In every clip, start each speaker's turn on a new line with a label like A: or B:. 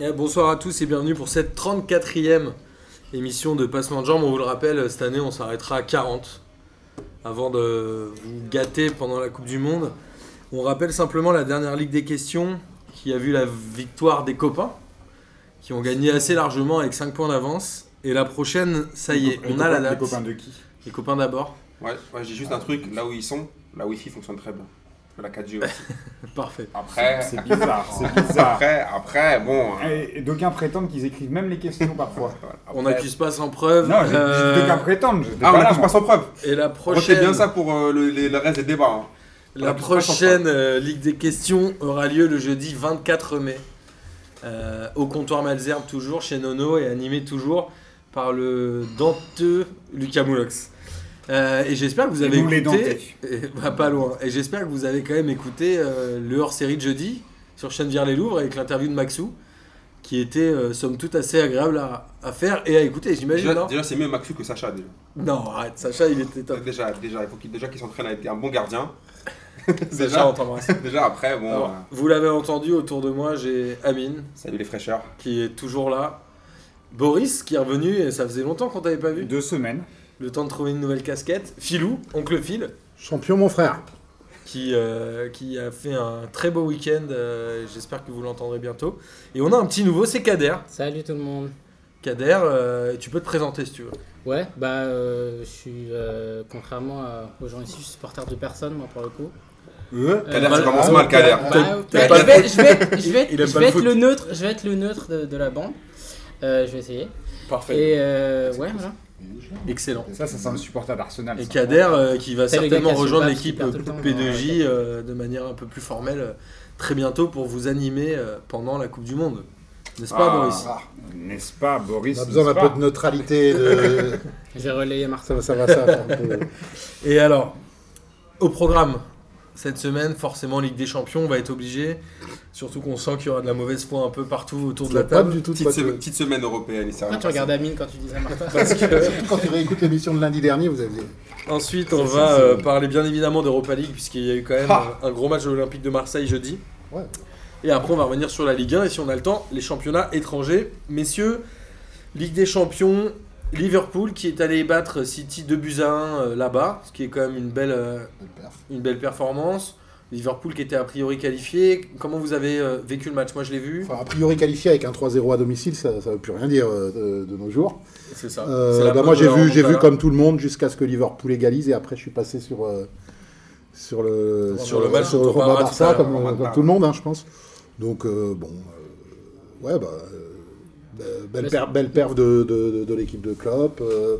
A: Eh, bonsoir à tous et bienvenue pour cette 34e émission de Passement de Jambes. On vous le rappelle, cette année on s'arrêtera à 40 avant de vous gâter pendant la Coupe du Monde. On rappelle simplement la dernière Ligue des questions qui a vu la victoire des copains qui ont gagné assez largement avec 5 points d'avance. Et la prochaine, ça y est,
B: Les
A: on a la
B: copains-
A: date.
B: Les copains de qui
A: Les copains d'abord.
C: Ouais, ouais j'ai juste un truc, là où ils sont, la Wi-Fi fonctionne très bien. La 4G aussi.
A: Parfait.
C: Après,
B: C'est bizarre, c'est bizarre.
C: après, après, bon. hein,
B: Et et d'aucuns prétendent qu'ils écrivent même les questions parfois.
C: voilà. Après-
A: On n'accuse pas sans preuve.
B: Non, j'ai
A: Euh,
B: j'ai d'aucuns prétendent. j'étais
C: Ah, on
B: pas là,
C: n'accuse
B: moi.
C: pas sans preuve.
A: et la
C: Prochaine...
A: prochaine,
C: bien ça pour euh, le, les- le reste des débats. hein.
A: la prochaine euh, Ligue des questions aura lieu le jeudi 24 mai. Euh, au comptoir Malzerbe toujours, chez Nono, et animé toujours par le denteux Lucas Moulox. Euh, et j'espère que vous
B: Et
A: avez
B: nous, les
A: écouté... et- bah, pas loin. Et j'espère que vous avez quand même écouté euh, le hors-série de jeudi sur Chenevière-les-Louvres avec l'interview de Maxou, qui était euh, somme toute assez agréable à, à faire et à écouter, j'imagine,
C: Déjà,
A: non
C: déjà c'est mieux Maxu que Sacha déjà.
A: Non, arrête, Sacha, il était top.
C: Déjà, déjà, il faut qu'il déjà qu'il s'entraîne à être un bon gardien.
A: Sacha, on
C: déjà,
A: t'embrasse.
C: déjà après, bon.
A: Alors,
C: euh,
A: Vous l'avez entendu autour de moi, j'ai Amine
C: salut les fraîcheurs.
A: qui est toujours là. Boris qui est revenu et ça faisait longtemps qu'on t'avait pas vu.
B: Deux semaines.
A: Le temps de trouver une nouvelle casquette. Filou, oncle Phil,
D: Champion, mon frère.
A: qui, euh, qui a fait un très beau week-end. euh, J'espère que vous l'entendrez bientôt. Et on a un petit nouveau, c'est Kader.
E: Salut tout le monde.
A: Kader, euh, tu peux te présenter si tu veux.
E: Ouais, bah euh, je suis euh, contrairement à- aux gens ici, je suis supporter de personne moi pour le coup.
B: Euh,
C: Kader,
A: bah,
C: tu commences
B: ah,
C: mal,
B: ouais,
C: Kader.
E: Bah,
A: t'as-
E: ouais,
A: t'as
E: bah,
A: pas
E: je vais, je vais- je vais-
A: Il aime
E: je
A: pas
E: vais
A: le
E: être
A: foot.
E: le neutre, je vais être le neutre de, de la bande. Euh, je vais essayer. Et euh, ouais, voilà.
A: Excellent.
B: Ça, ça sent le supporter d'Arsenal.
A: Et
B: ça.
A: Kader euh, qui va
E: C'est le gars
A: certainement
E: qui a son
A: rejoindre
E: pape qui
A: l'équipe
E: perd tout le temps,
A: P2J euh, de manière un peu plus formelle euh, très bientôt pour vous animer euh, pendant la Coupe du Monde. N'est-ce pas,
C: Ah.
A: Boris
B: N'est-ce pas, Boris
D: On a besoin
B: n'est-ce
D: d'un peu
B: pas
D: de neutralité. De...
E: Je vais relayer Martin.
D: ça, va- ça va, ça. va faire un peu-
A: Et alors, au programme, cette semaine, forcément, Ligue des Champions, on va être obligé. Surtout qu'on sent qu'il y aura de la mauvaise foi un peu partout autour de la
D: Ça va pas
A: table.
D: du tout. de
C: Petite,
D: quoi que-
C: semaine- petite semaine européenne, il s'est rien
E: Pourquoi Ah, tu
C: passé.
E: regardes Amine quand tu dis ça Martin
D: Surtout quand tu réécoutes l'émission de lundi dernier, vous avez. "Ah,
A: Ensuite, on va euh, parler bien évidemment d'Europa League, puisqu'il y a eu quand même
C: Ah.
A: euh, un gros match de l'Olympique de Marseille jeudi.
D: Ouais.
A: Et après, on va revenir sur la Ligue 1 et si on a le temps, les championnats étrangers. Messieurs, Ligue des Champions, Liverpool qui est allé battre City 2 buts à 1 euh, là-bas, ce qui est quand même une belle, euh,
D: de perf.
A: une belle performance. Liverpool qui était a priori qualifié. Comment vous avez euh, vécu le match Moi, je l'ai vu.
D: Enfin, a priori qualifié avec un 3-0 à domicile, ça ne veut plus rien dire euh, de, de nos jours.
A: C'est ça.
D: Euh,
A: C'est la
D: bah,
A: preuve
D: moi,
A: de
D: j'ai
A: la
D: vu, j'ai vu
A: remontada.
D: comme tout le monde jusqu'à ce que Liverpool égalise et après, je suis passé sur. euh, sur le,
A: Sur le match dont on
D: Roma
A: parlera tout à
D: Barça,
A: l'heure,
D: comme,
C: Roma
D: comme
C: Barça.
D: tout le monde, hein, je pense. Donc, euh, bon. euh, ouais, bah. euh, belle,
E: Mais
D: per- belle perf de, de- de- de l'équipe de Klopp. euh,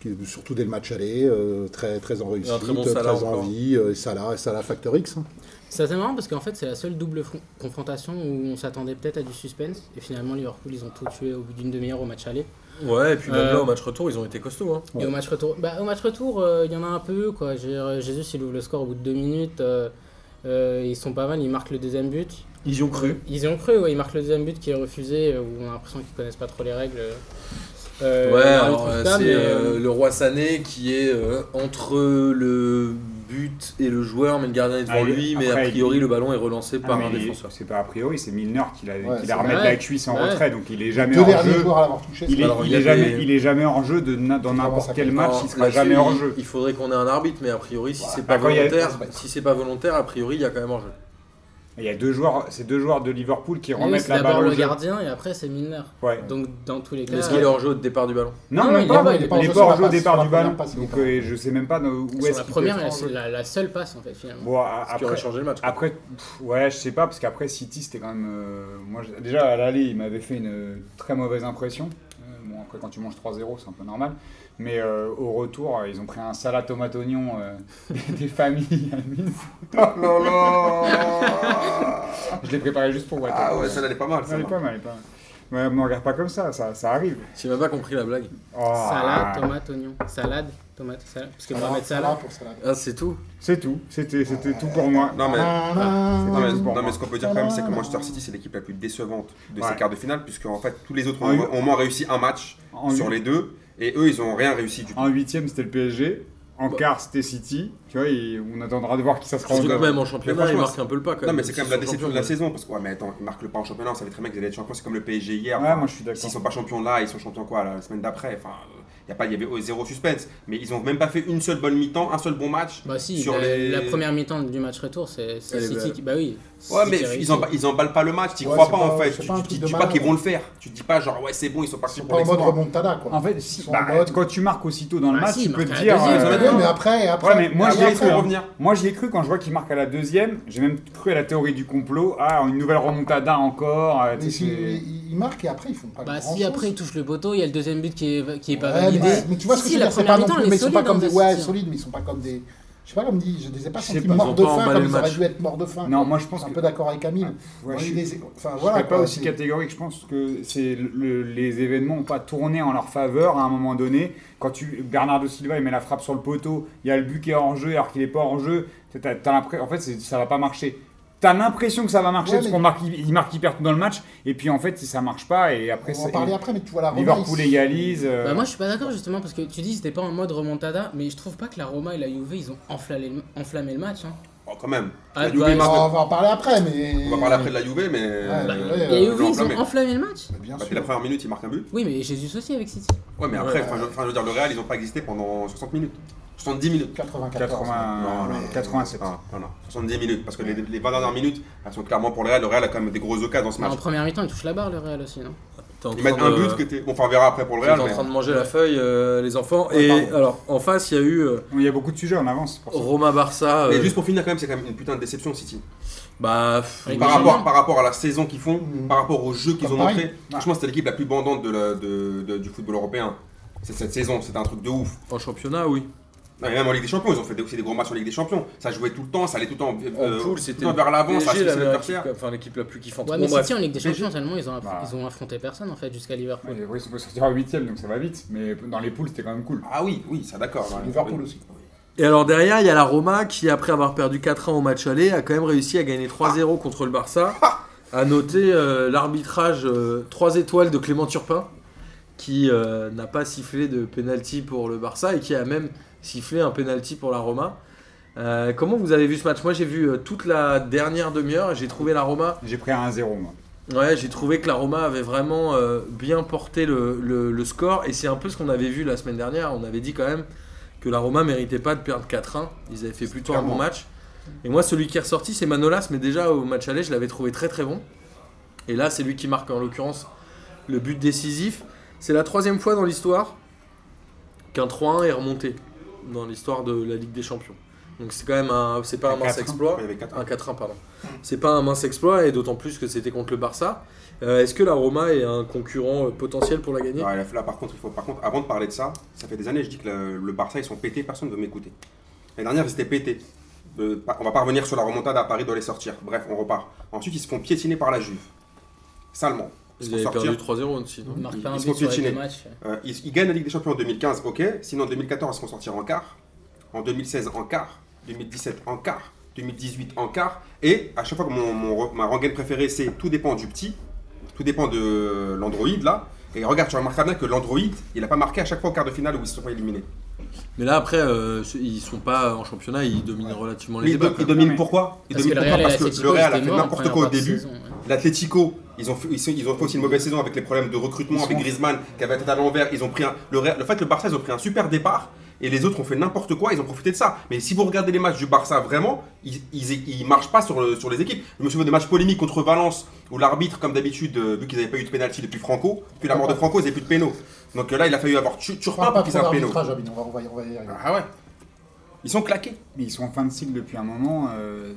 D: qui- surtout dès le match aller, euh, très, très en réussite,
A: très bon
D: très,
A: Salah
D: en
A: encore.
D: vie. euh, et Salah, et Salah Factor X. hein.
E: C'est assez marrant parce qu'en fait c'est la seule double fron- confrontation où on s'attendait peut-être à du suspense et finalement Liverpool ils ont tout tué au bout d'une demi-heure au match aller.
A: hein. Ouais, et puis même
E: Euh,
A: là, au match retour, ils ont été costauds. hein.
E: Et au match retour, bah, au match retour, euh, il y en a un peu quoi. J'ai- euh, Jésus il ouvre le score au bout de deux minutes. euh, euh, ils sont pas mal, ils marquent le deuxième but.
A: Ils y ont cru.
E: Ils y ont cru, ouais, ils marquent le deuxième but qui est refusé, euh, où on a l'impression qu'ils connaissent pas trop les règles. Euh,
A: Ouais,
E: l'arbitre
A: alors,
E: trouve
A: euh,
E: pas,
A: c'est
E: mais,
A: euh,
E: euh,
A: le roi Sané qui est euh, entre le but et le joueur, mais le gardien est devant
B: Ah, il-
A: lui, mais a
B: après,
A: priori le ballon est relancé
B: Ah,
A: par
B: mais
A: un défenseur.
B: C'est pas a priori, c'est Milner qui la,
D: Ouais,
B: qui
D: c'est
B: la remet de
E: vrai.
B: la cuisse en
E: Ouais.
B: retrait, donc il est jamais
D: Deux
B: hors
D: derniers
B: jeu.
D: joueurs à l'avoir touché.
B: Il
D: c'est
B: est,
D: pas
A: Alors,
B: il
A: il
B: est
A: y
B: jamais,
A: avait-
B: il est jamais en jeu de, na- dans
D: Vraiment,
B: n'importe
D: ça
B: quel
D: compte
B: match,
A: Alors,
B: il sera
A: là-dessus,
B: jamais hors
A: il-
B: jeu.
A: Il faudrait qu'on ait un arbitre, mais a priori, si
B: Voilà.
A: c'est
B: Bah,
A: pas
B: quand il y a-
A: volontaire, si c'est pas volontaire, a priori, il y a quand même hors jeu.
B: Il y a deux joueurs, c'est deux joueurs de Liverpool qui
E: oui,
B: remettent
E: c'est
B: la
E: d'abord
B: balle au
E: le
B: jeu.
E: gardien et après c'est Milner.
B: Ouais.
E: Donc dans tous les
B: Euh,
E: cas,
A: Est-ce qu'il est hors jeu au départ du ballon
B: Non,
E: Non,
B: même
E: il est
B: pas,
E: pas-
B: il est
E: il
B: pas
D: est
B: hors
D: pas
B: jeu au
D: en jeu sur
B: départ
D: la
B: du
D: passe,
B: ballon.
D: sur la
B: Donc
D: première
B: euh, je sais même pas dans- où
E: sur
B: est-ce
E: la
B: qu'il
E: première,
B: peut
E: la,
B: être hors jeu.
E: la- la seule passe en fait finalement.
B: Bon, a-
A: Ce qui
B: après,
A: aurait changé le match. quoi.
B: après pff, ouais, je sais pas, parce qu'après City, c'était quand même. euh, moi, je- déjà, à l'aller, il m'avait fait une euh, très mauvaise impression. Euh, bon, après, quand tu manges 3-0, c'est un peu normal. Mais euh, au retour, euh, ils ont pris un salade tomate oignon euh, des, des familles. Amine.
C: Oh là là
B: je l'ai préparé juste pour Watt.
C: Ah ouais, celle-là, elle est pas mal.
B: Elle est
C: celle-là.
B: pas mal, elle est pas mal. Mais me regarde pas comme ça, ça, ça arrive.
A: J'ai même pas compris la blague.
B: Oh,
E: Salade, tomate, oignon. Salade, tomate, salade. Parce que Mohamed
D: Salah
E: Salah.
D: pour Salah.
A: Ah, c'est tout
B: C'est tout, c'était c'était tout pour moi.
C: Non, mais. Non mais,
B: tout pour
C: non,
B: moi.
C: mais ce qu'on peut dire quand même, c'est que Manchester City, c'est l'équipe la plus décevante de ces
B: Ouais.
C: quarts de finale, puisque en fait, tous les autres
B: En
C: ont,
B: U-
C: ont au moins réussi un match
B: En
C: sur
B: huit-
C: les deux, et eux, ils ont rien réussi du tout.
B: En huitième, c'était le PSG. en
E: Bah.
B: quart, c'était City. Tu vois, et on attendra de voir qui ça sera en
A: Surtout que
B: quart.
A: même en championnat,
C: franchement,
A: il marque un peu le pas Ah, quand
C: Non,
A: même.
C: mais c'est quand même la
A: Ils sont
C: déception de la
A: champions,
C: saison. Parce que, ouais, mais attends, ils marquent le pas en championnat. On savait très bien qu'ils allaient être champions. C'est comme le PSG hier.
B: Ouais,
C: Enfin,
B: moi je suis d'accord.
C: S'ils sont pas champions là, ils sont champions quoi la semaine d'après. Enfin, il y a pas, il y avait zéro suspense. Mais ils ont même pas fait une seule bonne mi-temps, un seul bon match.
E: Bah si,
C: Sur
E: la,
C: les-
E: la première mi-temps du match retour, c'est c'est
A: Elle est
E: City
A: belle.
E: qui... Bah oui.
C: Ouais,
E: City
C: mais
E: qui a
C: ils,
E: réussi.
C: emballent, ils emballent pas le match. Tu
D: Ouais,
C: crois
D: c'est
C: pas, en
D: pas-
C: fait.
D: c'est
C: Tu,
D: pas un
C: tu-
D: truc
C: tu
D: de
C: dis pas
D: malade.
C: qu'ils vont le faire. Tu te dis pas genre ouais c'est bon ils sont partis
D: C'est
C: pour
D: pas en mode
C: l'exploit.
D: remontada, quoi.
B: En fait, si,
D: Ils sont
B: bah,
D: en mode-
B: quand tu marques aussitôt dans le
E: Bah
B: match,
E: si,
B: tu
E: ils
B: peux
E: marquent
B: te
E: à la
B: dire.
E: deuxième,
C: ils ont
B: euh,
C: la
D: Ouais, mais après, après.
B: Ouais, mais moi,
C: Ah,
B: j'y
C: oui,
B: ai
C: ils
B: cru.
C: vont
B: hein.
C: revenir.
B: Moi, j'y ai cru quand je vois qu'il marque à la deuxième. J'ai même cru à la théorie du complot. Ah, une nouvelle remontada encore. euh, tu
D: mais
B: sais,
D: ils,
B: c'est-
D: ils- ils marquent et après ils font pas
E: Bah
D: grand
E: si,
D: chose.
E: après, ils touchent le poteau, il y a le deuxième but qui est, qui est pas
D: Ouais,
E: validé.
D: mais- Mais tu vois ce
E: Si, si,
D: que je veux
E: la
D: dire, c'est
E: première
D: pas non
E: mi-temps,
D: plus-
E: elle
D: mais
E: est
D: ils sont pas
E: solide,
D: comme
E: hein,
D: des
E: City,
D: ouais
E: hein.
D: solides, mais ils sont pas comme des. Je sais pas comme dit, je les ai pas
B: Je sais
D: sentis
B: pas, ils
D: morts
A: ont
D: de
A: pas
D: faim
A: emballé
D: comme
A: le
D: ils auraient
A: match.
D: dû être morts de faim.
B: Non,
D: quoi.
B: moi, je pense
D: suis un
B: que-
D: peu d'accord avec Camille.
B: Ouais,
D: On
B: je
D: est
B: suis-
D: des- Enfin
B: Je
D: voilà.
B: serais pas
D: quoi,
B: aussi
D: c'est-
B: catégorique. Je pense que c'est le- le- les événements n'ont pas tourné en leur faveur à un moment donné. Quand tu Bernardo Silva il met la frappe sur le poteau, il y a le but qui est hors jeu alors qu'il n'est pas hors jeu. T'as- t'as l'impré- en fait, c'est- ça va pas marcher. T'as l'impression que ça va marcher
D: Ouais,
B: parce
D: mais-
B: qu'on marque, il, il marque hyper tout dans le match et puis en fait ça marche pas et après
D: On va en
B: c'est-
D: parler après, mais tu vois la Roma,
B: Liverpool
D: ils-
B: égalise. euh,
E: Bah moi je suis pas d'accord justement parce que tu dis c'était pas en mode remontada mais je trouve pas que la Roma et la Juve ils ont enflammé le, enflammé le match. Hein.
C: Oh, quand même.
E: Ah,
C: la Juve,
E: bah,
C: ils
D: Non,
C: marquent-
D: On va en parler après, mais.
C: On va parler après de la Juve, mais.
D: Bah,
C: euh,
D: ouais,
E: La
D: euh,
C: ils
E: Juve
C: l'ont
E: ils
C: enflammé.
E: ont enflammé le match
D: Mais Bien
C: Bah, Dès la
D: sûr.
C: première minute, il marque un but.
E: Oui mais Jésus aussi avec City.
C: Ouais, mais après,
A: Ouais.
C: enfin, je, enfin, je veux dire, le Real, ils ont pas existé pendant 60 minutes. 70 minutes.
D: 94.
B: 80,
C: Non, non, non.
B: 87.
C: Ah, non, non. 70 minutes, parce que les, les 20 dernières minutes, elles sont clairement pour le Real. Le Real a quand même des gros occasions dans ce
E: Bah,
C: match.
E: en première mi-temps ils touchent la barre le Real aussi non
A: T'es en
C: Ils
A: train
C: mettent un
A: de-
C: but que t'es. bon, Enfin, on verra après pour le
A: Vous êtes
C: Real.
A: Euh, en
C: mais-
A: train de manger la feuille, euh, les enfants.
D: Ouais,
A: et
D: pardon.
A: alors, en face, il y a eu euh,
B: Il y a beaucoup de sujets en avance. Pour ça.
A: Roma-Barça.
C: Mais
A: euh,
C: juste pour finir, quand même, c'est quand même une putain de déception, City.
A: Bah, pff,
E: Avec
C: Par
E: Benjamin.
C: rapport, par rapport à la saison qu'ils font,
D: Mhm.
C: par rapport au jeu qu'ils
D: Comme
C: ont
D: Paris.
C: montré, franchement, c'était l'équipe la plus bandante de la- de- de- du football européen. C'est cette saison, c'était un truc de ouf.
A: en championnat, oui.
C: Non, mais Bah, même en Ligue des Champions, ils ont fait aussi des gros matchs en Ligue des Champions. Ça jouait tout le temps, ça allait tout le temps, euh,
A: en
C: tout
A: poule,
C: le
A: c'était
C: temps vers l'avant, ça
A: PSG, la
C: se
A: meilleure
C: l'adversaire.
A: équipe, enfin, l'équipe la plus kiffante.
E: Ouais
A: Bon,
E: mais
A: bref.
E: City en Ligue des
C: Mais-
E: Champions tellement ils ont aff-
B: Bah.
E: ils ont affronté personne en fait jusqu'à
B: Ouais,
E: Liverpool.
B: les Bruins sont peut sortir à 8ème donc ça va vite. Mais dans les poules c'était quand même cool.
C: Ah oui, oui, ça d'accord. Ouais.
D: Liverpool aussi.
A: Et alors derrière, il y a la Roma qui, après avoir perdu 4-1 au match aller, a quand même réussi à gagner 3-0 contre le Barça. À noter euh, l'arbitrage 3 étoiles de Clément Turpin, qui euh, n'a pas sifflé de penalty pour le Barça et qui a même sifflé un penalty pour la Roma. Euh, comment vous avez vu ce match Moi, j'ai vu euh, toute la dernière demi-heure et j'ai trouvé la Roma
B: J'ai pris un 1-0 moi.
A: Ouais, j'ai trouvé que la Roma avait vraiment euh, bien porté le, le- le score. Et c'est un peu ce qu'on avait vu la semaine dernière. On avait dit quand même que la Roma méritait pas de perdre 4-1. Ils avaient fait plutôt un bon
B: Clairement.
A: match. Et moi, celui qui est ressorti, c'est Manolas. Mais déjà, au match aller, je l'avais trouvé très très bon. Et là, c'est lui qui marque en l'occurrence le but décisif. C'est la troisième fois dans l'histoire qu'un 3-1 est remonté dans l'histoire de la Ligue des Champions. Donc c'est quand même un. C'est pas
B: Un
A: un mince
B: 4-1.
A: exploit.
C: Il y avait quatre-
A: Un 4-1, pardon. C'est pas un mince exploit, et d'autant plus que c'était contre le Barça. Euh, Est-ce que la Roma est un concurrent euh, potentiel pour la gagner
C: Ouais, là, là, par contre, il faut, par contre, avant de parler de ça, ça fait des années, je dis que le, le Barça, ils sont pétés, personne ne veut m'écouter. L'année dernière, ils étaient pétés. Euh, pas- on va pas revenir sur la remontade à Paris, doit les sortir. Bref, on repart. Ensuite, ils se font piétiner par la Juve. Salement. Ils se
A: Ils
C: font
A: avaient
C: sortir.
A: perdu 3-0 aussi, non
E: Ils marquent
C: Ils-
E: pas un
C: ils
E: but
C: sont
E: sur les
C: piétinés.
E: deux matchs.
C: Euh, ils, ils gagnent la Ligue des Champions en 2015, ok. Sinon, en 2014, ils se font sortir en quart. En 2016, en quart. 2017, en quart. 2018, en quart. Et à chaque fois que mon, mon re- ma rengaine préférée, c'est tout dépend du petit, tout dépend de l'Android là. Et regarde, tu remarqueras bien que l'Android, il n'a pas marqué à chaque fois au quart de finale où ils se sont pas éliminés.
A: Mais là, après, euh, c- ils sont pas en championnat, ils dominent relativement les
C: Mais ils,
A: débats.
C: do-
A: quand
C: ils
A: même.
C: dominent pourquoi Ils
E: hein. Parce que
C: dominent
E: le Real
C: pourquoi
E: et
C: Parce que le
E: l'Atletico
C: Real a
E: étaient
C: fait
E: morts en
C: n'importe
E: première
C: quoi au
E: partie de
C: début.
E: saison, ouais.
C: L'Atletico, ils ont, fait- ils, sont- ils ont fait aussi une mauvaise saison avec les problèmes de recrutement, avec Griezmann qui avait la tête à l'envers. Ils ont pris un- le, Real- le fait que le Barça, ils ont pris un super départ et les autres ont fait n'importe quoi, ils ont profité de ça. Mais si vous regardez les matchs du Barça vraiment, ils, ils, ils marchent pas sur, le- sur les équipes. Je me souviens des matchs polémiques contre Valence où l'arbitre, comme d'habitude, euh, vu qu'ils n'avaient pas eu de pénalty depuis Franco, depuis la mort de Franco, ils n'avaient plus de péno. Donc euh, là, il a fallu avoir tu-
D: On parle
C: Turpin
D: pas
C: pour
D: trop
C: qu'ils aient un péno.
D: d'arbitrage, Amine, on va, on va, y- on va y arriver.
C: Ah ouais Ils sont claqués.
B: Mais ils sont en fin de cycle depuis un moment. euh,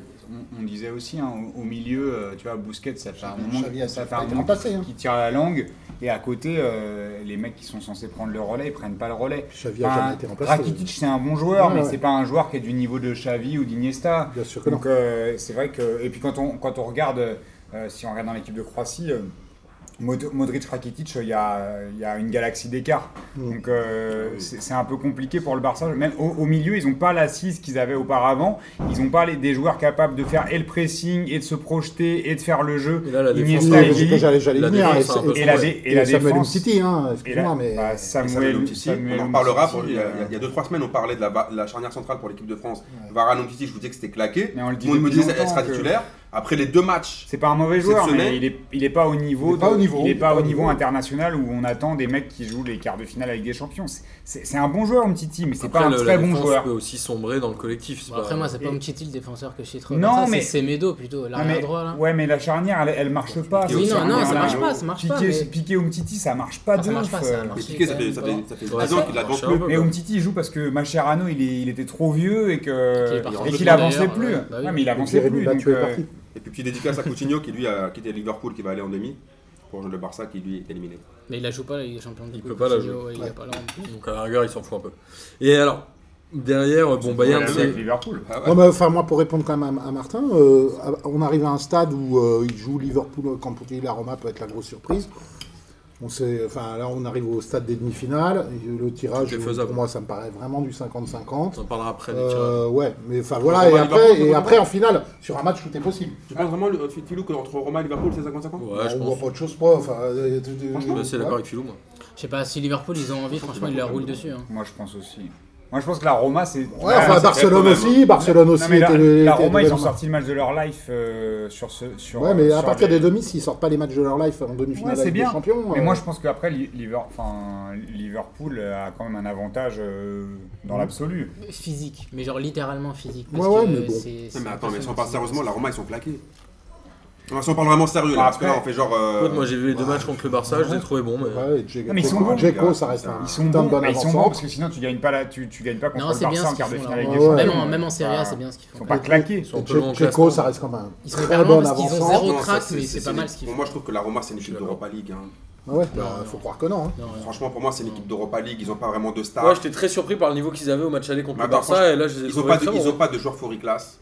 B: on, on disait aussi hein, au, au milieu, euh, tu vois, Bousquet, ça fait un
D: Xavi-
B: moment,
D: Xavi a-
B: ça fait
D: ça a
B: un
D: été
B: moment
D: remplacé, hein.
B: qui tire la langue. Et à côté, euh, les mecs qui sont censés prendre le relais, ils prennent pas le relais.
D: Xavi a jamais été remplacé.
B: Bah, Rakitic, c'est un bon joueur,
D: Ouais,
B: mais
D: ouais.
B: c'est pas un joueur qui est du niveau de Xavi ou d'Iniesta.
D: Bien sûr que non.
B: Donc euh, c'est vrai que et puis quand on quand on regarde, euh, si on regarde dans l'équipe de Croatie. euh, Mod- Modric Rakitic, il y a, il y a une galaxie d'écart.
D: Mm.
B: Donc euh, c'est c'est un peu compliqué pour le Barça. Même au, au milieu, ils n'ont pas l'assise qu'ils avaient auparavant. Ils n'ont pas les, des joueurs capables de faire et le pressing, et de se projeter, et de faire le jeu.
A: Et là, la
B: Iniesta,
A: défense,
B: il-
A: ouais,
B: Vili,
D: J'allais j'allais
A: la
D: y venir.
A: défense, c'est un peu
B: Et la,
A: sombre.
B: dé-
D: et
B: et la
D: Samuel
B: défense.
D: Umtiti, hein,
B: et la-
D: excuse-moi, mais.
B: bah, Samuel,
C: Samuel Umtiti,
B: Samuel euh,
C: on en reparlera.
B: Umtiti,
C: pour- il, y a, il y a deux trois semaines, on parlait de la, va- la charnière centrale pour l'équipe de France. Varane Umtiti, je vous disais que c'était claqué.
B: Mais on le dit
C: Tout monde me
B: depuis
C: disait elle
B: longtemps
C: sera
B: que-
C: titulaire. Après les deux matchs,
B: C'est pas un mauvais joueur,
C: Cette semaine,
B: mais il est, il est pas au niveau,
D: il est pas
B: de-
D: au niveau,
B: il est pas au niveau
D: niveau.
B: international où on attend des mecs qui jouent les quarts de finale avec des champions. C'est- C'est c'est un bon joueur, Umtiti, mais c'est
A: Après,
B: pas un
A: le-
B: très
A: la
B: bon
A: défense
B: joueur.
A: peut aussi sombrer dans le collectif. c'est
E: Bon, après,
A: pas-
E: moi, c'est pas
B: et-
E: Umtiti le défenseur que je citerai.
B: Non,
E: Non,
B: mais-
E: mais. C'est Medo plutôt,
B: Non, mais-
E: l'arrière droit là.
B: Ouais, mais la charnière, elle, elle marche pas.
C: Oui,
B: cette
C: non, non,
B: charnière-là.
C: ça marche
E: pas, ça marche pas,
B: Piqué,
E: mais-
B: c'est- Piqué Umtiti, ça marche pas
E: Ah, ça
B: de
E: marche
B: ouf,
E: pas, ça
B: euh.
E: marche.
C: mais Piqué, ça fait ça fait- ça fait
A: Ouais,
C: dix ans qu'il
A: ça
C: avance
A: marche un
C: plus.
A: peu,
B: Mais
A: quoi.
B: Umtiti il joue parce que Mascherano il, est- il était trop vieux et
E: Qu'il est
B: que
E: parti
B: et
C: au
B: qu'il
E: Japon,
B: avançait
E: d'ailleurs,
B: plus.
E: ouais. Bah oui.
B: Ouais, mais il avançait
D: Jérémy
B: plus.
D: Battu
B: donc,
D: est
B: euh,
D: parti.
C: Et puis petit dédicace à Coutinho qui lui a quitté Liverpool, qui va aller en demi pour rejoindre le Barça qui lui est éliminé.
E: Mais il la joue pas, la Ligue des Champions. du
A: Il
E: coup,
A: peut pas la
E: Coutinho,
A: jouer.
E: ouais, Il
D: Ouais.
E: a pas la
A: Donc à la rigueur, il s'en fout un peu. Et alors, derrière, bon, Bayern,
B: ouais,
A: c'est-
B: avec Liverpool.
C: Ah ouais.
D: Non, mais enfin, moi, pour répondre quand même à, à Martin, euh, à- on arrive à un stade où euh, il joue Liverpool quand Portugal la Roma peut être la grosse surprise. On sait, enfin, là, on arrive au stade des demi-finales. Et Le tirage,
A: Tout est faisable.
D: pour moi, ça me paraît vraiment du 50-50.
A: on en parlera après. des tirages.
D: Euh, ouais, mais enfin voilà,
C: Roma,
D: et après,
C: Liverpool,
D: et
C: Roma.
D: après en finale, sur un match, tout est possible.
C: Tu penses vraiment, le- euh, Filou, qu'entre Roma et Liverpool, c'est 50-50
A: Ouais, je
D: bah, on voit
A: pense.
D: pas autre chose, pas. Enfin, euh, de- de-
A: Je suis assez
D: ouais.
A: d'accord avec Philou, moi.
E: Je sais pas, si Liverpool ils ont envie, franchement, ils leur roulent dessus. hein.
B: Moi je pense aussi. Moi je pense que la Roma c'est.
D: Ouais,
B: Ah,
D: enfin,
B: c'est-
D: Barcelone
C: vrai, quand
D: aussi, Barcelone aussi
B: Non, mais
D: était
B: la,
D: le-
B: la
D: était
B: Roma,
D: le
B: ils ont
D: même.
B: sorti le match de leur life euh, sur ce. Sur,
D: Ouais, mais à
B: sur
D: partir
B: les-
D: des demi, s'ils sortent pas les matchs de leur life en demi-finale
B: Ouais, c'est
D: avec les
B: bien.
D: champions.
B: Mais
D: euh,
B: moi, je pense qu'après, Li- Liver- enfin, Liverpool a quand même un avantage euh, dans
D: Mhm.
B: l'absolu.
E: Physique, mais genre littéralement physique.
D: Ouais,
E: parce
D: ouais,
E: que
D: mais bon.
E: c'est-
C: Non,
E: c'est
C: mais attends, mais si on
E: impressionnant.
C: parle sérieusement, la Roma, ils sont claqués. Non, mais si on parle vraiment sérieux,
E: Bah,
C: là, parce que là, on fait genre. euh,
A: En fait, moi, j'ai vu les deux matchs contre le Barça, je les ai trouvés bons, mais.
D: ouais, Dzeko-
B: Non, Ah, mais ils sont bons,
D: Dzeko,
C: les
D: ça
C: gars.
D: reste un
B: Ils sont
D: putain
B: bons,
D: de bon
B: mais ils sont
D: avant-centre.
B: bons parce que sinon, tu gagnes pas, la, tu, tu gagnes pas contre
E: Ah. Non,
B: le
E: c'est
B: Barça
E: bien
B: en
E: ce
B: quart de
E: qu'ils font
B: finale
E: là.
B: avec
D: Ouais,
B: des
D: ouais.
E: Même
B: champions.
E: en, même en Serie A, c'est bien ce qu'ils
B: Ils
E: font.
B: sont pas claqués.
A: sont un peu
D: Dze-
A: loin en
D: Dzeko,
A: classement.
D: ça reste quand même un
E: Ils sont
D: très
E: pas loin
D: bon
E: parce qu'ils ont
D: avant-centre.
E: zéro-
C: non, ça,
E: crack, mais c'est pas mal ce qu'ils
C: Pour
E: font.
C: moi, je trouve que la Roma, c'est une équipe d'Europa League. hein.
D: Ouais, bah, faut croire que non. hein.
E: Non, non.
C: Franchement, pour moi, c'est une équipe d'Europa League. Ils n'ont pas vraiment de stars.
A: Ouais, j'étais très surpris par le niveau qu'ils avaient au match aller contre
C: Mais
A: le
C: attends,
A: Barça, et là, je les ai
C: Ils ont
A: trouvés
C: pas, de,
A: très
C: ils
A: bons.
C: ont pas de joueurs forêt classe.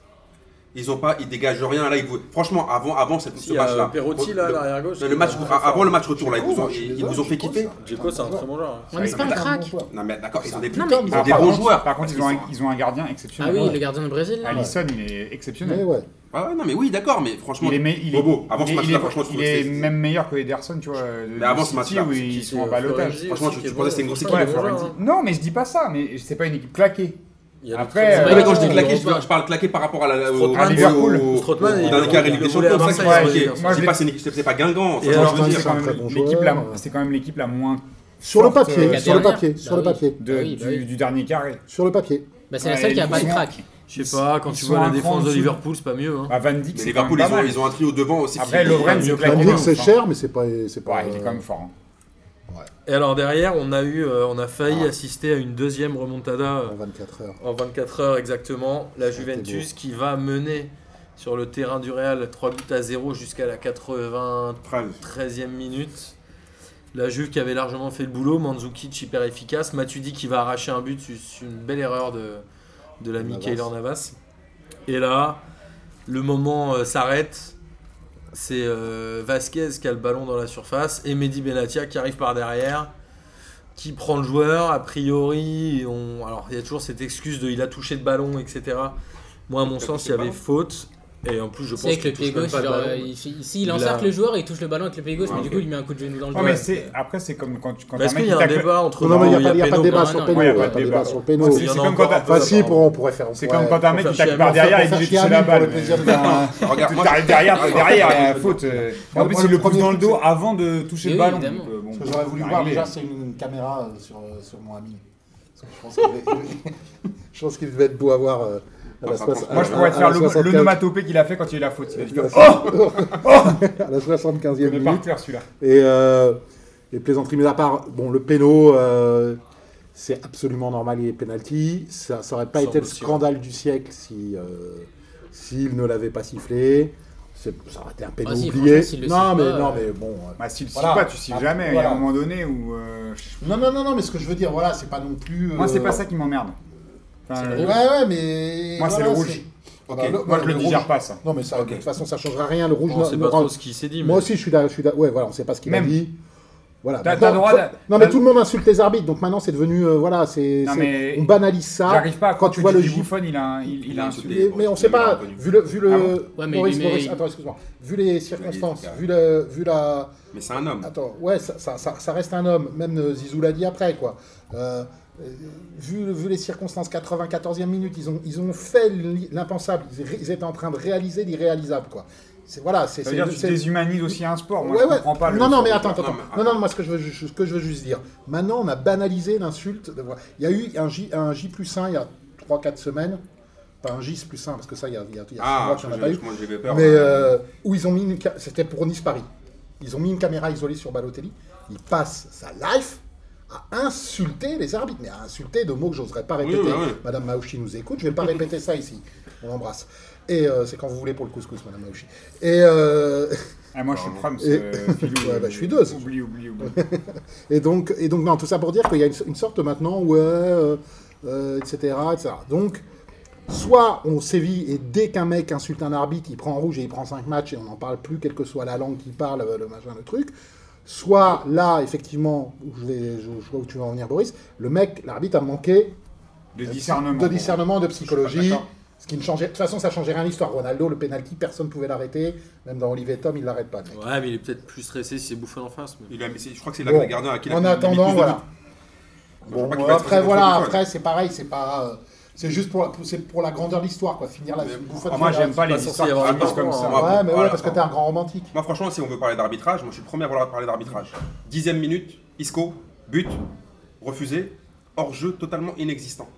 C: Ils ont pas, ils dégagent rien là. Ils vous- franchement, avant, avant cette,
A: Si,
C: ce
A: il y a
C: match-là,
A: Perotti, là, à
C: le-
A: l'arrière gauche.
C: le, le match, avant le match retour là, ils vous ont,
D: Je suis
C: ils- ils
D: désolé,
C: vous ont fait
D: Dzeko,
C: kiffer.
D: un
A: Dzeko, c'est un
D: putain de
A: très bon joueur. hein.
E: Ouais, mais c'est pas un crack.
D: joueur.
C: Non mais d'accord, ils ont des,
E: Non,
C: putains-
E: mais-
C: ils ont
B: Alors,
C: des
B: par
C: bons
B: contre-
C: joueurs.
B: Par contre, ils ont, un, ils ont un gardien
E: Ah
B: exceptionnel.
E: oui, le gardien du Brésil là.
B: Allison, il est exceptionnel.
D: Mais ouais.
C: Ah ouais, non mais oui, d'accord, mais franchement,
B: Il est, me- il est-
C: Bobo, avant ce
B: il est-
C: match-là,
B: il est-
C: franchement, je
B: il
C: trouve que
B: est
C: c'est-
B: même meilleur que Ederson, tu vois. de-
C: Mais
B: de
C: avant ce
B: City,
C: match-là,
B: où
C: c'est
B: ils
A: Qui, c'est,
B: sont en
A: euh,
B: balotage.
A: Florenzi
C: Franchement,
A: aussi,
C: tu-
A: qui est
C: tu pensais
A: bon.
C: que c'était une grosse équipe,
A: Ouais,
B: Ouais,
C: les
A: Florenzi.
B: Florenzi. Non, mais je dis pas ça, mais c'est pas une équipe claquée.
A: Il y a des
B: Après,
A: très
B: euh,
A: bons
C: Ouais, mais quand je
A: joueurs.
C: dis claqué, je parle, je parle claqué par rapport à la au-
A: Strootman,
B: à Liverpool.
C: au- au-
A: Strootman,
C: au
A: il-
C: dernier
A: il-
C: carré Ligue
A: il
C: des
A: le voulait à
C: Champions, c'est ça
A: Marseille,
C: que je
A: il
C: dis,
A: a
C: ok.
A: dit,
B: moi,
C: C'est
B: je
C: pas
B: l'ai-
C: c'est une équipe- c'est pas Guingamp,
A: Et
C: c'est
A: alors,
C: ce que je veux
D: Martin,
C: dire.
D: c'est un
B: quand
D: très
B: même
D: bon
B: l'équipe
D: joueur.
B: la, c'est quand même l'équipe la moins
D: Sur le
B: forte, euh,
D: papier,
E: la
D: sur le
E: dernière.
D: papier,
E: Bah
D: sur le
E: oui.
D: papier,
B: de-
E: Ah oui, bah
B: du,
E: oui.
B: du dernier carré.
D: sur le papier.
E: Bah, c'est la
B: Ouais,
E: seule qui a
B: ils
E: pas
B: sont-
E: de crack.
A: Je sais pas, quand
B: Ils
A: tu
B: sont
A: vois la
B: un cran en
A: défense de
B: dessous.
A: Liverpool, c'est pas mieux. hein.
B: Ah, Van Dijk,
C: Mais
B: c'est quand même
C: Liverpool,
B: pas
C: ils ont,
B: mal.
C: ils ont un trio devant aussi.
B: Après,
C: qui-
B: Lovren, c'est
D: Van
B: claqué.
D: Dijk, c'est
B: enfin.
D: cher, mais c'est pas, c'est pas.
B: hein. Ouais, il est quand même fort. hein.
A: Et alors derrière, on a eu, euh, on a failli
D: Ah.
A: assister à une deuxième remontada euh,
D: en 24 heures.
A: en 24 heures exactement. La
D: Ça a été
A: Juventus qui va mener sur le terrain du Real 3 buts à 0 jusqu'à la 93e
C: Trêve.
A: minute. La Juve qui avait largement fait le boulot, Mandzukic hyper efficace, Matuidi qui va arracher un but, c'est- c'est une belle erreur de, de l'ami
D: Navas.
A: Keylor Navas. Et là, le moment euh, s'arrête. C'est euh, Vasquez qui a le ballon dans la surface et Mehdi Benatia qui arrive par derrière, qui prend le joueur. A priori, on... alors il y a toujours cette excuse de il a touché le ballon, etc. Moi, à mon
C: Il a
A: sens, il
C: touché
A: y
C: le
A: avait
C: ballon
A: faute. Et en plus, je
E: Tu sais,
A: pense
E: avec
A: qu'il
E: le pied
A: touche même
E: gauche,
A: pas le
E: genre,
A: ballon.
E: euh, il fait- s'il
A: Il
E: encercle
A: a-
E: le joueur, il touche le ballon avec le pied gauche,
C: Ouais,
E: mais du
C: ok.
E: coup, il met un coup de genou dans le
B: Ouais,
E: dos.
B: mais c'est- après, c'est comme quand tu quand
A: Mais Est-ce
B: un mec
A: qu'il y a
B: qui
A: un
B: tacle-
A: débat entre
D: Non, mais il
A: nous
D: n'y a, pas- y a pas de
A: péno.
D: débat
E: Non,
D: sur
E: non,
D: Péno.
E: ouais,
D: y a
E: ouais,
D: pas de débat sur Péno.
B: Ouais,
A: Il
B: C'est
A: y en
B: c'est
A: a
B: comme
A: encore
B: quand t'as-
A: un peu
D: Enfin, si,
A: d'abord.
D: pour, on pourrait faire. on
B: c'est
D: pourrait-
B: comme quand un mec
A: faire
B: qui tacle
A: chier
B: par
A: Amine,
B: derrière
D: faut
B: et
D: faire
B: dit
D: chier
B: c'est la
D: Amine pour
B: balle.
D: le plaisir de-
C: Regarde, moi,
B: Derrière, derrière,
C: Regarde,
B: derrière, il y a
C: regarde,
B: faute. euh. En
D: Moi,
B: plus,
D: moi,
B: il
D: le
B: le pousse
D: premier
B: dans le
D: truc,
B: dos avant de toucher
E: Oui,
B: le ballon.
E: évidemment.
B: donc, euh, bon,
D: Ce que j'aurais voulu
B: faut
D: voir
B: arriver.
D: déjà, c'est une caméra euh, sur, euh, sur mon ami. Parce que je pense qu'il- je pense qu'il devait être beau à voir. euh, à la
C: Enfin,
D: soix-
C: franchement,
B: Moi, je pourrais te
D: à la
B: faire le-
D: 75e
B: l'onomatopée qu'il a fait quand il a eu la faute. Il a dit, Oh,
D: à la 75e
B: je connais par
D: minute.
B: cœur celui-là.
D: Et, euh, les plaisanteries mises à part, bon, le péno, euh, c'est absolument normal, il est penalty. Ça n'aurait pas
A: Ça
D: été le
A: aussi, ouais.
D: scandale du siècle si, euh, s'il ne l'avait pas sifflé. C'est- Ça aurait été un péno
E: Ah si,
D: oublié.
E: franchement, s'il le
D: Non
E: siffle
D: mais,
E: pas,
D: non,
E: euh,
D: mais bon. euh,
B: Bah, s'il le siffle
D: Voilà.
B: pas, tu siffles
D: Ah,
B: jamais. Il y a
D: voilà.
B: un moment donné où. euh, je-
D: Non, non, non, non, mais ce que je veux dire, voilà, c'est pas non plus.
B: Moi, c'est
D: euh,
B: pas ça qui m'emmerde. Enfin,
D: Ouais, ouais, mais.
B: Moi, c'est
D: voilà,
B: le rouge.
C: Ok,
D: bah, le-
B: Moi, je
D: le
B: le
D: rouge-
B: digère pas, ça.
D: Non, mais ça,
C: Ok.
D: de toute façon, ça changera rien. Le rouge,
A: On
D: ne-
A: sait
D: ne
A: pas
D: rend-
A: trop ce qu'il s'est dit.
D: Moi
A: mais-
D: aussi, je suis là. Je suis là. Ouais, voilà, on sait pas ce qu'il a
B: Même.
D: dit. Voilà.
B: T'as-
D: Maintenant,
B: t'as le droit
D: faut-
B: d'a-
D: Non, mais
B: t'as-
D: tout le monde insulte les arbitres. Donc maintenant, c'est devenu. euh, voilà, c'est.
B: Non,
D: c'est-
B: mais-
D: On banalise ça.
B: J'arrive pas,
D: Quand tu vois le
B: dis
D: gif.
B: Bouffon, il a un- il il a un
C: Il-
D: Mais, mais on sait pas. Vu le. Vu le...
B: Ah bon
E: Ouais, mais-
D: Maurice,
E: mais-
D: Maurice, attends, excuse-moi. Vu les circonstances, vu, le, vu la.
C: Mais c'est un homme.
D: Attends, ouais, ça, ça, ça- ça reste un homme. Même euh, Zizou l'a dit après, quoi. Euh, euh, vu, vu les circonstances, 94e minute, ils ont, ils ont fait l'i- l'impensable. Ils, ré- ils étaient en train de réaliser l'irréalisable, quoi. C'est voilà, c'est.
B: Ça veut dire que
D: c'est-
B: tu
D: c'est-
B: déshumanises aussi un sport. Moi,
D: Ouais,
B: je
D: ouais.
B: comprends pas. le-
D: non, non, mais attends, attends.
C: Non,
D: Non,
C: mais-
D: non, moi, ce que, je veux, ju- ce que je veux juste dire, maintenant, on a banalisé l'insulte. de- voilà. Il y a eu un J, un J plus 1 il y a 3-4 semaines. Pas un J plus 1, parce que ça, il y a, il y a, il y a six
C: Ah,
D: mois
C: je-
D: qu'on n'a pas eu.
C: moi j'avais peur.
D: Mais euh, où ils ont mis une ca- c'était pour Nice Paris. Ils ont mis une caméra isolée sur Balotelli. Il passe sa life à insulter les arbitres, mais à insulter de mots que j'oserais pas répéter.
C: oui, oui.
D: Madame Maouchi nous écoute, je vais pas répéter ça ici. On l'embrasse. Et euh, c'est quand vous voulez pour le couscous, Madame Maouchi. Et, euh,
B: Ah, moi, je suis prêt,
D: Et-
B: euh, Philou,
D: Ouais,
B: euh,
D: bah, je suis deux.
B: Oublie, oublie, oublie.
D: et donc, et donc non, tout ça pour dire qu'il y a une, une sorte maintenant, ouais, euh, euh, etc., etc. Donc, soit on sévit et dès qu'un mec insulte un arbitre, il prend en rouge et il prend 5 matchs et on n'en parle plus, quelle que soit la langue qu'il parle, euh, le machin, le truc. Soit là, effectivement, où je, vais, je, je vois où tu vas en venir, Boris, le mec, l'arbitre a manqué
B: De discernement.
D: de discernement, de
B: Je suis
D: psychologie.
B: pas d'accord.
D: Ce qui ne changeait, de toute façon, ça changeait rien à l'histoire. Ronaldo, le penalty, personne ne pouvait l'arrêter. Même dans Olivier Tom, il l'arrête pas. le mec.
A: Ouais, mais il est peut-être plus stressé si c'est bouffé en face. mais-
C: Il a- mais c'est- je crois que c'est
D: Bon.
C: là que gardien à qui il a
D: en
C: mis- il a mis plus
D: attendant,
C: de
D: voilà.
C: buts. Moi, je crois qu'il
D: Bon,
C: va être
D: après,
C: très
D: voilà,
C: content.
D: après, c'est pareil, c'est pas. euh, c'est juste pour la, pour- c'est pour la grandeur de l'histoire, quoi. Finir la.
C: Mais
D: vous
C: moi,
D: faites
B: Ah, Moi,
D: la-
B: j'aime pas
A: pas
B: les
A: censé
B: histoires
A: y avoir
B: qui
A: un
B: finissent comme
A: parcours,
B: ça.
C: hein.
D: Ouais,
C: Ah, bon,
D: mais ouais,
C: voilà,
D: parce que
C: bon.
D: t'es un grand romantique.
C: Moi, franchement, si on veut parler d'arbitrage, moi, je suis le premier à vouloir parler d'arbitrage. Dixième minute, Isco, but, refusé, hors-jeu totalement inexistant.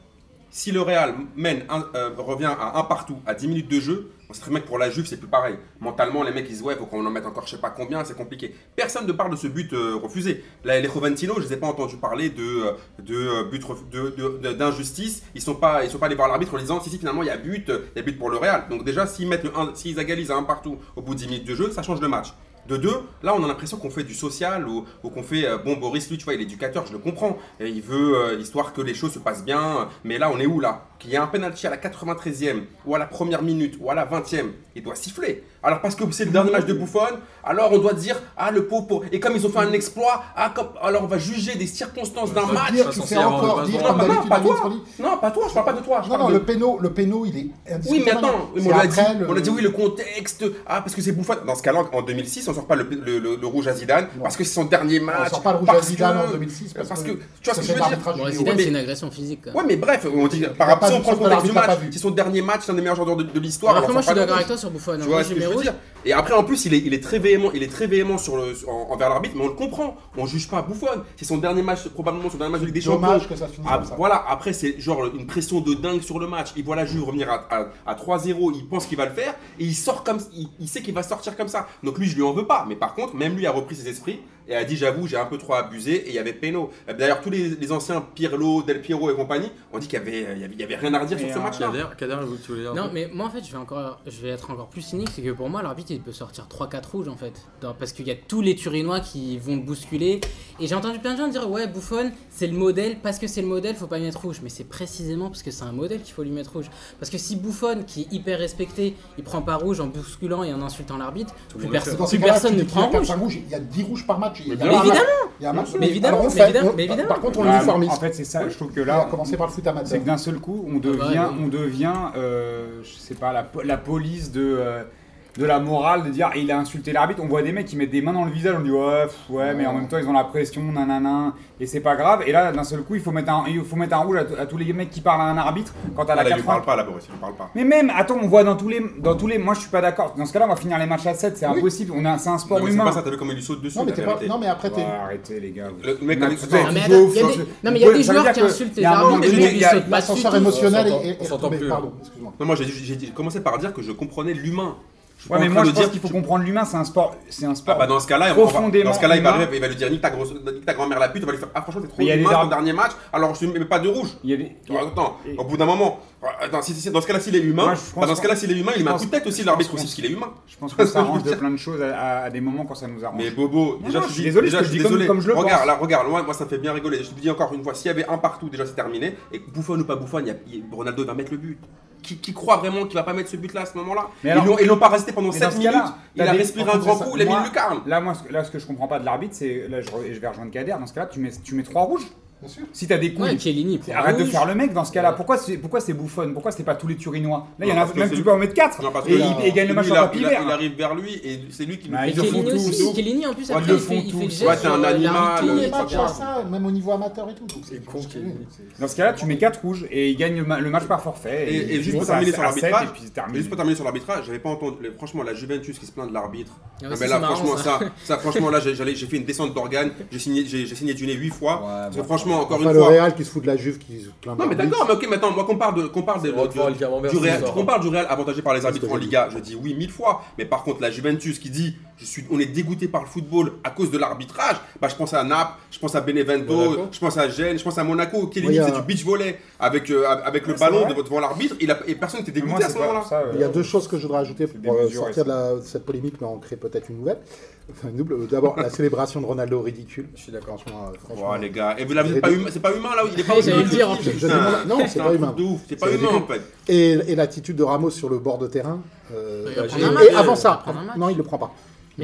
C: Si le Real mène un- euh, revient à un partout, à 10 minutes de jeu, on sait très bien que pour la Juve, c'est plus pareil. Mentalement, les mecs, ils disent Ouais, faut qu'on en mette encore je sais pas combien, c'est compliqué. Personne ne parle de ce but euh, refusé. Là, les Juventino, je les ai pas entendus parler de, euh, de, euh, but ref- de- de- de- d'injustice. Ils sont pas, ils sont pas allés voir l'arbitre en disant Si, si, finalement, il y a but, euh, il y a but pour le Real. Donc, déjà, s'ils, mettent le un- s'ils égalisent à un partout au bout de 10 minutes de jeu, ça change le match. De deux, là on a l'impression qu'on fait du social ou, ou qu'on fait euh, bon Boris lui tu vois il est éducateur je le comprends et il veut euh, histoire que les choses se passent bien mais là on est où là qu'il y a un penalty à la 93e ou à la première minute ou à la 20e il doit siffler alors parce que c'est le dernier match de Buffon alors on doit dire ah le pauvre pauvre. et comme ils ont fait un exploit ah, comme- alors on va juger des circonstances d'un
A: Ça,
B: Ah,
C: match
A: dire-
D: tu
A: censé
D: fais
A: avoir
D: encore
A: une
D: dire
A: raison.
D: comme
C: Non, non,
D: d'habitude
C: pas
D: la
C: toi.
D: ministre dit-
C: non pas toi je parle pas de toi je
D: Non,
C: parle
D: non,
C: de-
D: le péno, le péno, il est.
C: oui, mais
D: indiscutablement.
C: attends, oui, mais
D: C'est
C: on, lui a dit,
D: après le-
C: on lui a dit oui, le contexte. Ah, parce que c'est bouffon. Dans ce cas-là, en 2006, on sort pas le, le- le- le rouge à Zidane
D: Non.
C: parce que c'est son dernier
D: On
C: match.
D: sort pas le rouge à
C: parce
D: Zidane
C: que-
D: en 2006 parce,
C: parce que- tu vois
D: ça
C: ce que je
D: fait
C: veux
D: un
C: dire
D: arbitrage
E: Bon,
D: vidéo.
E: Zidane,
C: mais-
E: c'est une agression physique. Quand même.
C: Ouais, mais bref, on dit par
D: T'as pas
C: absence, on
D: vu
C: prend le
D: ce que
C: contexte du
D: l'arbitre a
C: match.
D: pas vu.
C: C'est son dernier match, c'est un des meilleurs joueurs de, de l'histoire.
E: Bah, Après,
C: alors
E: moi,
C: on
E: je
C: prend
E: suis
C: pas
E: d'accord
C: le
E: avec toi sur Buffon.
C: tu
E: hein.
C: vois
E: Moi,
C: ce
E: j'ai
C: que
E: mes
C: je veux
E: rouges.
C: dire Et après, en plus, il est, il est très véhément, il est très véhément sur le, sur- en- envers l'arbitre, mais on le comprend. On juge pas Bouffon. C'est son dernier match, probablement son dernier match de Ligue des Champions.
D: Dommage que ça finisse
C: Ah,
D: comme ça.
C: Voilà, après, c'est genre une pression de dingue sur le match. Il voit la Juve revenir à, à- à 3-0, il pense qu'il va le faire, et il sort comme il, il sait qu'il va sortir comme ça. Donc lui, je lui en veux pas. Mais par contre, même lui a repris ses esprits et a dit J'avoue, j'ai un peu trop abusé, et il y avait Peno. D'ailleurs, tous les, les anciens Pirlo, Del Piero et compagnie ont dit qu'il y avait, il y avait, il y avait rien à redire
B: Et
C: sur ce
B: un-
C: match-là.
A: Kader, Kader, vous tu voulais dire un
E: Non,
A: truc
E: mais moi en fait, je vais, encore, je vais être encore plus cynique, c'est que pour moi, l'arbitre il peut sortir 3-4 rouges en fait. Dans- parce qu'il y a tous les Turinois qui vont le bousculer. Et j'ai entendu plein de gens dire Ouais, Bouffon, c'est le modèle, parce que c'est le modèle, faut pas lui mettre rouge. Mais c'est précisément parce que c'est un modèle qu'il faut lui mettre rouge. Parce que si Bouffon, qui est hyper respecté, il prend pas rouge en bousculant et en insultant l'arbitre, plus,
A: monde le
E: personne
D: Dans ces
E: plus
D: cas-là,
E: personne
D: tu
E: ne
D: dis
E: prend
D: qu'il y a
E: rouge.
D: pas rouge, Il y a 10 rouges par match. il y a
C: Mais
D: un match-
E: évidemment.
D: il y a un match-
E: Mais évidemment,
D: Alors, on
E: mais
D: fait-
E: évidemment,
D: on-
E: mais évidemment.
D: Par contre, on
B: Bah,
D: l'uniformise.
B: En fait, c'est ça. Je trouve que
D: Là,
B: là,
D: on a commencé par le foot
B: C'est
D: amateur.
B: que d'un seul coup, on
E: bah,
B: devient,
E: oui.
B: on devient euh, je sais pas, la, po- la police de, euh, de la morale, de dire Ah, il a insulté l'arbitre. On voit des mecs qui mettent des mains dans le visage, on dit ouais, pff, ouais, mais en même temps, ils ont la pression, nanana, et c'est pas grave. Et là, d'un seul coup, il faut mettre un, il faut mettre un rouge à, t- à tous les mecs qui parlent à un arbitre quand à
C: Ah,
B: la
C: là, il lui
B: 80.
C: parle pas, là, Boris, il lui parle pas.
B: Mais même, attends, on voit dans tous les, dans tous les, moi je suis pas d'accord. Dans ce cas-là, on va finir les matchs à 7, c'est impossible. On a, c'est un sport
C: Non, mais c'est
B: humain.
C: pas ça, t'as vu comme il lui saute dessus,
D: Non, mais
C: la
D: t'es pas-
C: vérité.
D: non, mais après, t'es.
B: Ouais, arrêtez les gars. vous.
C: Le- le mec
B: On a
C: avec-
B: tous été
C: Non,
E: Non, mais
B: fous,
E: attends, il y a
B: faut-
E: des-
B: faut-
E: non, mais il y a
B: ça
E: des
B: veut
E: joueurs
B: dire
E: qui
B: que-
E: insultent
B: il
E: les
B: y a un moment
E: arbitres, mais
B: donné,
E: les mecs,
B: il
E: ils
B: y a-
E: sautent pas dessus,
D: L'ascenseur
E: tout.
D: émotionnel
A: on
D: est- est.
A: s'entend
D: mais
A: plus, là.
D: Pardon, excuse-moi.
C: Non, moi j'ai- j'ai j'ai commencé par dire que je comprenais l'humain. Je suis
B: Ouais,
C: pas
B: mais
C: en train
B: moi je
C: de
B: pense
C: dire-
B: qu'il faut comprendre l'humain, c'est un sport, c'est un sport
C: Ah bah dans ce cas-là, on va-
B: profondément
C: dans ce cas-là, il va
B: humain.
C: arriver, il va lui dire nique ta, grosse, nique ta grand-mère la pute, on va lui faire ah franchement t'es trop
B: Mais il y a
C: humain
B: des
C: ton
B: armes.
C: dernier match, alors je te mets pas de rouge.
B: Il y a des- il y a-
C: Attends,
B: et-
C: au bout d'un moment, euh, attends, si, si, si, dans ce cas-là s'il est humain,
B: Moi, je pense
C: bah, dans ce
B: qu'on-
C: cas-là s'il est humain, il
B: je
C: met un
B: pense-
C: coup de tête aussi
B: je
C: l'arbitre
B: pense
C: aussi
B: qu'on-
C: parce qu'il est humain.
B: Je pense qu'on s'arrange
C: Je veux
B: de
C: dire-
B: plein de choses à, à- à des moments quand ça nous arrange.
C: Mais Bobo, déjà
B: non,
C: je
B: je
C: suis
B: suis désolé,
C: déjà,
B: je te
C: je suis
B: dis comme-
C: désolé.
B: comme je le
C: regarde,
B: pense.
C: là, regarde, moi, moi, ça me fait bien rigoler. Je te dis encore une fois, s'il y avait un partout, déjà c'est terminé. Et bouffonne ou pas bouffonne, il y a- il- Ronaldo va mettre le but. qui, qui croit vraiment qu'il va pas mettre ce but là à ce moment là
B: Mais
C: Ils
B: alors-
C: l'ont- Ils l'ont pas resté pendant
B: Mais
C: 7
B: dans ce
C: minutes,
B: cas-là,
C: il a
B: t'as des-
C: respiré
B: en
C: un
B: fait,
C: grand
B: c'est
C: coup,
B: ça.
C: il a mis
B: Moi,
C: une lucarne.
B: Là, moi, ce que- là, ce que je comprends pas de l'arbitre, c'est. Là, je, re- et je vais rejoindre Kader. Dans ce cas-là, tu mets, tu mets trois rouges.
D: Bien sûr.
B: Si t'as des couilles.
E: Ouais, Chiellini, pour
B: Arrête de
E: rouge.
B: faire le mec dans ce cas-là.
E: Ouais.
B: Pourquoi c'est pourquoi c'est bouffonne Pourquoi c'est pas tous les Turinois Là, il y
C: Non,
B: en
C: parce
B: a
C: que
B: même
C: c'est
B: tu
C: lui-
B: peux en mettre 4
C: Non, parce que
B: et,
C: là,
B: il, et il gagne le
C: lui,
B: match
C: il
B: en
C: a-
B: tapis
C: il a-
B: vert.
C: Il arrive vers lui et c'est lui qui nous
B: Bah,
C: fait
B: ils le
C: chier.
B: font
E: Chiellini
B: tous.
E: aussi, Chiellini en plus
C: Ouais,
E: après
C: ils le
E: il fait,
C: font
E: il fait
C: tous.
E: le geste
C: Ouais, t'es un
E: sur
C: animal, euh,
E: l'arbitre,
D: Les
C: c'est
E: etc.
D: matchs à ça, même au niveau amateur et tout. donc
A: C'est con qu'il
D: nul.
B: Dans ce cas-là, tu mets 4 rouges et il gagne le, ma- le match par forfait.
C: Et- et
B: il
C: juste
B: monte
C: pour
B: à-
C: terminer sur
B: à sept
C: l'arbitrage,
B: et puis il
C: Mais
B: termine.
C: juste pour terminer sur l'arbitrage, j'avais pas entendu. le- Franchement, la Juventus qui se plaint de l'arbitre.
E: Ah ouais,
C: Ah,
E: ça,
C: mais là,
E: c'est marrant,
C: franchement,
E: ça.
C: ça, ça, franchement, là, j'ai j'allais- j'ai fait une descente d'organes. J'ai signé, j'ai j'ai signé du nez 8 fois.
B: Ouais,
C: Parce que
B: bah,
C: franchement, encore
D: Enfin,
C: une
D: le
C: fois.
D: Real qui se fout de la Juve, qui se plaint
C: Non, mais
D: d'arbitre.
C: d'accord, mais ok, maintenant, moi, qu'on parle de, qu'on parle des-
A: C'est Roquefort et le
C: du-
A: Camembert,
C: du
A: c'est
C: Real,
A: bizarre.
C: qu'on parle du Real avantagé par les arbitres
D: que
C: en
D: j'ai
C: Liga, je dis oui mille fois. Mais par contre, la Juventus qui dit, je suis, on est dégoûté par le football à cause de l'arbitrage. Bah, je pense à Naples, je pense à Benevento,
A: Monaco.
C: je pense à Gênes, je pense à Monaco. Kelly,
D: Ouais, y a-
C: c'est du beach volley avec euh, avec le
B: Ouais, c'est
C: ballon
B: vrai.
C: devant devant l'arbitre. Il a- Et personne n'était
B: Mais moi,
C: dégoûté à
B: c'est
C: ce
B: pas-
C: moment-là.
B: ça, euh,
D: Il y a deux choses que je voudrais ajouter
B: c'est
D: pour euh,
B: démesuré,
D: sortir de la- de cette polémique, mais en créer peut-être une nouvelle. Enfin, une double. D'abord, la célébration de Ronaldo ridicule.
A: Je suis d'accord.
D: Franchement, euh, franchement.
C: Bon, les gars, et vous l'avez pas humain, c'est pas humain là, il est pas
E: J'allais
C: humain.
E: le dire, en
C: petit,
E: fait.
D: Je
C: putain.
D: demande- non, c'est
C: un
D: pas
C: truc
D: humain.
C: de ouf, c'est pas
D: C'est
C: humain en
D: ridicule.
C: fait.
D: Et, et l'attitude de Ramos sur le bord de terrain.
E: Il
D: euh,
E: va
D: et-
A: prendre un
D: et,
A: match.
D: avant
E: Il va
D: ça,
E: prendre un match.
D: non, il le prend pas.
E: Mais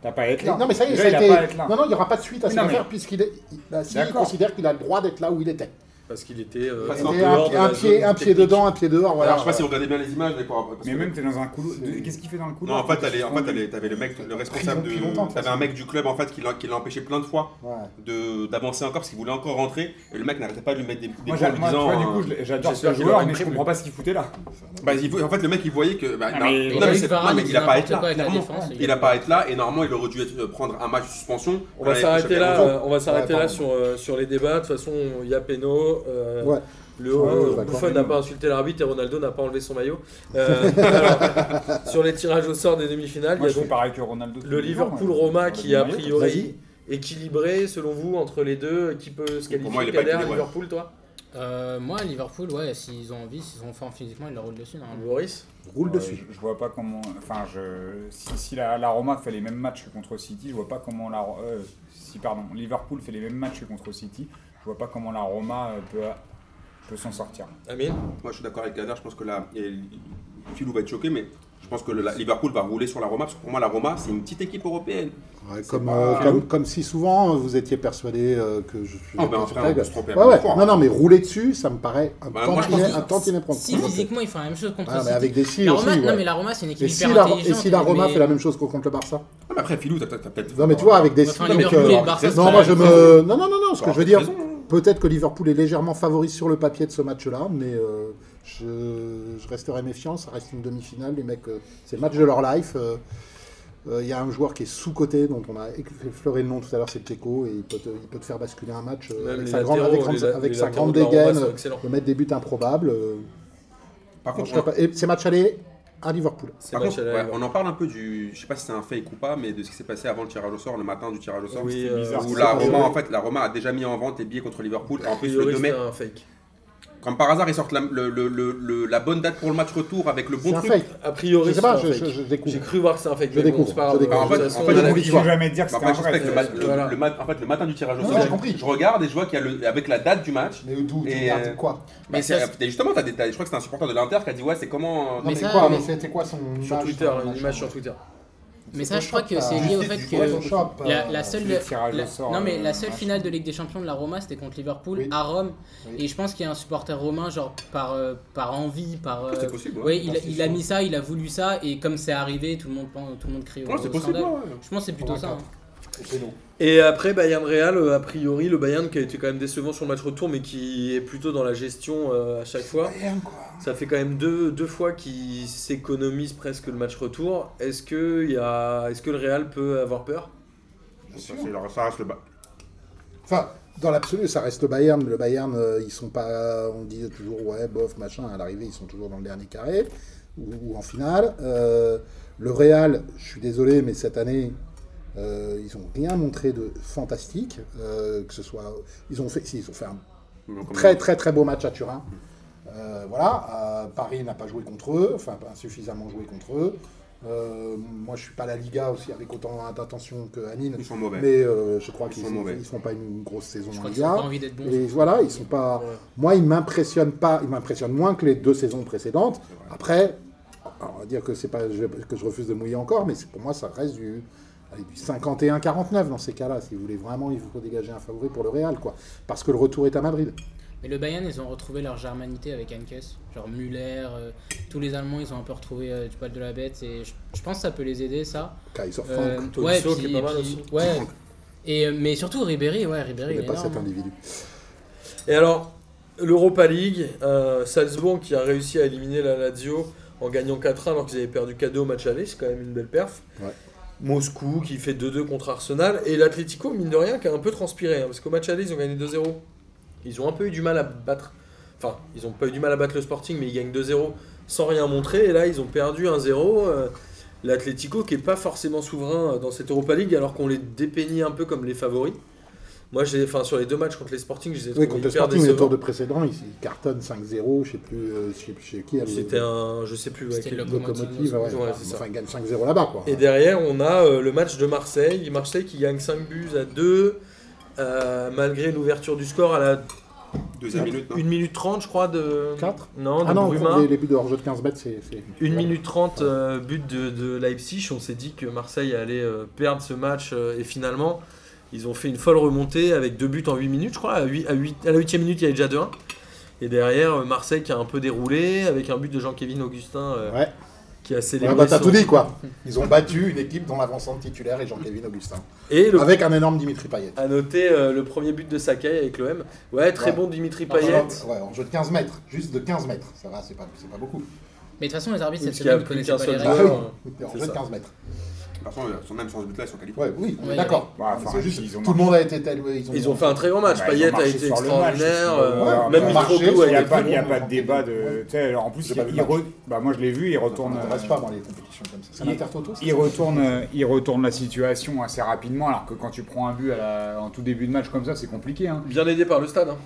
B: T'as pas à être
D: Et-
B: là.
D: Non, mais ça y est,
B: Déjà,
D: ça a
B: il a
D: été-
B: pas à être là.
D: Non, non, il n'y aura pas de suite à cette
B: Non, mais-
D: affaire puisqu'il est. il- bah, si, il
B: D'accord.
D: considère qu'il a le droit d'être là où il était.
A: Parce qu'il était euh,
C: Parce
A: en
D: Et
C: qu'il
D: un,
A: dehors de
D: un
A: la
D: pied,
A: zone
D: un pied
A: technique.
D: dedans, un pied dehors, voilà.
C: Alors je sais pas si vous regardez bien les images, mais quoi, parce
B: Mais
C: que-
B: même, t'es dans un couloir. de- Qu'est-ce qu'il fait dans le
C: Non,
B: couloir
C: en fait, t'avais en fait, t'allais- t'avais le mec, le responsable
D: depuis
C: de.
D: longtemps, de toute
C: T'avais un
D: façon.
C: mec du club en fait qui l'a qui l'a empêché plein de fois
D: Ouais.
C: de- d'avancer encore parce qu'il voulait encore rentrer et le mec n'arrêtait pas de lui mettre des, des
B: Moi,
C: coups en
B: j'a-
C: lui
B: moi, tu
C: disant.
B: vois, du
C: euh,
B: coup, je- j'adore ce
A: j'espère qu'il
B: joueur,
A: aura
B: mais
A: une
B: je comprends pas ce qu'il foutait là.
C: Bah, il faut- en fait, le mec, il voyait que. bah,
B: Ah,
C: non,
B: mais-
C: non,
B: Et
C: mais
E: Loïc
C: c'est-
E: Varane,
C: non, mais
E: il
C: il a
E: dit
C: pas
E: n'importe
C: été là.
E: quoi avec la
C: clairement.
E: défense,
C: Il a pas été là et normalement, il aurait dû être- euh, prendre un match de suspension.
A: On va
C: Voilà,
A: s'arrêter
C: Xabi
A: là,
C: Alonso.
A: euh, on va s'arrêter
D: Ouais,
A: là
D: pardon.
A: sur, euh, sur les débats. De toute façon, il y a Péno. euh,
D: Ouais.
A: Le
D: Ouais,
A: euh,
D: ouais,
A: Buffon
B: d'accord.
A: n'a pas insulté l'arbitre et Ronaldo n'a pas enlevé son maillot. Euh, alors, sur les tirages au sort des demi-finales, il y a
B: Moi, je fais
A: donc
B: pareil que Ronaldo.
A: le Liverpool-Roma qui a priori équilibré selon vous entre les deux. Qui peut se
C: Pour moi, il
A: qualifier
C: est pas
A: Kader,
C: équilibré.
A: Liverpool, toi
E: Euh, moi, Liverpool, ouais, s'ils ont envie, s'ils sont forts physiquement, ils leur roulent dessus
C: Hein.
E: normalement.
A: Boris
D: Roule
B: Ouais,
D: dessus.
B: je- Je vois pas comment. Enfin, je, si, si la, la Roma fait les mêmes matchs contre City, je vois pas comment la. Ro- euh, si pardon, Liverpool fait les mêmes matchs contre City, je vois pas comment la Roma euh, peut, peut s'en sortir.
A: Amine
C: Moi, je suis d'accord avec Kader. Je pense que là, et Philou va être choqué, mais je pense que le- la- Liverpool va rouler sur la Roma parce que pour moi, la Roma, c'est une petite équipe européenne.
D: Ouais, comme,
B: pas-
D: euh, comme, comme si souvent euh, vous étiez persuadé euh, que je suis.
C: Ah, ben, après, on peut se tromper
D: Ouais,
C: à
D: ouais.
C: fort.
D: Non, non, mais rouler dessus, ça me paraît un
C: hein. Bah, moi, je
D: tantinet,
C: pense que
D: un tantinet prendre.
E: Si physiquement ils font la même chose contre
D: Ah, mais
E: City.
D: avec des cils
E: la
D: aussi.
E: Roma,
D: ouais.
E: Non mais la Roma c'est une équipe
D: Et si
E: hyper
D: la,
E: intelligente.
D: et si la Roma
E: mais-
D: fait la même chose que contre le Barça
E: Bah,
C: Non, mais après, Philou, t'as t'as- t'as peut-être.
D: Non, mais tu vois, avec des
E: Enfin,
D: cils, donc,
E: Liverpool et le
D: euh,
E: Barça, c'est
D: Non,
E: pas
D: moi
E: la
D: je
E: même
D: me. Non, non, non, non, ce que
C: Bah,
D: je veux dire,
C: raison, hein.
D: peut-être que Liverpool est légèrement favori sur le papier de ce match-là, mais euh, je, je resterai méfiant. Ça reste une demi-finale, les mecs, euh, c'est le match de leur life. euh, euh, Il y a un joueur qui est sous-côté, dont on a effleuré le nom tout à l'heure, c'est Tcheko, et il peut, te, il peut te faire basculer un match euh,
A: Même
D: avec
A: les
D: sa grande, avec
A: latéraux,
D: grande-
A: les la-
D: avec
A: les
D: sa
A: latéraux
D: grande
A: de la Roma
D: dégaine,
A: sont excellents.
D: peut mettre des buts improbables. euh,
C: Par
D: non,
C: contre,
D: je serais
C: on,
D: pas- et c'est match aller à Liverpool.
A: C'est
C: par
A: match
C: contre,
A: à la-
C: ouais, on en parle un peu du. Je sais pas si c'est un fake ou pas, mais de ce qui s'est passé avant le tirage au sort, le matin du tirage au sort.
A: Oui,
B: c'était
A: euh,
B: bizarre.
C: Où
D: c'est
C: la
D: pas
C: Roma,
D: vrai.
C: en fait, la Roma a déjà mis en vente les billets contre Liverpool. Et
A: a
C: en plus, le
A: priori,
C: 2 mai,
A: c'était un fake.
C: comme par hasard, ils sortent la, le- le- le- le- la bonne date pour le match retour avec le
D: C'est
C: bon
D: un
C: truc.
D: fake.
A: A priori,
D: Je sais pas,
A: c'est un
D: je,
A: fake.
D: je- je découvre.
A: J'ai cru voir que c'est un fake.
D: Je
A: mais bon,
D: découvre,
A: c'est pas
D: je
A: grave.
D: découvre.
A: De toute
C: En fait,
A: façon, euh,
C: en
B: Ils
C: fait,
A: on a
C: je
A: la-
C: voulais-
B: vont jamais dire que c'était
C: Bah, après,
B: un
C: je
B: vrai.
C: respecte le,
A: c'est-
C: mat- le-
D: voilà.
C: le mat- en fait, le matin du tirage au
D: Non,
C: sort.
D: j'ai
C: je-
D: compris.
C: Je regarde et je vois qu'il y a le, avec la date du match.
D: Mais d'où tu
C: Et, euh,
D: regardes quoi
C: Bah,
E: Mais
C: c'est-
E: ça,
C: t'as- justement, t'as des, t'as- je crois que c'est un supporter de l'Inter qui a dit ouais, c'est comment. euh,
D: Non, mais,
E: Mais ça,
D: quoi
E: mais-
D: mais C'était quoi son
A: Sur
D: image,
A: Twitter,
D: son
A: une
D: machin
A: image sur Twitter.
E: Mais ça, je crois que c'est
D: Photoshop,
E: lié au
D: euh,
E: fait
D: du Photoshop,
E: que la, la
D: euh,
E: seule,
B: les tirages au
E: la-
B: sort,
E: non mais
B: euh,
E: la seule
B: machin.
E: finale de Ligue des Champions de la Roma, c'était contre Liverpool
D: Oui.
E: à Rome.
D: Oui.
E: Et je pense qu'il y a un supporter romain, genre par euh, par envie, par. euh,
C: C'est possible. ouais.
E: ouais, il, a-
D: Ah, c'est
E: il a
D: sûr.
E: mis ça, il a voulu ça, et comme c'est arrivé, tout le monde pense- tout le monde crie au,
C: Ouais, c'est
E: au
C: Ah, possible.
E: scandale.
C: ouais.
E: Je pense que c'est plutôt ça. hein.
D: C'est long.
A: Et après Bayern Real, euh, a priori le Bayern qui a été quand même décevant sur le match retour, mais qui est plutôt dans la gestion euh, à chaque fois.
D: Rien, quoi.
A: Ça fait quand même deux, deux fois qu'il s'économise presque le match retour. Est-ce que, il y a... est que le Real peut avoir peur
D: Bien
C: Ça,
D: sûr.
C: c'est leur- ça reste le bas.
D: Enfin, dans l'absolu, ça reste le Bayern. Le Bayern, euh, ils sont pas. On dit toujours, ouais, bof, machin. À l'arrivée, ils sont toujours dans le dernier carré ou, ou en finale. Euh, le Real, je suis désolé, mais cette année, Euh, ils n'ont rien montré de fantastique, euh, que ce soit. Ils ont fait, si, ils ont fait un très très très beau match à Turin. Euh, voilà, euh, Paris n'a pas joué contre eux, enfin pas suffisamment joué contre eux. Euh, moi, je suis pas à la Liga aussi avec autant d'attention que Anine,
C: Ils sont mauvais.
D: mais euh, je crois
C: Ils
D: qu'ils
C: sont
D: ne
C: mauvais.
D: font pas une grosse saison
E: Je
D: en
E: crois qu'ils
D: Liga.
E: ont pas envie d'être bons.
D: Et voilà, ils sont pas.
A: Ouais.
D: Moi, ils m'impressionnent pas. Ils m'impressionnent moins que les deux saisons précédentes. Après, alors, on va dire que c'est pas je, que je refuse de mouiller encore, mais c'est- pour moi, ça reste du, allez, du 51-49 dans ces cas-là. Si vous voulez vraiment, il faut dégager un favori pour le Real, quoi. Parce que le retour est à Madrid.
E: Mais le Bayern, ils ont retrouvé leur germanité avec Hankes. Genre Müller, euh, tous les Allemands, ils ont un peu retrouvé euh, du poil de la bête. Et je, je pense que ça peut les aider, ça.
D: Kaiser Frank,
E: Euh,
A: Tolisso,
E: ouais,
A: qui est pas mal aussi.
E: ouais. Et, euh, mais surtout Ribéry, ouais, Ribéry,
D: je
E: il
D: n'est
E: est
D: pas cet
E: énorme. hein.
D: individu.
A: Et alors, l'Europa League, euh, Salzbourg qui a réussi à éliminer la Lazio en gagnant 4-1 alors qu'ils avaient perdu 4 au match aller, c'est quand même une belle perf.
D: Ouais.
A: Moscou qui fait 2-2 contre Arsenal et l'Atlético, mine de rien, qui a un peu transpiré hein, parce qu'au match aller, ils ont gagné 2-0. Ils ont un peu eu du mal à battre. Enfin, ils n'ont pas eu du mal à battre le Sporting, mais ils gagnent 2-0 sans rien montrer. Et là, ils ont perdu 1-0. euh, L'Atlético qui n'est pas forcément souverain euh, dans cette Europa League alors qu'on les dépeignit un peu comme les favoris. Moi, j'ai, enfin, sur les deux matchs contre les Sporting, je les ai
D: Oui,
A: trouvés
D: contre le
A: hyper
D: Sporting, le
A: décevants.
D: tour de précédent, ils ils cartonnent 5-0, je sais plus euh, je sais plus chez qui.
A: C'était un, je sais plus. ouais,
E: C'était
A: quel-
E: le
D: une locomotive.
E: Locomotive,
D: ouais.
A: ouais, c'est ça.
D: enfin, ils gagnent 5-0 là-bas, quoi.
A: Et derrière, on a euh, le match de Marseille. Marseille qui gagne 5 buts à 2, euh, malgré une ouverture du score à la
C: Deuxième minute, non
A: 1 minute 30, je crois, de.
D: Quatre
A: Non, de
D: ah non,
A: Bruma.
D: les, les buts de hors-jeu de 15 mètres, c'est. c'est-
A: 1 minute 30, euh, but de, de Leipzig. On s'est dit que Marseille allait euh, perdre ce match. euh, et finalement, ils ont fait une folle remontée avec deux buts en 8 minutes, je crois. À, huit- à huit- à la 8 minute, il y avait déjà 2-1. Et derrière, euh, Marseille qui a un peu déroulé avec un but de Jean-Kévin Augustin euh,
D: Ouais.
A: qui a
D: Ah
A: célébré.
D: bah t'as
A: son-
D: tout dit quoi Ils ont battu une équipe dont l'avancement titulaire est Jean-Kévin Augustin.
A: Et le
D: Avec un énorme Dimitri Payet.
A: À noter euh, le premier but de Sakai avec l'OM. Ouais, très
D: Ouais.
A: bon Dimitri Payet.
D: Payette Ouais, en jeu de 15 mètres, juste de 15 mètres. Ça va, c'est pas, c'est pas beaucoup. Ah
E: Mais de toute façon, les arbitres, cette
A: Parce qu'il y a
E: semaine, ils
A: plus
E: connaissaient
A: qu'un
E: pas les
A: seul
E: règles.
A: joueur.
D: En
A: Ah C'est
D: jeu de
A: ça.
D: 15 mètres.
C: De toute façon, euh, même sans ce but-là, ils sont qualifiés.
D: Ouais, oui, on est
E: Ouais,
D: d'accord.
B: ouais. Ouais,
D: Mais
B: enfin,
D: c'est juste,
B: ils ont
D: tout le monde a été tel. Ils ont,
A: Ils ont fait un très grand match.
B: Bah, ils
A: Payet
B: ont
A: a
B: marché
A: été
B: sur le match,
A: extraordinaire.
B: ils
D: sont-
A: euh,
D: Ouais,
A: même
D: on a
A: Mitroglou a
D: marché,
B: Il n'y
A: été
B: a,
D: Ouais,
B: pas-
A: bon.
C: hein,
B: il y a pas de débat
C: euh,
B: de. tu sais, alors en plus,
D: J'ai pas vu
B: il
D: le match.
B: re- bah, moi je l'ai vu, il
D: Ça
B: retourne.
D: m'intéresse
B: euh,
D: pas, moi, les compétitions comme ça. C'est
B: il-
D: l'intertoto, ça
B: Il retourne, euh, il retourne la situation assez rapidement, alors que quand tu prends un but à la- en tout début de match comme ça, c'est compliqué. hein.
A: Bien aidé par le stade. hein.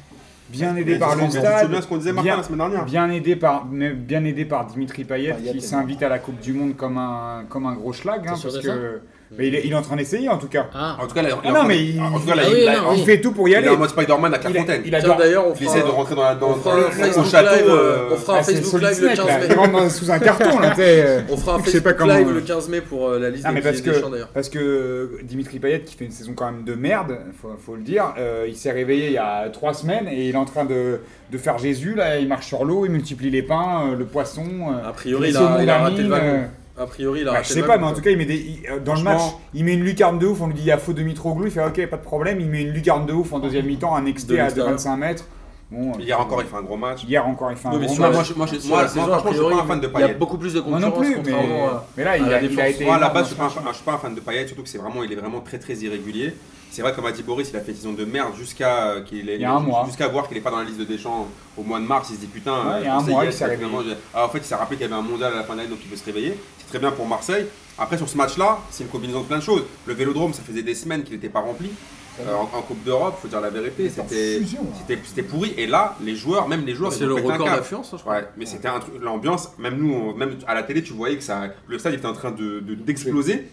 B: Bien
C: Mais
B: aidé par
C: tu te
B: le
C: souviens- Tu te
B: stade,
C: souviens ce qu'on disait, Martin,
B: bien-
C: la semaine dernière
B: bien aidé par, mais bien aidé par Dimitri Payet,
D: Payet,
B: qui
D: et-
B: s'invite à la Coupe du Monde comme un, comme un gros schlag. hein,
E: T'es sûr
B: parce
E: de ça
B: que, mais il, est, il est en train d'essayer en tout cas.
E: Ah,
C: En tout cas, là, il est
B: Ah
C: en
B: non,
C: train-
B: mais il-
C: en tout cas, là,
E: Ah
C: il
E: oui,
C: là,
E: non,
B: Il
E: oui.
B: fait tout pour y
C: il est
B: aller.
C: en mode Spider-Man à
B: Il, a-
C: Clairefontaine.
B: il
A: Tiens,
B: adore.
A: d'ailleurs, on
C: Il essaie
A: fera,
C: de rentrer dans la.
A: on
C: Dans,
A: fera un
C: dans- au
A: Facebook
C: château.
A: Live,
C: euh,
A: euh, on fera un
B: Ah, c'est
A: Facebook
B: solid
A: Live le
B: snack,
A: 15
B: là.
A: mai.
B: Il rentre dans- sous un carton là. tu sais, euh.
A: On fera un
B: Je sais
A: Facebook
B: pas comment-
A: Live le 15 mai pour euh, la liste
B: Ah,
A: des,
B: mais parce
A: des
B: que,
A: champs d'ailleurs.
B: parce que Dimitri Payet, qui fait une saison quand même de merde, faut, faut le dire, euh, il s'est réveillé il y a trois semaines et il est en train de, de faire Jésus, là, il marche sur l'eau, il multiplie les pains, euh, le poisson. euh,
A: A priori,
B: les
A: il a,
B: saumons
A: il a raté le
B: d'Amine, euh,
A: wagon. A priori, il a
B: bah,
A: raté
B: je
A: le
B: sais pas,
A: wagon,
B: mais en
A: quoi.
B: tout cas, il met des, il- euh, dans le match,
C: Franchement.
B: il met une lucarne de ouf, on lui dit il y a faux de Mitroglou, il fait ok, pas de problème, il met une lucarne de ouf en deuxième mi-temps, un
A: Ah. De
B: exté à de
A: l'extérieur.
B: 25 mètres. Bon, euh,
C: Hier encore, il fait un gros match.
B: hier encore, il fait un
A: Oui, mais
B: bon
A: sur la-
B: match.
C: moi, je- moi, je-
A: sur
C: moi,
A: la
C: moi,
A: saison, a
C: franchement, je suis
A: priori,
C: pas un fan de
A: Il y a
C: Payet.
A: beaucoup plus de
B: Moi non
A: concurrence
B: plus, mais,
A: contrairement à-
B: mais là, il
A: la
B: a, il a
A: défense.
B: été.
C: Moi, à
B: énorme.
C: la
B: hein,
C: base, je suis, pas un, fan- je suis pas un fan de Payet, surtout que c'est vraiment, il est vraiment très très irrégulier. C'est vrai, comme a dit Boris, il a fait une saison de merde jusqu'à euh, qu'il ait-
B: Il y a un mois.
C: jusqu'à voir qu'il est pas dans la liste de Deschamps au mois de mars. Il se dit putain,
B: Ouais,
C: euh,
B: il y a un
C: pensais
B: mois,
C: yes,
B: il s'est
C: finalement, j'ai- Ah, en fait, il s'est rappelé qu'il y avait un mondial à la fin de l'année, donc il veut se réveiller. C'est très bien pour Marseille. Après, sur ce match-là, c'est une combinaison de plein de choses. Le vélodrome, ça faisait des semaines qu'il n'était pas rempli. Euh, en, en Coupe d'Europe, faut dire la vérité,
D: C'est en
C: c'était
D: fusion, hein. là.
C: c'était- c'était pourri. Et là, les joueurs, même les joueurs,
A: C'est
C: ils ont
A: le
C: pété un
A: record
C: câble.
A: d'affluence, je crois.
C: Ouais, mais c'était un truc, l'ambiance, même nous, on- même à la télé, tu voyais que ça, le stade était en train de, de- d'exploser.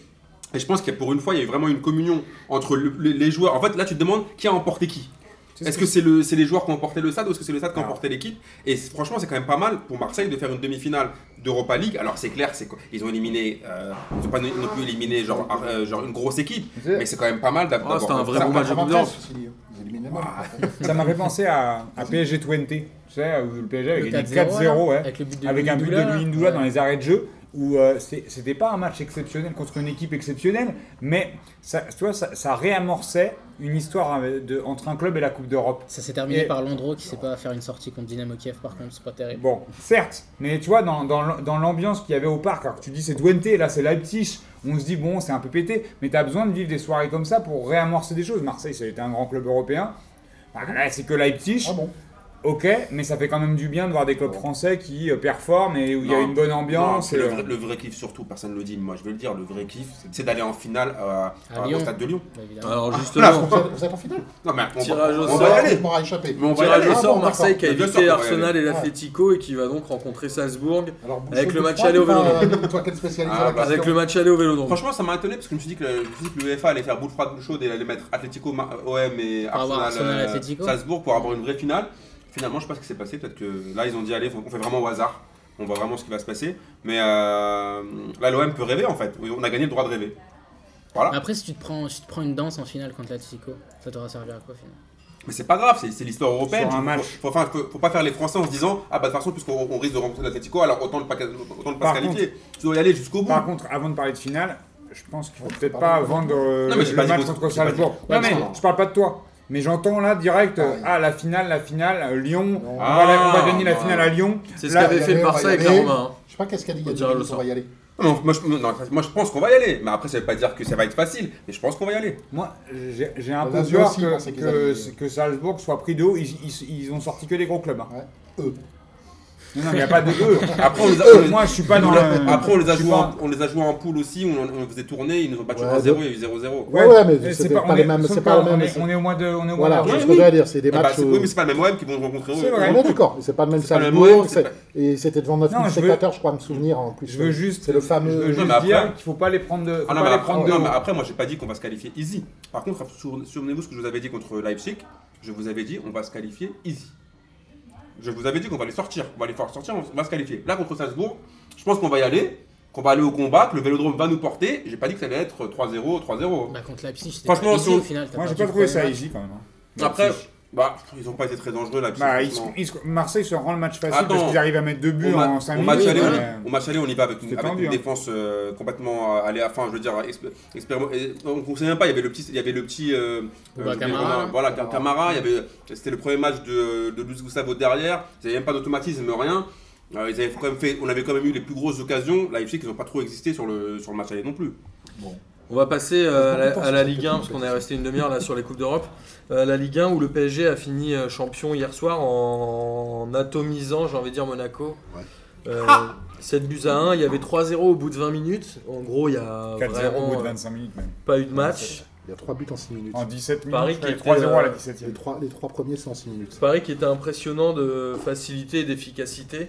C: Et je pense qu'il y a pour une fois, il y a eu vraiment une communion entre le- le- les joueurs. En fait, là, tu te demandes qui a emporté qui.
B: Tu sais
C: Est-ce que c'est le, c'est les joueurs qui ont emporté le stade ou est-ce que c'est le stade qui a
B: Alors.
C: emporté l'équipe Et c'est- franchement, c'est quand même pas mal pour Marseille de faire une demi-finale d'Europa League. Alors c'est clair, c'est, quoi- ils ont éliminé, euh, ils ont pas non plus éliminé genre, euh, genre une grosse équipe,
B: Tu sais,
C: mais c'est quand même pas mal d'avoir.
A: Ah, c'était un vrai
C: ça-
A: bon match.
D: Ils
A: d'ambiance.
D: hein. éliminent les mêmes.
C: Ah,
B: Ça m'avait pensé à, à PSG 20, tu sais, où le PSG avait
E: Le
B: gagné
E: 4-0,
B: 4-0, ouais,
E: avec le but de
B: avec un but de
E: Louis
B: Louis
E: Ndoula
B: dans les arrêts de jeu, où euh, c'est- c'était pas un match exceptionnel contre une équipe exceptionnelle, mais ça, tu vois, ça, ça réamorçait une histoire euh, de- entre un club et la Coupe d'Europe.
E: ça s'est terminé
B: Et-
E: par Landreau qui sait pas faire une sortie contre Dynamo Kiev, par contre, c'est pas terrible.
B: Bon, certes, mais tu vois, dans, dans l'am- dans l'ambiance qu'il y avait au parc, alors que tu dis c'est Twente, là c'est Leipzig, on se dit bon, c'est un peu pété, mais t'as besoin de vivre des soirées comme ça pour réamorcer des choses. Marseille, ça a été un grand club européen. Bah, là, c'est que Leipzig.
D: Ah bon
B: Ok, mais ça fait quand même du bien de voir des clubs français qui euh, performent et où il y a
C: Non.
B: une bonne
C: Non,
B: ambiance.
C: c'est
B: et,
C: le,
B: euh,
C: vrai, le vrai kiff surtout, personne ne le dit, mais moi je veux le dire, le vrai kiff, c'est d'aller en finale euh,
E: À
C: euh,
E: Lyon.
C: au stade de Lyon.
E: Bah, évidemment.
A: Alors
C: là, je
A: justement,
D: Vous êtes- vous êtes en finale
C: Non mais on,
A: Tirage au
C: va, on
A: sort.
C: va y aller.
D: On m'aura échappé.
C: Mais on va y
A: tirage
C: aller.
A: au
D: Ah,
A: sort,
D: bon,
A: Marseille qui a
C: Mais bien
A: évité
C: sûr qu'on va y
A: Arsenal et
D: aller.
A: l'Atlético et qui va donc rencontrer Salzbourg
D: Alors,
A: Avec le
D: Bouchon de
A: match
D: Troyes,
A: aller au
D: t'es pas,
A: Vélodrome.
D: euh, Toi qui es spécialisé
C: Ah,
D: à la
C: bah,
A: avec
D: question.
A: le match aller au Vélodrome.
C: Franchement, ça m'a étonné parce que je me suis dit que le, je me suis dit que l'UEFA allait faire boule froide, boule chaude et allait mettre Atlético, Ma- OM et
E: Pour avoir
C: Arsenal,
E: Arsenal,
C: euh,
E: Atlético.
C: Salzbourg pour avoir une vraie finale. Finalement, je sais pas ce qui s'est passé. Peut-être que là, ils ont dit allez, on fait vraiment au hasard. On voit vraiment ce qui va se passer. Mais euh, là, l'OM peut rêver en fait. On a gagné le droit de rêver. Voilà.
E: Après, si tu te prends, si tu te prends une danse en finale contre l'Atlético, ça t'aura servi à quoi au final
C: Mais c'est pas grave, c'est c'est l'histoire européenne.
B: Sur un match.
C: Faut, faut- enfin, faut, faut pas faire les Français en se disant Ah bah de toute façon, puisqu'on on risque de rencontrer l'Atletico, alors autant ne pas, autant ne pas
B: Par
C: se qualifier. tu dois y aller jusqu'au bout.
B: Par contre, avant de parler de finale, je pense qu'il faut peut-être
D: pardon.
B: pas vendre euh,
C: Non, mais j'ai
B: le
C: pas dit
B: match
C: contre-
B: contre
C: j'ai pas dit-
B: Salzbourg.
C: Ouais,
B: Non, mais
C: non.
B: je parle pas de toi. Mais j'entends là direct, euh,
D: Ah, oui.
B: ah, la finale, la finale, euh, Lyon, on,
C: Ah,
B: va, la- on va gagner la
C: bah.
B: finale à Lyon.
A: C'est ce
B: Là,
A: qu'avait fait le
D: on va y
A: Barça avec la
D: aller.
A: Roma. hein.
D: Je sais pas qu'est-ce qu'a dit
A: On dirait le
D: Gabriel, on
A: sort.
D: va y aller.
C: Non, moi, je, non, moi, je pense qu'on va y aller. Mais après, ça veut pas dire que ça va être facile. Mais je pense qu'on va y aller.
B: Moi, j'ai j'ai un
D: Les
B: peu
D: Asiatiques
B: peur
D: aussi pensaient
B: que,
D: qu'ils
B: que,
D: avaient-
B: que Salzbourg soit pris de haut. Ils, ils, ils ont sorti que des gros clubs. hein.
D: Ouais.
C: Euh.
D: Euh, Eux.
B: Non, non, il n'y a pas de eux.
C: Après, on les a, on les-
B: Euh, Moi, je suis pas dans la.
C: après, on les a
B: je suis
C: joués
B: pas-
C: en, on les a joués en poule aussi. On, on les faisait tourner. Ils nous ont battu
D: Ouais,
C: 1-0. Il y a eu 0-0.
D: Ouais, ouais, mais c'était pas
B: on
D: les
B: est-
D: mêmes-
B: sauf
D: c'est pas la
B: qu'on
D: même-
B: est- On est au mois de. On est au mois
D: Voilà,
B: d'avril.
D: c'est ce
C: oui.
D: que j'allais dire, c'est des
C: Ah bah,
D: matchs. euh,
C: c'est-
D: où-
C: Oui, mais c'est pas le même OM qui vont rencontrer
B: C'est
C: eux.
B: vrai.
D: On est d'accord, mais c'est pas le même
C: C'est pas le même
D: Salzbourg,
C: OM, c'est
D: c'est-
C: pas-
D: et c'était devant 9000
B: Non, je veux-
D: spectateurs, je crois me souvenir en plus.
B: Je veux juste.
D: C'est le
B: Je veux
D: fameux.
B: juste
C: Euh, mais après-
B: dire qu'il faut pas les prendre de. faut
C: Ah non,
B: pas
C: mais
B: les
C: après,
B: prendre de
C: non,
B: haut.
C: mais après, moi j'ai pas dit qu'on va se qualifier easy. Par contre, sou- souvenez-vous ce que je vous avais dit contre Leipzig. Je vous avais dit on va se qualifier easy. Je vous avais dit qu'on va les sortir. On va les faire sortir, on va se qualifier. Là contre Salzbourg, je pense qu'on va y aller, qu'on va aller au combat, que le vélodrome va nous porter. J'ai pas dit que ça allait être 3-0, 3-0.
E: Bah, contre Leipzig, c'était
C: Franchement,
E: pas easy
C: si on-
E: au final. t'as
B: Moi, j'ai
E: perdu
B: pas
E: le
B: trouvé
E: premier
B: ça
E: match.
B: easy quand même. hein.
C: Après, bah, ils ont pas été très dangereux là.
B: Bah, ils se- ils se- Marseille se rend le match facile
C: Attends.
B: parce qu'ils arrivent à mettre deux buts
C: On ma-
B: en 5 hein,
C: on
B: minutes.
C: match aller,
B: mais-
C: on y- on match aller, on y va avec une,
B: C'était
C: avec
B: tendu,
C: une
B: hein.
C: défense euh, complètement euh, allée à fin, je veux dire, expé- expériment- et on ne sait même pas, il y avait le petit, il y avait le petit, euh,
E: Ou bah,
C: j'ai oublié
E: Camara,
C: le nom,
E: hein.
C: voilà, Cam- Camara, il y avait, c'était le premier match de, de Luis Gustavo derrière, ils n'avaient même pas d'automatisme, rien, Euh, ils avaient quand même fait, on avait quand même eu les plus grosses occasions, là, je sais qu'ils n'ont pas trop existé sur le, sur le match aller non plus.
A: On va passer euh, à
D: Parce
A: la,
D: qu'on
A: à la
D: pense
A: Ligue 1 parce qu'on est resté une demi-heure là sur les coupes d'Europe. Euh, la Ligue 1 où le PSG a fini euh, champion hier soir en atomisant, j'ai envie de dire Monaco.
C: Ouais.
A: Euh, 7 buts à 1, il y avait 3-0 au bout de 20 minutes. En gros, il y a
B: 4-0 au
A: vraiment,
B: bout de
A: euh,
B: 25 minutes même.
A: pas eu de match.
D: Il y a 3 buts en 6 minutes.
B: En 17 minutes,
A: Paris
B: je
A: qui
B: crois,
A: était,
B: 3-0 à la
A: euh,
B: 17
D: Les
B: e
D: 3, les trois premiers, c'est en 6 minutes.
A: Paris qui était impressionnant de facilité et d'efficacité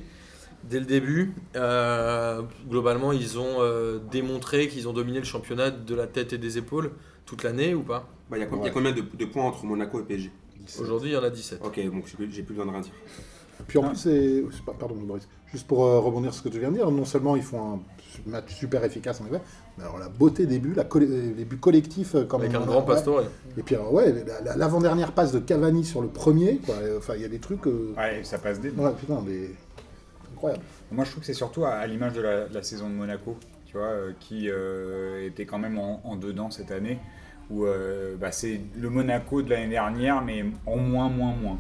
A: dès le début. Euh, globalement, ils ont euh, démontré qu'ils ont dominé le championnat de la tête et des épaules toute l'année ou pas
C: Bah, Il y, a com- il y a
D: Ouais.
C: combien de, de points entre Monaco et PSG
A: Aujourd'hui, il y en a 17.
D: Oh.
C: Ok, bon, j'ai plus, j'ai plus besoin de rien dire.
D: Puis en
B: Ah.
D: plus, c'est. c'est pas- Pardon, Boris. Juste pour euh, rebondir sur ce que tu viens de dire, non seulement ils font un su- match super efficace en effet, mais alors la beauté des buts, la colle- euh, les buts collectifs, euh, comme
A: Avec
D: on
A: un
D: en a
A: grand
D: parlé.
A: Pastore.
D: Et puis, alors, ouais, la- la- l'avant-dernière passe de Cavani sur le premier, quoi. Euh, Enfin, il y a des trucs. euh,
B: Ouais, ça passe des.
D: Ouais, putain, mais. Incroyable.
B: Moi, je trouve que c'est surtout à, à l'image de la, de la saison de Monaco, tu vois, euh, qui euh, était quand même en, en dedans cette année, où euh, bah, c'est le Monaco de l'année dernière, mais en moins, moins, moins.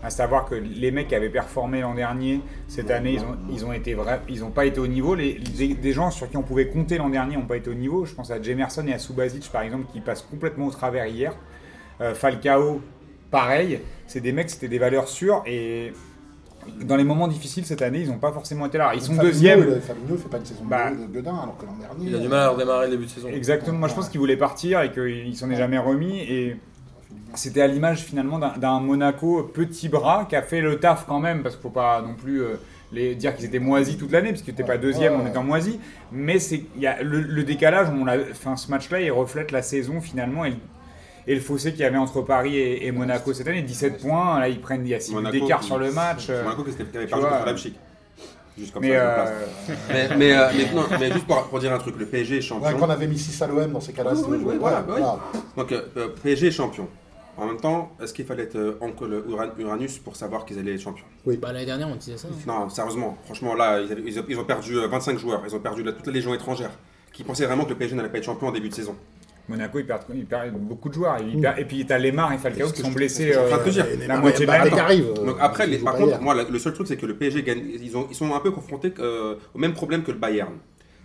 B: À savoir que les mecs qui avaient performé l'an dernier, cette année, ils ont, ils ont été vra- ils n'ont pas été au niveau. Les, les- des gens sur qui on pouvait compter l'an dernier n'ont pas été au niveau. Je pense à Jemerson et à Subasic, par exemple, qui passent complètement au travers hier. Euh, Falcao, pareil. C'est des mecs, c'était des valeurs sûres. Et dans les moments difficiles cette année, ils n'ont pas forcément été là. Ils sont
D: Fabinho,
B: deuxièmes.
D: le- Fabinho fait pas une saison de-
B: Bah.
D: de Godin, alors que l'an dernier.
A: Il a du mal à redémarrer le début de saison.
B: Exactement. Moi, je pense qu'il voulait partir et qu'il s'en est jamais remis. Et c'était à l'image finalement d'un- d'un Monaco petit bras qui a fait le taf quand même, parce qu'il faut pas non plus euh, les dire qu'ils étaient moisis toute l'année, parce qu'ils n'étaient pas deuxième en étant moisis. Mais c'est il y a le, le décalage. On l'a- enfin, ce match-là, il reflète la saison finalement et le, et le fossé qu'il y avait entre Paris et, et Monaco cette année. 17 points. Là, ils prennent il y a 6
C: Monaco
B: d'écart
C: qui-
B: sur le match. euh,
C: Monaco qui s'était- qui avait
B: tu
C: perdu
B: vois,
C: contre Leipzig. Juste comme
B: mais
C: ça, je le place.
B: euh,
C: Mais, mais, euh, mais non, mais juste pour, pour dire un truc, le PSG est
D: euh, Ouais,
C: champion.
D: qu'on avait mis 6 à l'OM dans ces cas-là,
C: Oui,
D: c'était
C: oui,
D: joué.
C: oui, voilà, bah
D: Ouais,
C: oui. Donc euh, euh, PSG est champion. En même temps, est-ce qu'il fallait être euh, encore le Uran- Uranus pour savoir qu'ils allaient être champions
E: Bah, l'année dernière, on disait ça. hein.
C: Non, sérieusement, franchement, là, ils, avaient- ils ont, ils ont perdu euh, 25 joueurs, ils ont perdu la- toute la légion étrangère, qui pensaient vraiment que le PSG n'allait pas être champion en début de saison.
B: Monaco, ils perdent, ils perdent beaucoup de joueurs. Ils perdent- et puis, t'as Lemar et Falcao
C: Est-ce
B: qui
C: que
B: sont
C: je-
B: blessés.
C: est-ce que je-
B: euh,
C: Enfin, que dire,
D: Mais
B: la
D: même
B: moitié de
D: Mbappé
B: l'année.
D: qui arrive.
C: Donc
D: euh,
C: après,
D: qui
C: les-
D: joue
C: par
D: pas
C: contre,
D: hier.
C: moi, la- le seul truc, c'est que le PSG gagne, ils, ont, ils sont un peu confrontés euh, au même problème que le Bayern.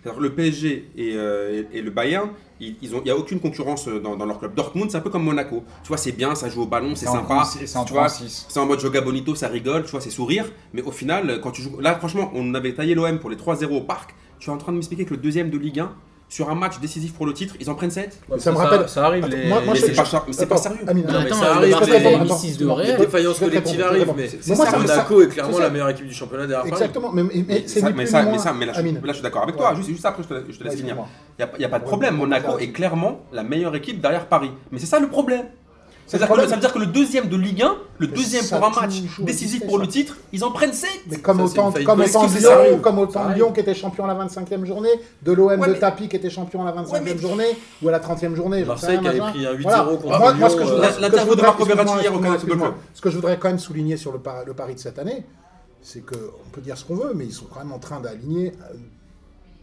C: C'est-à-dire que le PSG et, euh, et- et le Bayern, ils, ils ont, il n'y a aucune concurrence dans, dans leur club. Dortmund, c'est un peu comme Monaco. Tu vois, c'est bien, ça joue au ballon, c'est
B: en
C: sympa.
B: France- C'est en
C: tu vois,
B: 36.
C: c'est en mode joga bonito, ça rigole, tu vois, c'est sourire. Mais au final, quand tu joues. Là, franchement, on avait taillé l'OM pour les 3-0 au parc. Tu es en train de m'expliquer que le deuxième de Ligue 1, sur un match décisif pour le titre, ils en prennent 7
A: Ouais,
D: ça me rappelle-
A: Ça arrive,
D: Attends,
A: les,
D: moi-
C: Mais
D: moi,
A: les-
D: je-
C: c'est pas, char- mais c'est pas
D: Attends,
C: sérieux.
D: Amine,
A: Non, mais
E: attends,
A: ça
E: le
A: arrive,
E: Barça,
A: parce
E: il a
A: qu'on-
E: mis
D: attends,
E: 6 de
D: non,
A: les
E: Real.
D: mais-
A: défaillances
D: Je vais te
A: collectives
D: répondre, je vais te
A: arrivent, mais
D: répondre.
C: C'est
D: Moi,
C: ça,
D: ça me-
C: mais ça-
A: Monaco est clairement
D: c'est
A: la
D: ça.
A: meilleure équipe du championnat derrière Paris.
D: Exactement, mais, mais- mais c'est
C: ça,
D: ni
C: mais
D: plus
C: ça-
D: ni
C: mais
D: moins,
C: ça- mais là, je,
D: Amine.
C: là, je suis d'accord avec toi.
D: Ouais.
C: Juste, juste après, je te, la- je te laisse
D: Ouais,
C: finir.
D: excuse-moi.
C: Il n'y a, pas de problème. Monaco est clairement la meilleure équipe derrière Paris. Mais c'est ça le problème.
D: C'est
C: C'est-à-dire
D: le
C: que
D: problème.
C: le- Ça veut dire que le deuxième de Ligue 1, le
D: Mais
C: deuxième
D: ça
C: pour un
D: a
C: match
D: toujours
C: décisif
D: existé,
C: pour
D: ça.
C: le titre, ils en prennent 7
D: Mais comme
A: Ça, c'est
D: autant,
A: une faillite
D: comme
C: collective,
D: autant de
C: c'est
D: Lyon,
C: ça arrive.
D: comme autant
A: Ça
D: de
A: arrive.
D: Lyon qui était champion à la 25e journée, de l'OM
C: Ouais,
D: de
C: mais-
D: Tapi qui était champion à la 25e
C: Ouais, mais-
D: journée ou à la 30e journée. j'en sais
A: Marseille
D: rien,
A: qui avait
D: machin.
A: pris un 8-0 contre
D: Moi, moi, ce que
A: Lyon,
D: je
A: euh,
D: voudrais, ce que je
C: l'interview de
D: voudrais-
C: Marco Verratti
D: excuse-moi,
C: hier au Canal
D: excuse-moi,
C: Football
D: excuse-moi. Ce que je voudrais quand même souligner sur le, par- le pari de cette année, c'est que on peut dire ce qu'on veut, mais ils sont quand même en train d'aligner euh,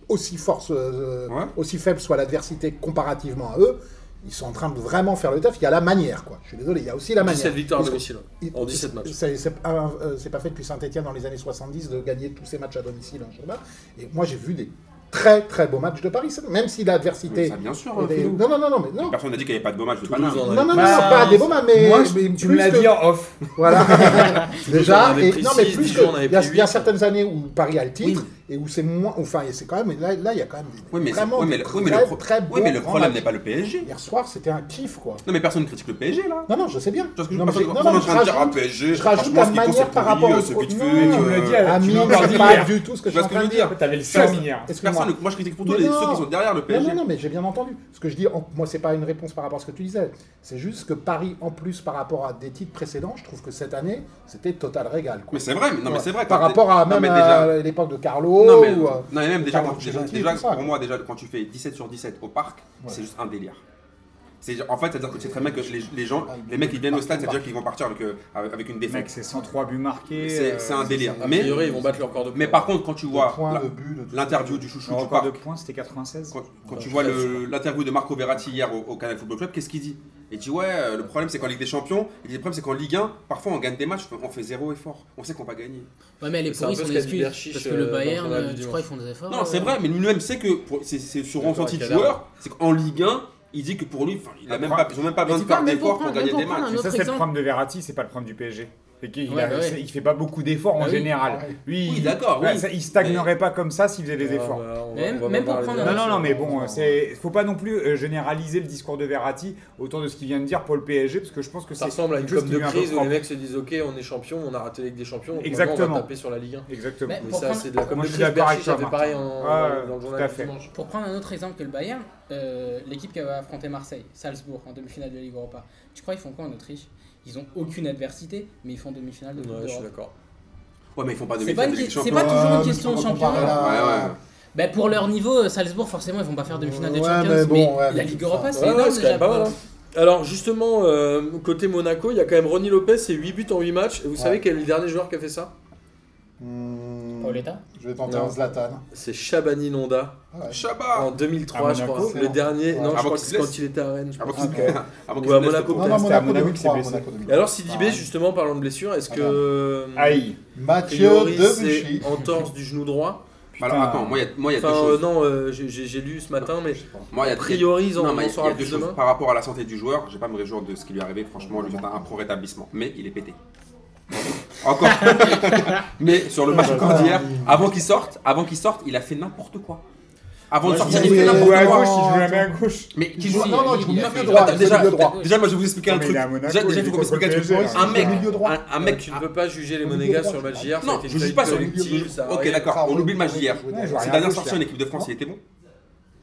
D: aussi force, euh,
C: Ouais.
D: aussi faible soit l'adversité comparativement à eux. Ils sont en train de vraiment faire le taf. Il y a la manière, quoi. Je suis désolé, il y a aussi la manière.
A: 17 victoires à
D: Parce que-
A: domicile hein. en 17 matchs.
D: c'est- C'est pas, euh, c'est pas fait depuis Saint-Etienne dans les années 70 de gagner tous ces matchs à domicile. hein, je sais pas. Et moi, j'ai vu des très très beaux matchs de Paris, même si l'adversité.
C: Mais ça, bien sûr, hein,
D: est-
C: Philou. Bah,
D: Non, non, non, non, mais non.
C: Personne n'a dit qu'il n'y avait pas de beau match de
A: Toulouse
C: Paname.
A: en
D: Non, non, non,
B: Bah,
D: pas des beaux matchs, mais.
B: Moi, je-
D: mais
B: tu
D: plus
B: me l'as
D: que-
B: dit
C: hein.
B: en off.
D: Voilà.
A: on
D: Déjà,
A: avait
D: et,
A: pris
D: non, mais
A: six,
D: plus
A: dix
D: que.
A: jours, on avait
D: Il y, a-
A: pris
D: il y a
A: huit.
D: certaines années où Paris a le titre
C: Oui.
D: et où c'est moins. Enfin, et c'est quand même. Là, là, il y a quand même des,
C: Oui, mais, c'est-
D: vraiment
C: oui, mais
D: des
C: le-
D: très,
C: oui, mais le, pro-
D: très
C: oui, mais
D: beaux
C: le
D: grands
C: problème
D: matchs.
C: n'est pas le PSG.
D: Hier soir, c'était un kiff, quoi.
C: Non, mais personne ne critique le PSG là.
D: Non, non, je sais bien.
C: Tu vois ce que je
D: Non,
C: parce
D: mais
C: que
D: j'ai-
C: on est
D: non,
C: en
D: non,
C: train de dire, ah,
D: rajoute-
C: PSG,
D: je rajoute
C: franchement,
D: la
C: ce qui compte,
D: manière
C: c'est
D: par
C: le produit,
D: rapport
C: euh,
D: au-
C: c'est vite
D: Non,
C: fait,
D: tu
B: me l'as
C: euh,
B: dit à la-
D: Ami,
B: Tu m'en
D: on
B: parles
D: parle
B: hier.
D: pas du tout ce que
C: Tu
D: je suis
C: vois
D: en
C: ce que je
D: train
C: veux
D: de
C: dire
D: dire.
B: T'avais le seum hier.
D: Excuse-moi.
C: Personne, ne- moi je critique pour
D: Mais
C: tous les-
D: non.
C: ceux qui sont derrière le
D: Non,
C: PSG.
D: non, non, mais j'ai bien entendu. Ce que je dis, en- moi, c'est pas une réponse par rapport à ce que tu disais. C'est juste que Paris, en plus, par rapport à des titres précédents, je trouve que cette année, c'était total régal. quoi.
C: Mais c'est vrai, mais- non, mais
D: Ouais.
C: c'est vrai.
D: Par
C: quand t'es-
D: rapport à
C: non,
D: même
C: mais
D: euh,
C: déjà-
D: à l'époque de Carlo.
C: Non mais,
D: ou, euh,
C: non, mais même déjà,
D: Carlo
C: quand- déjà,
D: Ancelotti,
C: déjà,
D: tout ça,
C: pour
D: quoi.
C: moi déjà quand tu fais 17 sur 17 au parc, c'est juste un délire. C'est en fait c'est à dire que c'est très bien que les, les gens, les mecs ils viennent au stade, c'est à dire qu'ils vont partir avec euh, avec une
B: Mec,
C: défaite.
B: c'est 103 buts marqués.
C: C'est
B: euh,
C: c'est un délire.
A: A
C: Mais
A: priori, ils vont battre leur corps de
C: mais par contre quand tu vois
D: points,
C: la-
D: de buts, de tout
C: l'interview du chouchou
B: Le
C: du
B: record
C: parc,
B: de points, c'était 96.
C: quand, quand tu vois le- l'interview de Marco Verratti hier au, au Canal Football Club, qu'est-ce qu'il dit Il dit ouais, euh, le problème c'est qu'en Ligue des Champions, il dit le problème c'est qu'en Ligue 1, parfois on gagne des matchs, on fait zéro effort, on sait qu'on va gagner.
E: Ouais, mais elle est
A: C'est un
E: pourrie
A: peu
E: son
A: ce qu'a dit
E: excuse.
A: Berchiche,
E: Parce que le
A: euh, dans
E: Bayern,
A: le journal
E: euh,
A: du
E: tu crois,
A: dimanche.
E: ils font des efforts.
C: Non, c'est
E: euh,
C: vrai, mais lui-même sait que pour- c'est c'est sur
A: D'accord,
C: ressenti de
A: avec Kadar.
C: joueur, c'est qu'en Ligue 1, il dit que pour lui, enfin, il a même pas, ils ont même pas
E: Mais
C: besoin de
E: tu vois,
C: faire
E: même
C: d'efforts
E: pour
C: pour
E: prendre-
C: gagner
E: même
C: des
E: pour
C: matchs.
E: prendre
B: Mais
E: autre
B: ça, c'est le
E: exemple.
B: problème de Verratti, c'est pas le problème du PSG. C'est qu'il
E: Ouais,
B: a-
E: bah ouais.
B: c'est- il fait pas beaucoup d'efforts en
E: Ah oui.
B: général.
D: Ah ouais.
B: Lui,
C: Oui,
B: il-
C: d'accord,
B: ouais,
C: oui. Ah
B: ça- il stagnerait pas comme ça s'il faisait des efforts.
E: Même- même pour prendre
B: Non,
E: Ouais,
B: non, non,
E: c'est-
B: mais bon, c'est faut pas non plus euh, généraliser le discours de Verratti autour de ce qu'il vient de dire pour le PSG, parce que je pense que
A: Ça
B: c'est
A: ressemble à une
B: chose
A: com
B: qui
A: de
B: lui est un peu
A: crise où les
B: propre.
A: mecs se disent Ok, on est champion, on a raté avec des champions, donc maintenant, on
B: Exactement.
A: va taper sur la Ligue 1.
B: Exactement.
E: Mais-
A: Mais
E: Pour
A: ça,
E: prendre-
A: c'est de la com
B: Moi,
A: de
B: je suis
A: crise.
B: d'accord avec
A: Berchiche
B: toi,
A: a fait
B: Martin.
A: pareil en-
B: Ouais,
A: dans le
B: tout à
A: journal du
B: fait.
A: dimanche.
E: Pour prendre un autre exemple que le Bayern, euh, l'équipe qui avait affronté Marseille, Salzbourg en demi-finale de Ligue Europa, tu crois ils font quoi en Autriche Ils ont aucune adversité, mais ils font demi-finale de Coupe
A: Ouais, je suis
E: d'Europe.
A: d'accord.
C: Ouais, mais ils font pas de
E: C'est
C: métier
E: pas une-
C: de Ligue des
E: c'est
C: Champions.
E: pas toujours une
D: Ouais,
E: question
D: mais
E: de
D: on compare
E: championnat.
D: à la-
C: Ouais, ouais.
E: Bah, pour leur niveau, euh, Salzbourg, forcément, ils vont pas faire demi-finale de
D: Ouais,
E: Champions,
D: mais
E: mais,
D: bon, ouais, mais
E: la Ligue
D: tu-
E: Europa, c'est
A: Ouais,
E: énorme
A: ouais, c'est quand
E: déjà.
A: même pas
E: pour
A: mal.
E: eux.
A: hein. Alors, justement, euh, côté Monaco, il y a quand même Ronny Lopez, c'est 8 buts en 8 matchs. Et vous savez quel est le dernier joueur qui a fait ça
D: Hmm,
E: Paoletta
D: Je vais tenter
A: Non.
D: un Zlatan.
A: C'est Shabani Nonda
C: Chabat
A: en 2003,
B: à
A: je
B: Ah. Monaco, Ah,
A: crois.
D: c'est
A: Le
D: bon.
A: dernier,
D: Ouais.
A: non, je
C: Avant
A: crois que
C: qu'il
A: c'est
C: se
A: quand
C: laisse.
A: il était à Rennes. je
C: Avant
A: crois.
C: qu'il
D: Ok.
C: avant qu'il
A: Ou à
C: se
A: Monaco.
C: blesse, le
D: Non,
A: C'était
D: non,
A: à
D: Monaco
B: Monaco qui s'est
D: 2003.
B: blessé.
D: Monaco
A: Et
D: 2003.
A: alors, Sidibé, justement, parlant de blessure, est-ce que.
D: Ah,
A: euh,
B: Ah, Aïe.
A: a
D: Mathieu
A: priori, c'est
D: Debuchy.
A: en torse du genou droit
C: pauvre. Alors attends, moi il y a- moi, il y a deux
A: Enfin, euh,
C: choses.
A: non, euh, j'ai- j'ai j'ai lu ce matin, mais
C: Moi, il y
A: a
C: a
A: priori, ils en
C: Non, mais
A: on
C: il y a- il
A: saura
C: y a deux
A: plus
C: choses.
A: demain.
C: Par rapport à la santé du joueur, j'ai pas me réjouir de ce qui lui est arrivé. Franchement, je lui souhaite un pro rétablissement. Mais il est pété. Encore. mais sur le match encore d'hier, avant qu'il sorte, avant qu'il sorte, il a fait n'importe quoi. Avant de
A: Moi,
C: sortir,
A: je
C: il
A: disais-
C: fait
B: Il joue
C: n'importe
B: à
C: quoi.
B: gauche, il joue jamais à gauche.
C: Mais qui
E: Il
C: joue
E: joue-
A: hein,
D: Non,
E: il
D: non, il joue
E: joue
D: milieu
E: milieu
D: droit.
C: Attends,
D: il fait
C: déjà-
D: milieu droit.
C: Déjà, moi je vais vous expliquer
B: Non,
C: un
B: mais
C: truc.
B: il est à Monaco,
C: Déjà,
B: il est
C: déjà, je vais vous
B: contre
C: expliquer un
B: le
C: truc.
B: PSG,
C: Un
D: c'est
C: mec,
D: le milieu droit.
A: Ah,
C: un- un mec,
A: Tu ne peux pas juger les Monégas sur le match d'hier.
C: Non,
A: c'était
C: je
A: une
C: juge pas
A: faillite
C: sur le
A: collective,
D: milieu.
A: ça
C: Ok,
A: arrive.
C: d'accord, on oublie le match d'hier.
D: Ouais,
B: Ouais, je vois
C: Ses
B: rien
C: dernières
B: d'autre,
C: sorties en équipe de France, il était bon.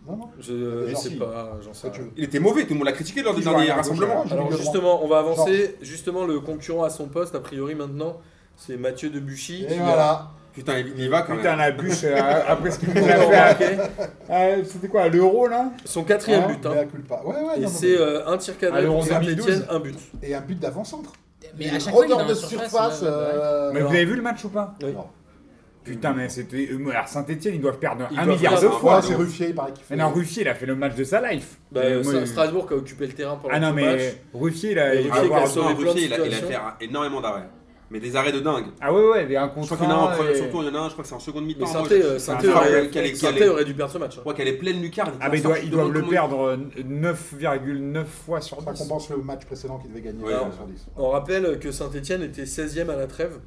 D: Non, non,
A: Je je
D: Genre,
A: sais
D: si.
A: pas, j'en sais
D: ça, tu
A: rien.
D: veux.
C: Il était mauvais, tout le monde l'a critiqué lors
B: Il
C: des
B: joue
C: derniers
B: à la gauche,
C: rassemblements.
D: ouais.
A: Alors
D: Genre.
A: justement, on va avancer. Justement, le concurrent à son poste, a priori maintenant, c'est Mathieu Debuchy.
D: Et
A: qui a-
D: voilà.
C: Putain, il il y va quand
B: Putain,
C: même.
B: la bûche, euh, après ce qu'il nous
A: qui a
B: a fait.
A: marqué Ah,
B: euh, C'était quoi, à l'euro là
A: Son quatrième
D: Ah,
A: but. hein.
D: mea culpa. Ouais, ouais, non,
A: Et
D: non,
A: c'est
D: non.
A: euh, un tir cadré
B: Alors,
A: pour
B: on a mis
A: Saint-Etienne,
B: 12.
A: un but.
D: Et un but d'avant-centre.
E: Mais à chaque fois, il est
D: Retour
E: dans
D: de
E: la surface.
D: surface.
E: ouais, ouais, ouais.
D: euh,
B: Mais vous avez vu le match ou pas
A: Oui.
D: Non.
B: Putain, mais c'était. euh, Alors Saint-Etienne, ils doivent perdre
A: Ils
B: un
A: doivent
B: milliard de
A: perdre un
B: fois.
D: Ouais, c'est Ruffier, il paraît qu'il fait.
B: Mais non, Ruffier, il a fait le match de sa life.
A: Bah,
B: Et
A: euh,
B: moi,
A: Stra-
B: il-
A: Strasbourg qui a occupé le terrain pendant
B: Ah non,
A: tout le match.
B: mais Ruffier, il a.
A: Et
B: il va
A: Ruffier qui a
B: avoir-
A: sauvé
C: Non,
A: plein de
C: Ruffier, il a il a
A: situations.
C: fait un- énormément d'arrêts. Mais des arrêts de dingue.
B: Ah ouais, ouais, il y a un
C: Je
B: contrat.
C: crois qu'il y en a un, en premier-
B: et-
C: surtout, il y en a un, je crois que c'est en seconde mi-temps.
A: Mais
C: à
A: Saint-Thé
C: Bruges.
A: euh,
C: C'est un
A: Saint-Thé
C: frappeur
A: aurait,
C: qu'elle est-
A: Saint-Thé
C: qu'elle est-
A: aurait dû perdre ce match.
C: Je
A: hein.
C: crois qu'elle est pleine lucarne.
B: Ah, mais ils
C: Putain,
B: doivent
C: je
B: ils
C: me
B: doivent
C: demande
B: le
C: comment ils-
B: perdre euh, 9,9 fois sur
D: Ça
B: 10.
D: compense le match précédent qu'il devait gagner
C: Ouais,
D: euh,
C: ouais.
D: sur 10.
A: On rappelle que Saint-Etienne était 16ème à la trêve,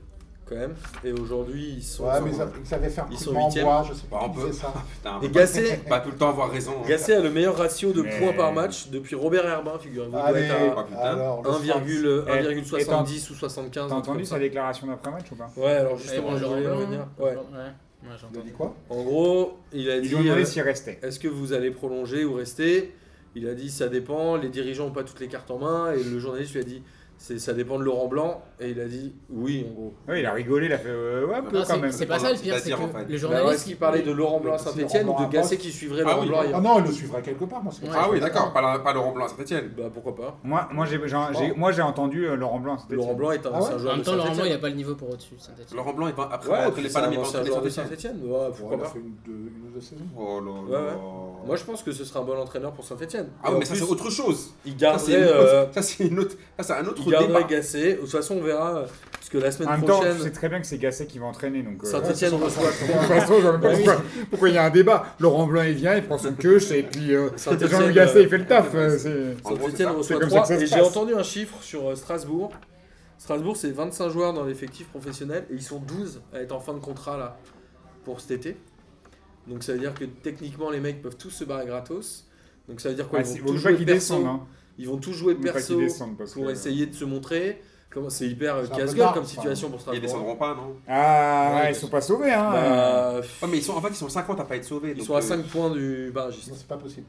A: quand même. Et aujourd'hui, ils sont.
D: Ouais, mais ils a- ils avaient fait un
A: Ils
D: coup
A: sont
D: de main en
A: huitièmes.
D: bois, je sais pas
C: Bah,
D: qui
C: on peut-
D: disait ça.
C: Putain,
A: Et
C: faut
A: Gasset,
C: pas tout le temps avoir raison. hein.
A: Gasset a le meilleur ratio de
B: Mais-
A: points par match depuis Robert Herbin, figurez-vous. Il doit
D: Allez,
A: être à
C: Ah, putain.
D: alors, le
A: 1,1,
B: Eh,
A: 1,70 ou 75.
B: T'as
A: un truc
B: entendu
A: comme ça.
B: sa déclaration d'après-match ou pas
A: Ouais, alors
E: Allez,
A: justement, je
E: bonjour,
A: voulais
E: Blanc.
A: revenir. Ouais.
E: Ouais,
D: France, il a
E: j'entends.
D: dit quoi
A: En gros, il a
B: Ils
A: dit
B: lui ont demandé
A: euh,
B: s'il restait.
A: est-ce que vous allez prolonger ou rester Il a dit ça dépend, les dirigeants n'ont pas toutes les cartes en main. Et le journaliste lui a dit c'est ça dépend de Laurent Blanc. Et il a dit oui, en gros.
B: Ouais, il a rigolé, il a fait euh,
A: Ah
B: ouais, un peu
E: Non,
B: quand
E: c'est-
B: même.
E: C'est pas ça le pire, c'est
C: C'est-à-dire, en fait.
E: que le
A: Bah, ouais, Est-ce
E: journaliste.
A: qu'il parlait de Laurent Blanc à
D: Oui, parce que
A: Saint-Etienne ou
D: Laurent
A: de
D: Blanc à
A: Gasset qui suivrait
C: Ah
A: Laurent
C: oui,
A: Blanc
D: Ah
A: ailleurs
D: non, il le suivrait quelque part. Moi, c'est comme
E: Ouais.
D: ça
C: Ah
D: que
C: oui,
D: je vois.
C: d'accord, pas, la- pas Laurent Blanc, Saint-Etienne.
A: Bah pourquoi pas
B: Moi, moi j'ai j'ai-
D: Je sais
B: j'ai-
D: pas.
B: moi, j'ai entendu euh, Laurent Blanc.
A: Oh.
B: c'était-
A: Laurent Blanc est un,
D: Ah ouais
A: c'est un
E: En
A: joueur
E: même
A: de
E: temps, Laurent Blanc, il n'y a
A: Saint-Etienne.
E: pas le niveau pour au-dessus, Saint-Etienne.
C: Laurent Blanc est pas après
A: Ouais,
C: entre les
A: c'est un
C: Panames et
A: ancien
C: entre les
A: joueur de
C: Saint-Etienne.
A: Saint-Etienne. Ouais,
D: Ouais,
A: pourquoi
D: il a
A: pas
D: fait une, deux, une ou deux saisons.
C: Oh là
A: Ouais,
C: là.
A: ouais. Moi je pense que ce sera un bon entraîneur pour Saint-Etienne.
C: Ah,
A: Et
C: oui,
A: en
C: mais ça
A: plus,
C: c'est autre chose.
A: Il
C: Ça
A: garderait,
C: c'est une
A: euh,
C: autre- ça, c'est une autre. Ça c'est un autre
A: il garderait
C: débat.
A: Gasset. De toute façon, on verra. euh, Parce que la semaine
B: En même temps,
A: prochaine,
B: c'est très bien que c'est Gasset qui va entraîner. Donc, euh,
A: Saint-Etienne reçoit.
B: De toute façon, je vois même pas pourquoi, pourquoi il y a un débat. Laurent Blanc, il vient, il prend son queuche et puis euh,
A: Saint-Étienne,
B: Jean-Louis Gasset,
A: euh,
B: il fait le taf. euh, c'est-
C: En gros, c'est
A: Saint-Etienne
C: ça.
A: reçoit
B: C'est comme
A: 3.
B: ça que ça
A: et
B: se
A: j'ai
B: passe.
A: entendu un chiffre sur euh, Strasbourg. Strasbourg, c'est 25 joueurs dans l'effectif professionnel et ils sont 12 à être en fin de contrat là pour cet été. Donc ça veut dire que techniquement, les mecs peuvent tous se barrer gratos. Donc ça veut dire quoi
B: Ouais,
A: ils, vont
B: c'est- Faut
A: tous
B: pas
A: jouer
B: qu'il
A: perso,
B: descende. hein.
A: ils vont tous jouer
B: Faut pas
A: perso
B: qu'il descende. parce
A: pour
B: que-
A: essayer de se montrer. Comment- C'est hyper euh,
D: C'est un peu
A: casse-gueule
D: tard,
A: comme
D: enfin,
A: situation pour
C: Ils
A: Strasbourg.
C: descendront pas, non
B: Ah,
A: Ouais,
B: ouais, ils sont pas sauvés. Hein.
A: Bah, pff,
C: Ouais, mais ils sont en fait ils sont 50 à pas être sauvés.
A: ils
C: donc,
A: sont à
C: euh,
A: 5 points du barragiste.
D: Non, c'est pas possible.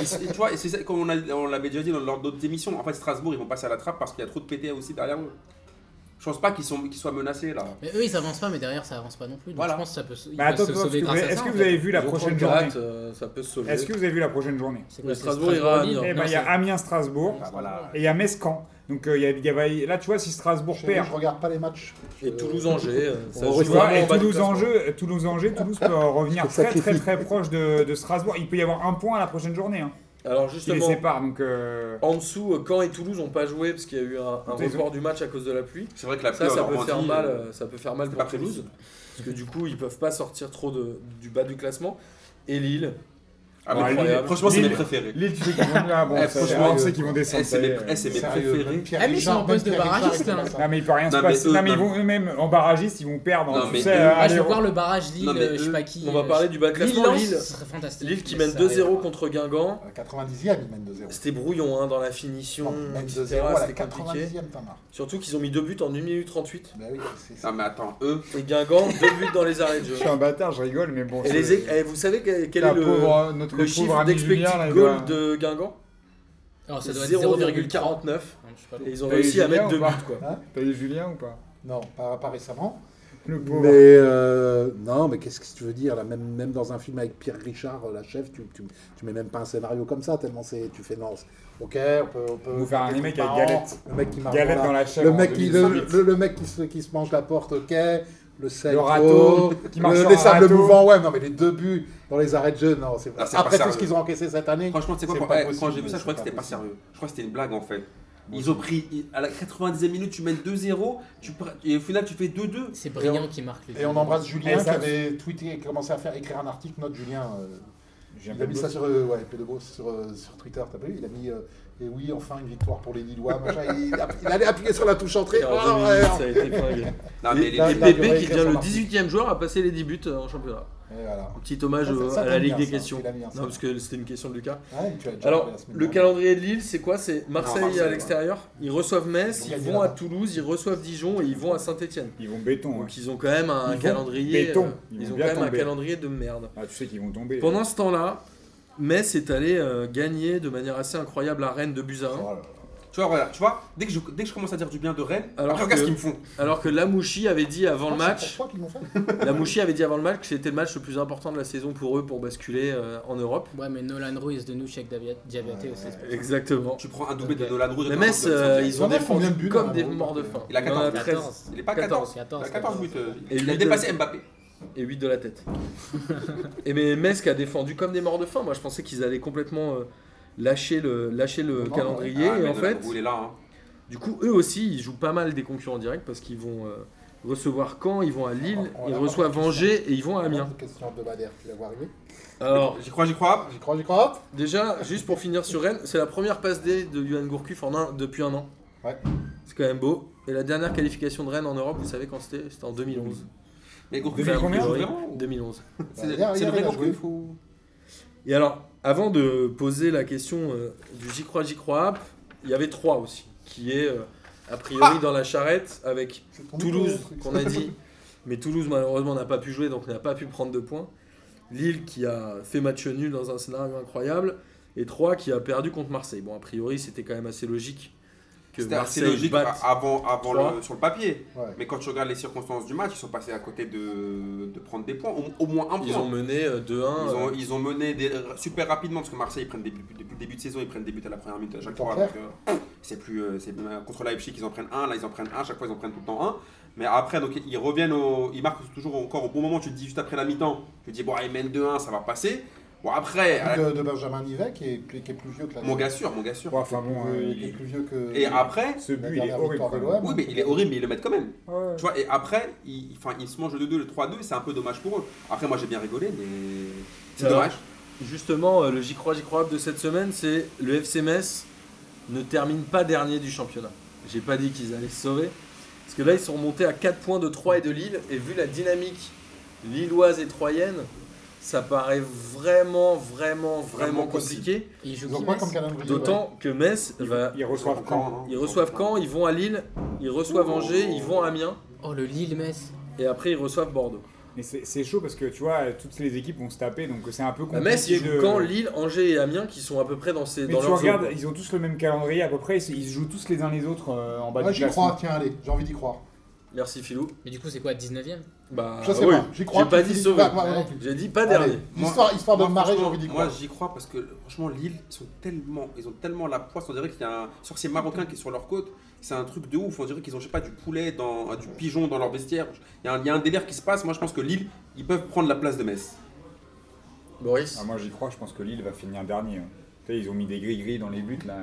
C: Et c'est- tu vois, et c'est ça, comme on, a- on l'avait déjà dit dans- lors d'autres émissions, en fait, Strasbourg, ils vont passer à la trappe parce qu'il y a trop de PTA aussi derrière eux. Je pense pas qu'ils sont- qu'ils soient menacés là.
E: Mais eux, ils avancent pas, mais derrière, ça avance pas non plus. Donc
C: Voilà.
E: je pense que ça peut se ils
B: Bah,
E: peuvent
B: attends,
E: se
B: toi, parce
E: sauver
B: que vous
E: grâce
B: avez-
E: à
B: est-ce
E: ça.
B: que
E: en
B: vous
E: fait.
B: avez vu la
A: Ils ont
B: prochaine
A: 34,
B: journée
A: euh, ça peut se sauver.
B: Est-ce que vous avez vu la prochaine journée
E: C'est
A: Mais
E: c'est
A: Strasbourg ira à
E: Lille.
A: Amiens.
B: Eh
E: Non,
B: ben, il y
E: c'est-
B: a Amiens-Strasbourg
C: Bah, voilà.
B: et il y a Metz-Camp. Donc, euh, il y a- il y a- là, tu vois, si Strasbourg
D: Je,
B: perd,
D: je regarde pas les matchs.
A: Et Toulouse-Angers, euh, ça
D: On
A: joue
B: Tu vois,
A: vraiment en
B: et
A: bas du
B: Toulouse
A: classement.
B: Angers, Toulouse Angers, Toulouse peut revenir
D: Je te
B: très très
D: sacrifie.
B: très proche de, de Strasbourg. Il peut y avoir un point à la prochaine journée. Hein,
A: Alors
B: qui les
A: justement,
B: sépare. Donc, euh,
A: en dessous, euh, Caen et Toulouse n'ont pas joué parce qu'il y a eu un, un
B: Ils ont-
A: report du match à cause de la pluie.
C: C'est vrai que la
A: Ça,
C: pluie en
A: ça peut
C: Normandie,
A: faire mal,
C: euh,
A: euh, ça peut faire mal
C: c'est
A: pour
C: pas
A: Toulouse parce que du coup, ils peuvent pas sortir trop de- du bas du classement. Et Lille,
C: ah, mais
B: Ouais,
C: Lille,
A: Lille-
C: franchement, c'est mes
B: Lille-
C: préférés.
B: Lille, tu sais qu'ils vont là. Bon,
C: Eh,
B: ça,
C: franchement,
B: on sait qu'ils vont descendre.
C: Eh, c'est mes,
B: ça y est.
C: eh, c'est mes
D: Sérieux,
C: préférés.
D: même Pierre
E: Ah, mais ils
D: Richard,
E: sont en
D: même
E: poste de
D: Pierre Richard,
E: barragiste,
D: était
E: là.
D: dans ça.
B: Non mais il peut rien
C: Non,
B: se
C: mais
B: passer.
C: eux,
B: non mais ils
C: non.
B: vont eux-mêmes en barragiste, ils vont perdre.
C: Non,
B: tu
C: mais
B: sais,
C: eux-
B: à
E: Ah, je vais
B: l'Euro.
E: voir le barrage Lille,
C: Non, mais
E: euh, je sais
C: eux,
E: pas qui.
A: on va
E: euh,
A: parler du bas de
E: Lille,
A: classement.
E: Lance,
A: Lille,
E: ce serait fantastique.
A: Lille qui
E: Mais
A: mène
E: ça arrive.
A: 2-0 contre Guingamp.
D: À la 90e, Euh, ils mènent 2-0.
A: C'était brouillon hein, dans la
D: Non,
A: finition,
D: Ils mènent
A: etc.
D: 2-0 à la
A: C'était compliqué.
D: 90e, t'en as.
A: Surtout qu'ils ont mis deux buts en 1 minute 38
D: Bah oui, c'est ça.
A: Ah.
C: Non, mais attends, eux,
A: et Guingamp deux buts dans les arrêts de jeu.
B: Je suis un bâtard, je rigole, mais bon.
A: Et
B: c'est-
A: les é- eh, vous savez quel, quel
B: la
A: est le,
B: pauvre- notre
A: le
B: pauvre
A: chiffre
B: ami
A: d'expected
B: Julien, là, il doit-
A: goal de Guingamp
E: Alors, ça doit être 0,49.
A: 0,49.
E: Non, je sais pas.
A: Et ils ont
B: T'as
A: réussi
B: eu
A: à mettre
B: Julien
A: deux
B: ou pas
A: buts quoi.
B: T'as eu Julien ou pas
D: Non, pas, pas récemment.
B: Le pauvre.
D: Mais euh, non, mais qu'est-ce que tu veux dire là même, même dans un film avec Pierre Richard, euh, la chef, tu, tu, tu mets même pas un scénario comme ça, tellement c'est. Tu fais non. c'est- Ok, on peut. On peut
B: Vous faire un
D: quelques
B: remake
D: trucs
B: avec
D: marrants,
B: Galette.
D: Le mec qui marche
B: Galette
D: dans la-
B: dans la chèvre.
D: Le
B: en
D: mec, qui, le,
B: 2008.
D: le- le mec qui se, qui se mange la porte, ok. Le Seiko,
B: râteau, qui marche
D: le,
B: sur
D: les
B: un
D: sables
B: râteau.
D: mouvants, ouais, non, mais les deux buts dans les arrêts de jeu, non, c'est
C: Ah, c'est pas
D: Après tout
C: sérieux.
D: ce qu'ils ont encaissé cette année,
C: franchement, tu sais quoi,
D: C'est
C: quand,
D: pas
C: eh,
D: possible,
C: quand j'ai vu ça, je
D: c'est
C: croyais que
D: pas
C: c'était pas
D: possible.
C: sérieux. Je crois que c'était une blague en fait. Ils ont pris, ils- à la 90e minute, tu mènes 2-0, tu, pr- et au final, tu fais 2-2.
E: C'est
D: Et on-
E: brillant qui marque le
D: et on embrasse Julien
B: Et
D: qui
B: ça-
D: avait tweeté et commencé à faire écrire un article, notre Julien. euh,
B: J'ai un
D: Il
B: peu
D: a
B: de
D: mis ça sur, euh, ouais, Pédegos sur, euh, sur Twitter, t'as pas vu Il a mis euh, Et oui, enfin une victoire pour les Lillois, machin. Il, a- il allait appuyer sur la touche entrée.
A: En
D: Oh,
A: 2008,
D: merde.
A: ça a été flingué.
C: Non, mais
A: Et,
C: les,
D: là,
A: et
D: là, il
A: Pépé
D: aurait
A: qui
D: écrit
A: devient
D: son
A: le
D: article.
A: 18ème joueur à passer les 10 buts euh, en championnat.
D: Et voilà.
A: Un petit hommage
D: Ça,
A: au-
D: ça,
A: à la
D: t'aimes
A: Ligue
D: bien,
A: des
D: ça.
A: questions.
D: Tu l'as bien, ça.
A: Non, parce que c'était une question de Lucas.
D: Ouais, tu as déjà
A: Alors,
D: parlé la semaine
A: le
D: dernière.
A: calendrier de Lille, c'est quoi C'est Marseille,
C: Marseille,
A: à
C: ouais.
A: l'extérieur. Ils reçoivent Metz,
D: Ils ont
A: ils
D: gagné
A: vont à
D: là-bas.
A: Toulouse, ils reçoivent Dijon et ils vont à Saint-Etienne.
B: Ils vont béton. ouais.
A: Donc ils ont quand même un
B: Ils vont
A: calendrier.
B: béton.
A: euh,
B: Ils
A: Ils
B: vont
A: ont quand
B: bien
A: même un
B: tomber.
A: calendrier de merde.
B: Ah, tu sais qu'ils vont tomber.
A: Pendant ce temps-là, Metz est allé euh, gagner de manière assez incroyable à Rennes de buts à 1.
D: Voilà.
C: Tu vois, voilà, tu vois dès, que je, dès que je commence à dire du bien de Rennes,
A: Alors
C: après, regarde
A: que-
C: ce qu'ils me font.
A: Alors que Lamouchi avait dit avant le
D: Ah, c'est
A: match
D: pour toi qu'ils l'ont fait
A: La Mouchi avait dit avant le match que c'était le match le plus important de la saison pour eux pour basculer euh, en Europe.
E: Ouais, mais Nolan Ruiz de nous, avec Diabaté
D: Ouais,
E: aussi. c'est pas-
A: Exactement.
C: Tu prends un doublé de Nolan Rouge.
A: Mais Metz, euh, ils
D: Il
A: ont
D: en a combien
A: défendu
D: de buts hein, dans
A: comme
D: la
A: des
D: Mouche
A: morts de faim.
C: Il a
A: Il en
C: 14.
A: 13
C: Il est pas 14.
E: 14.
C: Il a 14 buts. euh,
A: Et
C: Il
A: lui
C: a
A: de-
C: dépassé Mbappé.
A: et 8 de la tête. et mais Metz qui a défendu comme des morts de faim. Moi, je pensais qu'ils allaient complètement euh, lâcher le, lâcher le
D: Non,
A: calendrier.
C: Ah,
A: et
C: mais
A: en
C: Nolan
A: fait,
C: Roux, il est là. hein.
A: Du coup, eux aussi, ils jouent pas mal des concurrents directs parce qu'ils vont euh, recevoir Caen, ils vont à Lille,
D: On va- on
A: ils
D: va
A: reçoivent
D: voir.
A: Angers et ils vont à Amiens.
D: Une question hebdomadaire, tu la vois arriver.
A: Alors,
C: hein. J'y crois, j'y crois.
D: Ah, J'y crois, j'y crois.
A: déjà, juste pour finir sur Rennes, c'est la première passe D de Johan Gourcuff en un, depuis un an.
D: Ouais.
A: C'est quand même beau. Et la dernière qualification de Rennes en Europe, vous savez quand c'était C'était en 2011.
C: Mais Gourcuff,
B: Depuis
C: il a
B: combien
C: joué
A: Oui,
C: vraiment ou-
A: 2011.
C: C'est
D: Il y a-
C: le
D: il y
C: c'est
D: a
C: le vrai
D: rien à
C: Gourcuff ou
A: Et alors, avant de poser la question euh, du J'y crois, j'y crois app, il y avait trois aussi, qui est euh, a priori dans la charrette avec
D: Je tourne
A: Toulouse,
D: autour, le truc.
A: qu'on a dit, mais Toulouse malheureusement n'a pas pu jouer, donc n'a pas pu prendre de points. Lille qui a fait match nul dans un scénario incroyable, et Troyes qui a perdu contre Marseille. Bon, a priori c'était quand même assez logique que
C: C'était assez
A: Marseille
C: logique
A: batte.
C: avant, avant
A: Trois.
C: le- sur le papier.
D: Ouais.
C: Mais quand tu regardes les circonstances du match, ils sont passés à côté de, de prendre des points, au, au moins un point.
A: Ils ont mené euh, 2-1.
C: Ils ont,
A: euh,
C: ils ont mené des- super rapidement parce que Marseille ils prennent des buts depuis le début de saison, ils prennent des buts à la première minute à chaque
D: Tant
C: fois.
D: faire.
C: donc, euh, c'est plus euh, c'est euh, contre Leipzig ils en prennent un, là ils en prennent un, chaque fois ils en prennent tout le temps un. Mais après donc ils reviennent au, ils marquent toujours encore au bon moment. Tu te dis juste après la mi-temps, tu te dis bon ah, ils mènent 2-1, ça va passer. Bon après à la-
D: De, de Benjamin Nivet qui est, plus- qui est plus vieux que la.
C: mon gars sûr, mon gars sûr.
B: Ouais, enfin bon,
D: Qui
B: euh,
D: est
B: il-
D: plus vieux que.
C: Et après
B: ce
D: La
B: but, il est
D: dernière
B: horrible.
D: victoire de
B: quand même.
D: l'OM.
C: oui mais il est horrible mais ils le mettent quand même.
B: Ouais.
C: Tu vois, et après, ils, enfin, ils se mangent le 2-2, le 3-2, c'est un peu dommage pour eux. Après, moi j'ai bien rigolé, mais c'est
A: Alors,
C: dommage.
A: Justement, euh, le J'y crois, j'y crois app de cette semaine, c'est le FC Metz ne termine pas dernier du championnat. J'ai pas dit qu'ils allaient se sauver. Parce que là, ils sont remontés à 4 points de 3 et de Lille. Et vu la dynamique lilloise et troyenne, ça paraît vraiment, vraiment, vraiment
C: Vraiment
A: compliqué.
E: Ils jouent
D: Ils ont
E: qui,
D: quoi
E: Metz
D: comme calendrier
A: D'autant que Metz va.
B: Ils reçoivent quand
C: hein.
A: Ils reçoivent Caen, ils vont à Lille, ils reçoivent
C: Oh.
A: Angers, ils vont à Amiens.
E: Oh, le Lille-Metz.
A: Et après, ils reçoivent Bordeaux.
B: Mais c'est c'est chaud parce que tu vois, toutes les équipes vont se taper, donc c'est un peu
A: Bah,
B: compliqué.
A: Metz, ils
B: de...
A: jouent Caen, Lille, Angers et Amiens qui sont à peu près dans, ces,
B: Mais
A: dans
B: tu
A: leur zone,
B: regardes,
A: quoi.
B: ils ont tous le même calendrier à peu près, ils se- ils se jouent tous les uns les autres euh, en bas
D: Ouais,
B: du
D: Ah, j'y
B: classement.
D: crois, tiens, allez, j'ai envie d'y croire.
A: Merci Philou.
E: Mais du coup, c'est quoi, 19ème
A: Bah,
D: Je sais
A: oui.
D: pas, j'y crois.
A: J'ai pas
D: Tu
A: dit
D: dis-
A: sauver.
D: Bah, moi non plus.
A: J'ai dit pas
D: Allez,
A: dernier.
D: Histoire, histoire de
C: Moi,
D: me marrer, j'ai
C: franchement,
D: envie d'y
C: Moi,
D: croire.
C: j'y crois parce que franchement, Lille, ils sont tellement, ils ont tellement la poisse. On dirait qu'il y a un sorcier marocain qui est sur leur côte. C'est un truc de ouf. On dirait qu'ils ont, je sais pas, du poulet, dans, euh, du pigeon dans leur vestiaire. Il y, a un- il y a un délire qui se passe. Moi, je pense que Lille, ils peuvent prendre la place de Metz.
A: Boris
B: Ah, moi j'y crois, je pense que Lille va finir dernier. hein. Tu sais, ils ont mis des gris-gris dans les buts là.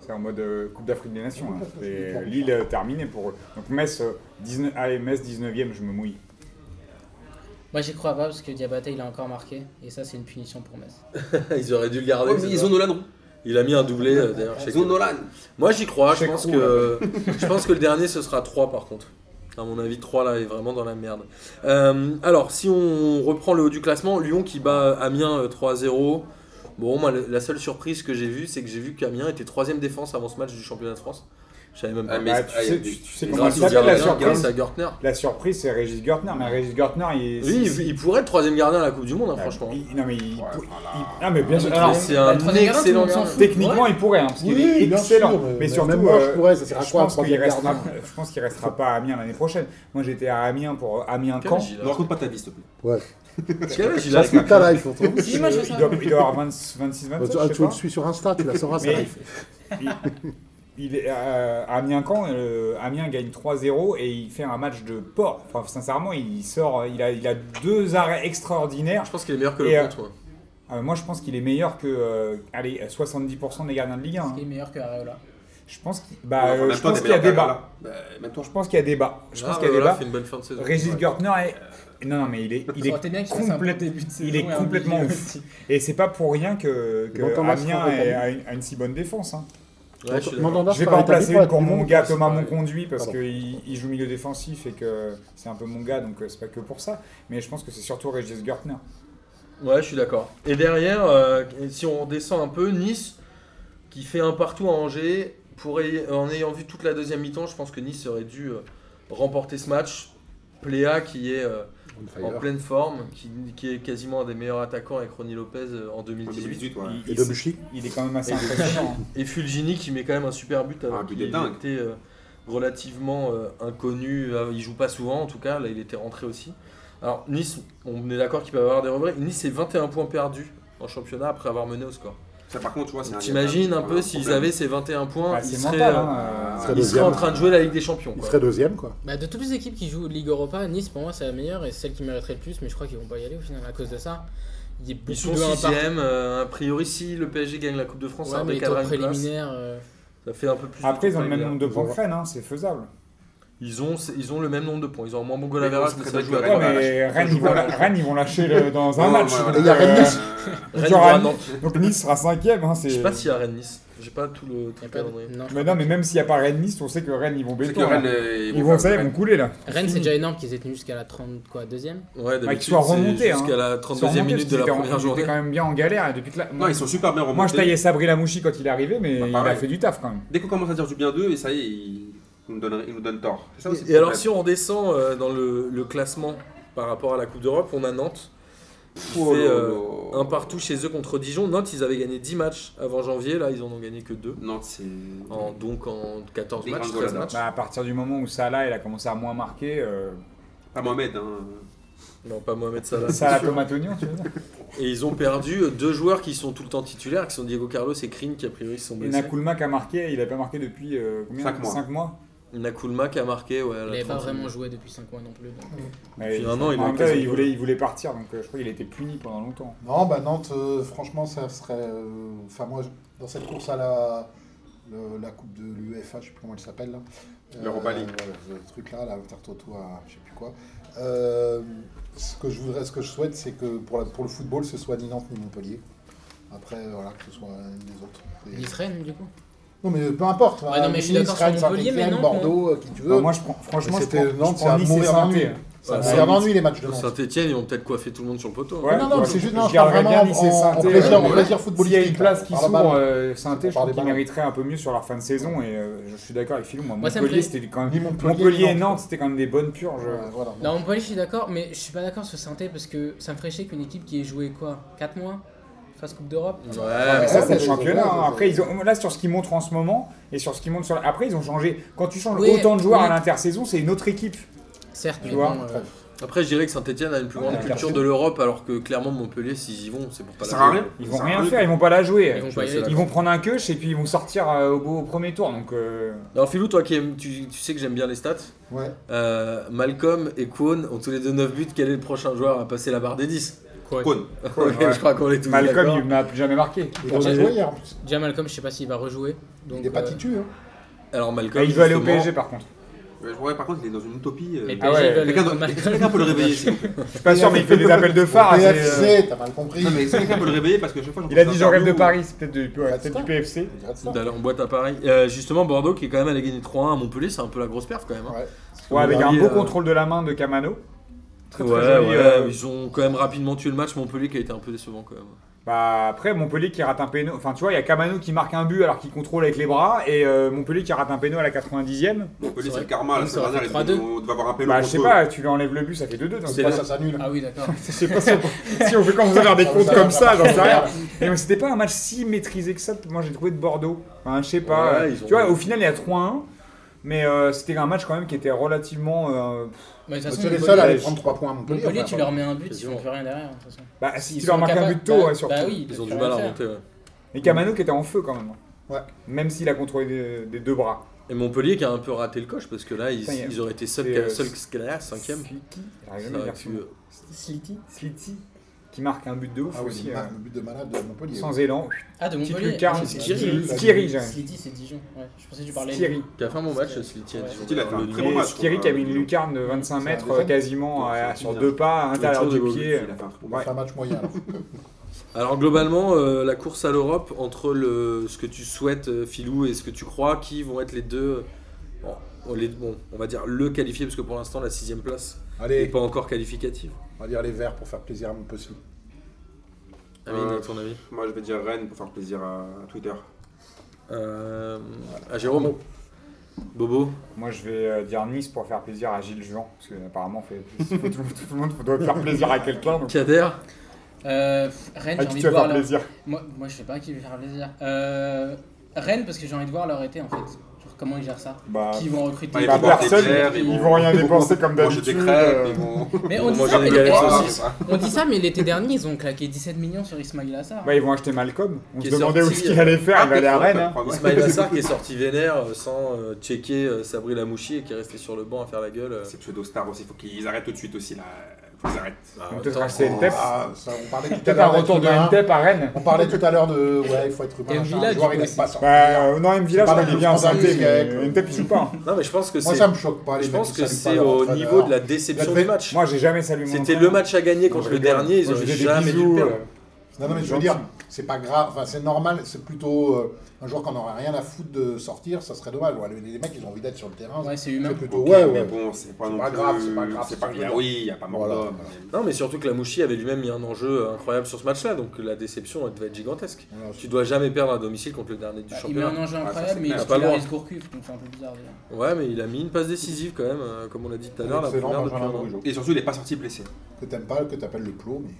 B: C'est en mode euh, Coupe d'Afrique des Nations. hein. C'est, euh, Lille euh, terminée pour eux. Donc Metz, euh, 19... Allez, Metz 19ème, je me mouille.
E: Moi, j'y crois pas parce que Diabaté, il a encore marqué. Et ça, c'est une punition pour Metz.
A: Ah Ils auraient dû le garder.
D: Oh,
C: Ouais, mais
A: c'est
C: ils
A: ça.
C: ont Nolan.
A: Il a mis un doublé euh, d'ailleurs. chez
C: Ils ont Nolan.
A: Moi j'y crois. Je
B: Chez
A: pense,
B: Crew,
A: que... je pense que le dernier ce sera 3 par contre. À mon avis, 3 là est vraiment dans la merde. Euh, alors, si on reprend le haut du classement, Lyon qui bat Amiens euh, 3-0. Bon, moi, le- la seule surprise que j'ai vue, c'est que j'ai vu qu'Amiens était 3 défense avant ce match du championnat de France. Je savais même pas.
C: Ah, mais
B: Ah,
C: c'est-
B: tu
C: ah, il y a
B: sais-
C: des-
B: tu- tu sais
C: des
B: comment
C: grâces
A: Grâce
B: il
A: au gardien,
B: s'appelle, la surprise
A: grâce à Gertner.
B: La surprise, c'est Régis Gortner. Mais Régis Gortner, il
A: Oui, il,
B: c'est-
A: il pourrait être troisième gardien à la Coupe du Monde, hein,
B: Ah,
A: franchement.
B: il- Non, mais il.
C: Ouais,
B: pour-
C: voilà.
B: il- Ah, mais bien sûr.
A: Mais
B: alors,
A: c'est un
E: troisième gardien, tout le
A: excellent
E: monde s'en
A: gardien.
E: fout.
B: Techniquement, il pourrait, hein, parce qu'il
D: Oui,
B: est
D: bien
B: excellent.
D: sûr,
B: mais
D: mais
B: surtout,
D: même moi, je
B: euh,
D: pourrais, ça sert à
B: je
D: quoi, un
B: pense qu'il
D: troisième
B: restera-
D: gardien
B: Je pense qu'il restera pas à Amiens l'année prochaine. Moi, j'étais à Amiens pour
A: Quel
B: Amiens-Camp.
A: âge il a
C: Ne raconte pas ta vie, s'il te plaît.
D: Ouais.
A: Quel âge il a
D: J'assume ta life, pourtant.
E: Si, moi, je
B: il,
E: ça.
B: doit, il doit avoir 20 26, 27,
D: Ah,
B: je
D: tu
B: sais
D: le
B: pas.
D: suis sur Insta, tu la sauras, sa
B: Mais-
D: life.
B: Il, il est euh, à Amiens Caen, Amiens gagne 3-0 et il fait un match de port. Enfin, sincèrement, il sort, euh, il a, il a deux arrêts extraordinaires.
A: Je pense qu'il est meilleur que
B: Et,
A: le
B: euh,
A: compte, moi.
B: Euh, moi, je pense qu'il est meilleur que euh, allez, 70% des gardiens de Ligue 1. hein.
E: Il est meilleur que Areola.
B: Je pense qu'il
C: Enfin,
B: bah,
C: en
B: euh,
C: même
B: je
C: temps,
B: pense
C: t'es
B: qu'il y a
C: meilleur qu'Areola.
B: débat.
C: Bah, Même toi,
B: Je pense qu'il y a débat. Je pense
A: Ah,
B: qu'il y a
A: voilà,
B: débat.
A: fait une bonne fin de saison.
B: Régis
A: Ouais.
B: Gortner est. Non, non, mais il est, il
E: Ça aurait été bien
B: est
E: qu'il fasse un bon
B: complètement.
E: début de saison
B: il est
E: et un
B: complètement
E: milieu
B: ouf.
E: aussi.
B: Et c'est pas pour rien que, que
D: Bon, Thomas
B: Amiens
D: sera rétabli.
B: est- a, une, a une si bonne défense. hein.
A: Ouais, je suis d'accord.
D: Mandanda
B: Je vais
D: sera
B: pas en placer
D: rétabli
B: une pour
D: la Coupe
B: mon
D: du
B: gars
D: Monde.
B: Thomas
A: Ouais.
B: Monconduit parce
D: Pardon.
B: qu'il il joue milieu défensif et que c'est un peu mon gars donc euh, c'est pas que pour ça. Mais je pense que c'est surtout Régis Gertner.
A: Ouais, je suis d'accord. Et derrière, euh, si on descend un peu, Nice, qui fait un partout à Angers, pour, ay- en ayant vu toute la deuxième mi-temps, je pense que Nice aurait dû euh, remporter ce match. Pléa, qui est euh,
D: On fire.
A: en pleine forme, qui, qui est quasiment un des meilleurs attaquants avec Ronny Lopez euh, en 2018.
C: 2018, ouais.
B: Il,
D: Et
B: il-
D: Debuchy
B: il est quand même assez
A: Et
B: impressionnant. hein.
A: Et Fulgini, qui met quand même un super but alors
C: Ah, but
A: qu'il
C: de dingue.
A: était euh, relativement euh, inconnu. euh, Il joue pas souvent, en tout cas. Là, il était rentré aussi. Alors, Nice, on est d'accord qu'il peut avoir des regrets. Nice, c'est 21 points perdus en championnat après avoir mené au score.
C: Ça, par contre, tu vois, c'est un-
A: T'imagines un peu
C: problème.
A: s'ils avaient ces 21 points,
B: Bah,
A: ils,
B: c'est
A: seraient,
B: mental.
A: euh,
B: hein, euh,
D: serait
A: ils seraient en
D: deuxième.
A: train de jouer la Ligue des Champions.
D: Il
A: quoi.
D: serait deuxième, quoi.
E: Bah, de toutes les équipes qui jouent Ligue Europa, Nice pour moi c'est la meilleure et celle qui mériterait le plus, mais je crois qu'ils vont pas y aller au final à cause de ça. Il y a beaucoup
A: Ils sont
E: de un partout.
A: 6ème. A priori, si le PSG gagne la Coupe de France,
E: Ouais,
A: ça
E: mais les
A: recadrera
E: tours
A: une place.
E: préliminaires. euh,
A: Ça fait un peu plus. de
B: Après, ils ont le
A: campagne,
B: même
A: là.
B: nombre de points
D: Ils
B: que
D: ont-
B: Rennes, hein, c'est faisable.
A: Ils ont, ils ont le même nombre de points. Ils ont un moins bon goal
C: Mais
A: average,
C: on se
A: mais
C: serait
A: ça
C: pas
A: joue à
B: Ouais,
C: joué Ouais,
A: Rennes.
B: mais Rennes, ils vont,
C: voilà.
B: Rennes, ils vont lâcher le- dans un
C: Non,
B: match.
C: ouais,
B: donc,
C: voilà.
D: il y a Rennes,
B: euh,
D: Nice.
A: Rennes
B: genre
A: jouera à
B: Rennes.
A: Nantes.
B: Donc Nice sera cinquième. Hein,
A: Je
B: c'est...
A: sais pas s'il y a Rennes Nice. J'ai pas tout le tout
E: Y a
A: le
E: pas de-
A: calendrier.
E: non, je
B: Mais
E: crois
B: non, mais même s'il n'y a pas Rennes Nice, on sait que Rennes, ils vont
C: C'est
B: béton.
C: que
B: là.
C: Rennes, euh,
B: Ils vont, ça,
C: faire-
B: ils vont couler là.
E: pas. Rennes, c'est déjà énorme qu'ils aient tenu jusqu'à la 30, quoi, deuxième
A: Ouais,
B: Bah, qu'ils
A: d'habitude,
B: soient
A: c'est
B: remontés, hein.
A: jusqu'à la
B: Ils sont
A: 32e
B: remontés
A: minute
B: parce
A: de la
B: qu'ils étaient en-
A: première
B: Ils
A: journée.
B: étaient quand même bien en galère. Et depuis que là-
C: Non, ils sont super bien remontés.
B: Moi, je taillais Sabri Lamouchi quand il est arrivé, mais
C: Bah,
B: il a
C: pareil.
B: fait du taf quand même.
C: Dès qu'on commence à dire du bien d'eux, et ça y est, ils nous donnent, ils nous donnent tort. C'est ça aussi le
A: Et alors,
C: problème.
A: si on redescend euh, dans le, le classement par rapport à la Coupe d'Europe, on a Nantes. qui
C: Oh là
A: fait, euh,
C: là.
A: un partout chez eux contre Dijon. Nantes, ils avaient gagné 10 matchs avant janvier. Là, ils en ont gagné que 2.
C: Nantes, c'est.
A: En, donc en 14
C: Des
A: matchs,
C: grandes
A: 13
C: golades.
A: matchs.
B: Bah, à partir du moment où Salah il a commencé à moins marquer, euh,
C: Pas Mohamed, hein.
A: Non, pas Mohamed Salah.
B: Salah
A: c'est sûr.
B: Tomatonio, tu veux dire
A: Et ils ont perdu euh, deux joueurs qui sont tout le temps titulaires, qui sont Diego Carlos et Krin, qui a priori sont
B: Et
A: blessés.
B: Nakulma qui a marqué, il a pas marqué depuis euh, combien
C: Cinq mois.
B: Cinq mois.
A: Nakulma qui a marqué, ouais. à
E: Il
A: la
E: n'avait pas
A: 30e.
E: vraiment joué depuis 5 mois non plus. donc.
B: Mais
A: Puis un an, il a
B: en même
A: été
B: temps,
A: sans
B: il
A: goal.
B: voulait, il voulait partir, donc euh, je crois qu'il a été puni pendant longtemps.
D: Non, bah Nantes, euh, franchement, ça serait. euh, Enfin, moi, je- dans cette course à la, le- la Coupe de l'UEFA, je sais plus comment elle s'appelle. là. Euh,
C: L'Europa League.
D: voilà, ce truc-là, la Intertoto à je sais plus quoi. Euh, ce, que je voudrais, ce que je souhaite, c'est que pour, la- pour le football, ce soit ni Nantes ni Montpellier. Après, voilà, que ce soit une des autres. Et-
E: Nice Rennes, du coup.
D: Non, mais peu importe. hein,
E: Ouais, non, mais je suis d'accord sur
D: Rennes,
E: Montpellier, mais
D: Saint-Étienne,
E: Nantes,
D: Bordeaux, euh, qui tu veux.
B: Non, Bah, moi, je prends, franchement, je
D: C'était-
B: prends, je
D: Nantes, c'est
B: prends
D: un
B: Nice et
D: mauvais
B: Saint-Étienne.
D: ennui. ça
A: Ouais,
D: c'est
A: ça-
D: un ennui les matchs de Nantes.
A: Saint-Etienne, ils vont peut-être coiffer tout le monde sur le poteau. hein.
B: Ouais.
D: non, non, mais c'est juste, non, je parle
B: garderais
D: vraiment
B: bien Nice et
D: en, en
B: Saint-Étienne,
D: plaisir, en
B: mais-
D: plaisir
B: S'il y
D: footballistique.
B: a une place qui
D: par la
B: s'ouvre,
D: balle.
B: euh, Saint-Étienne,
D: On
B: je
D: parle
B: crois qu'il
D: des ballons.
B: mériterait un peu mieux sur leur fin de saison. Et euh, je suis d'accord avec Philou, moi,
E: Moi, ça me
B: Montpellier,
E: plaît.
B: c'était quand
D: Ni
B: même.
D: Montpellier, ni
B: Montpellier et
D: Nantes.
B: Nantes, c'était quand même des bonnes purges.
D: Ouais, voilà.
E: Non, Montpellier, je suis d'accord, mais je suis pas d'accord sur Saint-Étienne parce que ça me ferait chier qu'une équipe qui ait joué quoi 4 mois Face Coupe d'Europe
A: Ouais,
B: Mais
A: mais
B: ça,
D: Ouais,
B: c'est le
D: ouais,
B: championnat.
D: ouais,
B: hein.
D: ouais.
B: Après, ils ont, là, sur ce qu'ils montrent en ce moment, et sur ce qu'ils montrent sur. Après, ils ont changé. Quand tu changes
E: Oui,
B: autant de joueurs
E: oui.
B: à l'intersaison, c'est une autre équipe.
E: Certes,
B: Tu
E: mais
B: vois,
E: bon, euh,
D: Bref.
A: Après, je dirais que Saint-Etienne a une plus
B: Ouais,
A: grande
B: la
A: culture
B: carte.
A: de l'europe, alors que clairement, Montpellier, s'ils y vont, c'est pour pas
C: Ça
A: la
C: sert à
A: jouer.
C: rien.
B: Ils
C: Ça
B: vont
C: sert à
B: rien faire, ils vont pas la jouer.
E: ils vont pas y
A: c'est
E: aller.
B: Ils vont prendre un queuche et puis ils vont sortir euh, au, beau- au premier tour. Donc, euh,
A: Alors, Philou, toi qui aimes, tu, tu sais que j'aime bien les stats.
D: Ouais.
A: Euh, Malcolm et Kwon ont tous les deux 9 buts. Quel est le prochain joueur à passer la barre des 10
C: Cône.
B: Kwon,
A: Ouais,
B: ouais.
A: Je crois qu'on est tous
B: Malcolm,
A: d'accord.
B: il n'a plus jamais marqué.
D: Il a pas joué hier en plus.
E: Déjà Malcolm, je sais pas s'il va rejouer. Donc,
D: Il n'est pas
E: euh,
D: titu. Hein.
A: Alors, Malcolm.
B: Et il veut aller au
A: justement,
B: PSG par contre.
C: Ouais, je vois, par contre, il est dans une utopie. euh,
E: les
B: Ah
E: PSG
B: ouais.
E: veulent
C: Quelqu'un
E: prendre
C: doit- est-ce que
E: Malcolm.
C: quelqu'un peut le réveiller s'il vous plaît
B: Je suis pas sûr, mais il fait des appels de phare.
D: Au
B: c'est, euh,
D: PFC, t'as mal compris.
C: Non, mais est-ce que quelqu'un peut le réveiller parce que chaque fois j'entends
B: Il a
C: des
B: dit je rêve de
C: interviews où-
B: Paris, c'est peut-être du, ouais,
D: Ah,
B: peut-être
D: ça.
B: du PFC.
D: On dirait de ça.
A: D'aller en boîte à Paris. Euh, justement, Bordeaux qui est quand même allé gagner 3-1 à Montpellier, c'est un peu la grosse perf quand même. hein.
D: Ouais.
B: Ouais, avec
A: Paris,
B: un beau
A: euh,
B: contrôle de la main de Camano. Très, très
A: ouais,
B: joli,
A: ouais,
B: euh,
A: ils ont quand même rapidement tué le match. Montpellier qui a été un peu décevant quand même.
B: Bah après Montpellier qui rate un péno. Enfin tu vois, il y a Camano qui marque un but alors qu'il contrôle avec les bras et euh, Montpellier qui rate un péno à la 90e.
C: Montpellier,
E: C'est
C: c'est le karma, la
E: vrai.
C: semaine dernière,
E: Ça fait
C: ils- on doit avoir un pélo
B: Bah je
C: contre
B: sais
C: eux.
B: pas, tu lui enlèves le but, ça fait 2-2. dans ce
D: C'est
B: cas.
D: pas ça s'annule.
E: Ah oui, d'accord.
B: Je sais pas si on, si on fait comme ça faire des comptes comme ça, j'en sais rien. Mais c'était pas un match si maîtrisé que ça, moi j'ai trouvé de Bordeaux. Enfin, je sais pas.
A: Ouais, ils ont-
B: tu vois, au final il y a 3-1. Mais euh, c'était un match quand même qui était relativement. euh,
E: Mais de toute façon,
D: C'est les
E: Montpellier-
D: seuls à aller prendre 3 points à Montpellier.
E: Montpellier, tu
D: enfin,
E: leur mets un but, ils
A: Ils
E: font
A: ont-
E: plus rien derrière. de toute façon.
B: bah, si
E: Ils
B: tu leur
E: sont
B: marques un
E: capables-
B: but tôt,
E: bah-
B: ouais, surtout.
E: Bah oui,
A: Ils ont
E: peuvent
A: du
E: plus
A: mal à
E: rien faire.
A: remonter. ouais.
B: Et Camano qui était en feu quand même.
D: Ouais.
B: Même s'il a contrôlé des, des deux bras.
A: Et Montpellier qui a un peu raté le coche parce que là, ils,
B: Putain, y a-
A: ils auraient été seuls,
B: c'est, euh,
A: seuls scalaires, 5ème.
B: Sliti.
A: Ça
B: J'arrive jamais à
A: aurait
B: dire
A: pu,
B: son nom.
A: euh,
E: Slity
B: Sliti. Qui marque un but de ouf
D: Ah oui,
B: aussi.
D: il
B: euh,
A: hein.
D: marque le but de malade de Montpellier.
B: sans élan.
E: Ah, de
B: Petite
E: Montpellier.
B: lucarne.
E: Ah,
D: c'est
B: Skiri.
D: Skiri.
B: Skiri, j'arrive.
E: Slity, c'est Dijon. Ouais, je pensais que tu parlais.
B: Skiri.
A: qui a fait un bon match, Sliti. à
E: Ouais.
A: Dijon.
C: Sliti, il a fait un
A: Le
C: très
B: Et
A: numéro-
C: bon match,
B: Skiri
C: quoi.
B: qui a mis une lucarne de 25
D: hein, C'est un
B: mètres
D: défaite.
B: euh, quasiment
C: Ouais,
B: euh,
C: c'est
B: sur
C: bizarre.
B: deux pas, intérieur
A: Autour des
B: du pied.
C: Il a fait un bon
B: Ouais.
D: C'est un match moyen. alors.
A: Alors globalement, euh, la course à l'Europe, entre le, ce que tu souhaites, euh, Philou, et ce que tu crois, qui vont être les deux... Bon, on les- bon, on va dire le qualifié, parce que pour l'instant, la sixième place n'est
D: Allez,
A: pas encore qualificative.
D: on va dire les verts pour faire plaisir à Montpellier.
A: Amine,
C: Euh,
A: à ton avis
C: Moi, je vais dire Rennes pour faire plaisir à à Twitter.
A: Euh, À Jérôme Bobo
B: Moi, je vais euh, dire Nice pour faire plaisir à Gilles Jean, parce qu'apparemment, fait, faut tout, tout le monde doit faire plaisir à quelqu'un. donc
A: Kader
E: Euh, pff, Rennes,
B: À
E: j'ai
B: qui
E: envie
B: tu vas
E: de voir
B: faire
E: leur.
B: plaisir
E: Moi, moi, je sais pas qui lui faire plaisir. Euh, Rennes, parce que j'ai envie de voir leur été en fait. Genre, comment ils gèrent ça
B: Bah,
E: Qui vont recruter
C: Bah, ils
B: Bah,
C: vont porter
B: personne,
C: des bières,
B: ils vont rien dépenser comme
C: manger des
B: d'habitude,
C: crêpes,
B: euh.
C: ils vont-
E: Mais
A: Ils
E: on dit,
A: vont
E: ça,
A: manger
E: mais
A: des
B: Ah,
A: galettes
B: bah,
E: l'été-
A: saucisses.
E: on dit ça, mais l'été dernier, ils ont claqué 17 millions sur Ismail Assar.
B: bah, ils vont acheter Malcolm. On
A: Qui
B: se
A: est
B: demandait où
A: sorti,
B: ce qu'il allait
C: Ah,
B: faire. il va aller à Rennes. hein.
A: Ismail Assar qui est sorti vénère euh, sans euh, checker euh, Sabri Lamouchi et qui est resté sur le banc à faire la gueule. euh.
C: C'est pseudo star aussi, faut qu'ils arrêtent tout de suite aussi là. Faut qu'ils arrêtent.
A: Ah,
B: On peut
A: attends.
B: racheter une tête.
D: Ah, ça, on parlait tout à
B: Peut-être un
D: l'heure d'être
B: retour de
D: humain.
B: Ntep à Rennes.
D: On parlait tout à l'heure de. Ouais, il faut être humain.
A: Et
D: machin,
A: Villa,
D: le joueur,
A: du
D: il
A: coup,
D: est pas sorti.
B: Bah, euh, non, il me dit là,
D: C'est
B: on
D: pas
B: est bien
D: la même
B: santé,
D: chose,
B: mais
D: mais-
B: Ntep, il joue pas. hein.
A: Non, mais je pense que
D: Moi,
A: c'est.
D: ça me choque pas. les
A: Je
D: mecs
A: pense
D: qui
A: que
D: saluent
A: c'est
D: pas leur
A: au
D: entraîneur.
A: niveau de la déception
D: Moi,
A: du match.
B: Moi, j'ai jamais salué mon
A: C'était
B: entraîneur.
A: le match à gagner contre
B: Je
A: le
B: rigole.
A: dernier, ils
B: Moi, je
A: auraient
B: fais des
A: jamais dû
B: bisous,
A: le perdre.
B: euh,
D: Non, non, mais je veux dire, c'est pas grave. Enfin, c'est normal. C'est plutôt euh, un joueur qu'on n'aurait rien à foutre de sortir. Ça serait dommage. Ouais, les- les mecs, ils ont envie d'être sur le terrain.
E: Ouais, c'est
D: c'est
E: humain.
D: plutôt.
C: Ok,
D: ouais,
C: mais
D: ouais.
C: bon, c'est pas
D: C'est
C: non
D: pas
C: plus-
D: grave, c'est pas grave,
C: c'est
D: c'est
C: pas
D: pas
C: grave.
D: grave.
C: Oui, il y a pas mort
D: Voilà.
C: d'homme.
A: Non, mais surtout que la Mouchi avait lui-même mis un enjeu incroyable sur ce match-là, donc la déception elle devait être gigantesque.
D: Voilà,
A: Tu dois jamais perdre à domicile contre le dernier du
E: Bah, Il met
A: championnat.
E: un enjeu
C: ça,
E: incroyable,
C: c'est
E: mais
C: clair.
E: il
A: Pas loin.
E: titularise Gourcuff, donc c'est un peu bizarre. déjà.
A: Ouais, mais il a mis une passe décisive quand même, euh, comme on l'a dit tout à l'heure, la
D: Excellent,
A: première depuis
D: Benjamin
A: un an,
D: Bourigeaud.
C: Et surtout, il est pas sorti blessé. Oh,
D: Que t'aimes pas, que t'appelles le plot, mais.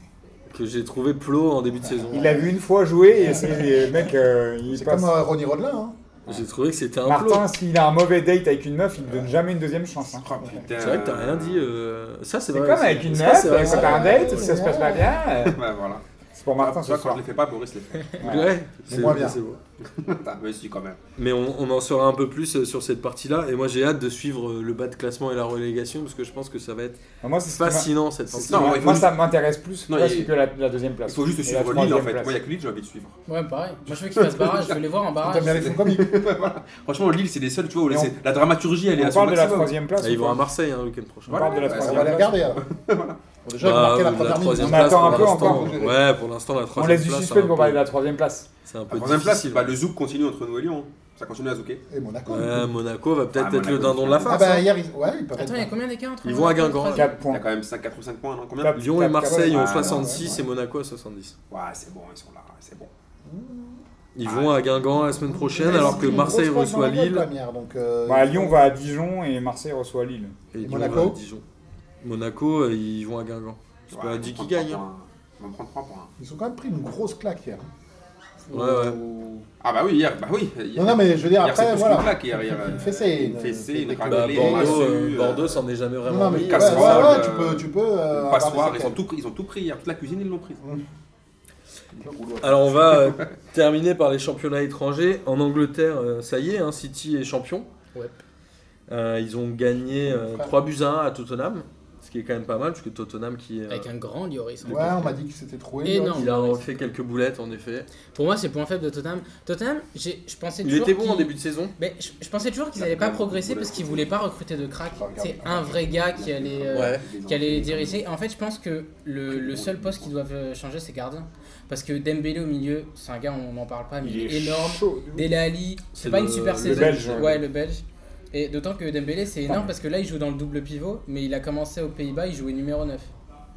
A: que j'ai trouvé plot en début de saison.
B: Bah, Il l'a vu une fois jouer et c'est les mecs, euh, il
D: C'est
B: passe.
D: comme euh, Ronnie Rodelin. Hein.
A: J'ai trouvé que c'était un plot.
B: Martin, euh, s'il a un mauvais date avec une meuf, il ne donne jamais une deuxième chance. hein.
A: C'est vrai que t'as rien dit. euh, Ça, c'est
B: C'est
A: vrai.
B: comme
A: aussi.
B: avec une
A: Ça,
B: meuf,
A: c'est
B: quand
A: vrai, ça.
B: t'as un date, si ça
D: ouais.
B: se passe pas bien, euh,
C: Ouais, voilà.
B: c'est pour Martin
C: Tu vois,
B: ce
C: quand
B: soir.
C: je les fais pas, Boris les fait.
A: Ouais, c'est
D: moins bien.
A: c'est beau.
C: Putain, mais si, quand même.
A: Mais on, on en saura un peu plus euh, sur cette partie-là. Et moi, j'ai hâte de suivre euh, le bas de classement et la relégation parce que je pense que ça va être
B: Moi, c'est ce qui m'a-
A: fascinant cette
C: C'est
A: partie.
C: Non,
B: moi,
C: il faut
B: moi,
C: juste-
B: ça m'intéresse plus
C: Non,
B: presque
C: il-
B: que la, la deuxième place.
C: Il faut juste
B: Et la
C: suivre Lille en
B: troisième
C: fait.
B: place.
C: Moi, il y a que Lille, j'ai envie de suivre.
E: Ouais, pareil. Moi, je veux qu'il fasse barrage, je veux les voir en barrage.
D: T'aimes bien les films comiques.
C: Franchement, Lille, c'est les seuls, tu vois, où
B: Et
C: c'est- la dramaturgie, elle est à
B: On
C: son
B: parle de la
C: maximum.
B: troisième place.
A: Là, ils
B: ou
A: vont
B: pas
A: à Marseille hein, le week-end prochain.
B: On parle de la
C: ouais,
D: On
B: troisième
D: va les
B: place.
D: regarder alors. Bon, déjà, ils ont
A: Bah,
D: marqué la
A: euh,
D: première minute.
A: troisième
B: On
A: place,
B: attend un
A: pour
B: peu
A: l'instant,
B: encore.
A: euh, Ouais, pour l'instant, la
B: On
A: troisième
B: laisse du
A: place, hein,
B: suspense
A: c'est un
B: pour parler de
A: peu-
B: la troisième place.
A: C'est un
C: La
A: peu
C: troisième place,
A: difficile.
C: bah, le zouk continue entre nous et Lyon. Ça continue à zouker.
D: Et Monaco.
A: Ouais, Monaco va peut-être
C: Ah,
A: être le
C: Monaco,
A: dindon de la
C: c'est
D: Ah
A: farce.
D: bah
A: hein.
D: hier, ils... ouais, ils peuvent
E: Attends, il y a
D: être...
E: combien d'écart entre
A: Ils
E: les
A: vont à
E: trois
A: Guingamp.
E: troisièmes
B: 4
C: Il y a
B: points.
C: quand même 5, 4 ou 5 points, non Combien
B: Quatre.
A: Lyon et Marseille ont
C: Ah,
A: 66 et Monaco à 70.
C: Ouais, c'est bon, ils sont là, c'est bon.
A: Ils
C: Ah,
A: vont à Guingamp la semaine prochaine alors que
D: Ils ont une
A: Marseille
D: grosse
A: reçoit
D: phase dans la gueule, quand
A: Lille
D: même, hier, donc, euh,
B: Bah, Lyon va à Dijon et Marseille reçoit Lille.
A: et Lyon
D: Monaco
A: à Dijon. Monaco, euh, ils vont à Guingamp. C'est
C: Ouais,
A: pas
C: on
A: dit
C: prend
A: qui
C: trois
A: gagne. hein.
C: points. On va prendre 3 points.
D: Ils ont quand même pris une grosse claque hier.
A: Ouais, ouais.
C: Ah bah oui, hier, bah oui. hier-
D: Non, non, mais je veux dire,
C: hier, c'est
D: après,
C: plus qu'une
D: voilà.
C: claque, hier, hier, euh,
D: Une fessée,
C: Une
D: une-
C: fessée, une
D: une-
A: Bah,
C: racolée, une
A: Bordeaux,
C: massue,
A: euh,
C: euh,
A: Bordeaux s'en est jamais
D: Non,
A: vraiment
D: non, mais
A: mis. hein.
D: ouais, ouais,
C: casserole,
D: ouais, tu
C: euh,
D: peux, tu peux euh,
C: une
D: avoir
C: passoire,
D: des
C: ils
D: séquelles.
C: ont, tout, ils ont tout pris hier, toute la cuisine, ils l'ont pris.
A: Alors on va euh, terminer par les championnats étrangers. En Angleterre, euh, ça y est, hein, City est champion.
E: Ouais.
A: Euh, ils ont gagné euh, 3 buts à 1 à Tottenham, ce qui est quand même pas mal, puisque Tottenham qui est... euh,
E: Avec un grand Lloris. hein.
D: Ouais, on m'a dit que c'était troué.
E: Et
D: ouais.
E: non.
A: il a fait quelques boulettes en effet.
E: Pour moi, c'est le point faible de Tottenham. Tottenham, j'ai- je pensais
A: Il
E: toujours.
A: était bon en
E: qu'ils-
A: début de saison.
E: Mais je, je pensais toujours qu'ils
C: Il a
E: allaient pas
C: quand même
E: progresser
C: beaucoup
E: parce
C: de-
E: qu'ils voulaient pas recruter de crack.
D: Regarde.
E: C'est un vrai gars qui allait. euh, qui allait les diriger. En fait, je pense que le, le seul poste qu'ils doivent euh, changer, c'est gardien. Parce que Dembélé au milieu, c'est un gars, on n'en parle pas, mais il est énorme.
B: chaud.
E: Dele Alli,
A: C'est
E: c'est pas
A: le-
E: une super
A: le
E: saison.
B: Belge,
E: ouais,
B: ouais.
E: le belge. Et d'autant que Dembélé, c'est énorme parce que là, il joue dans le double pivot, mais il a commencé aux Pays-Bas, il jouait numéro 9.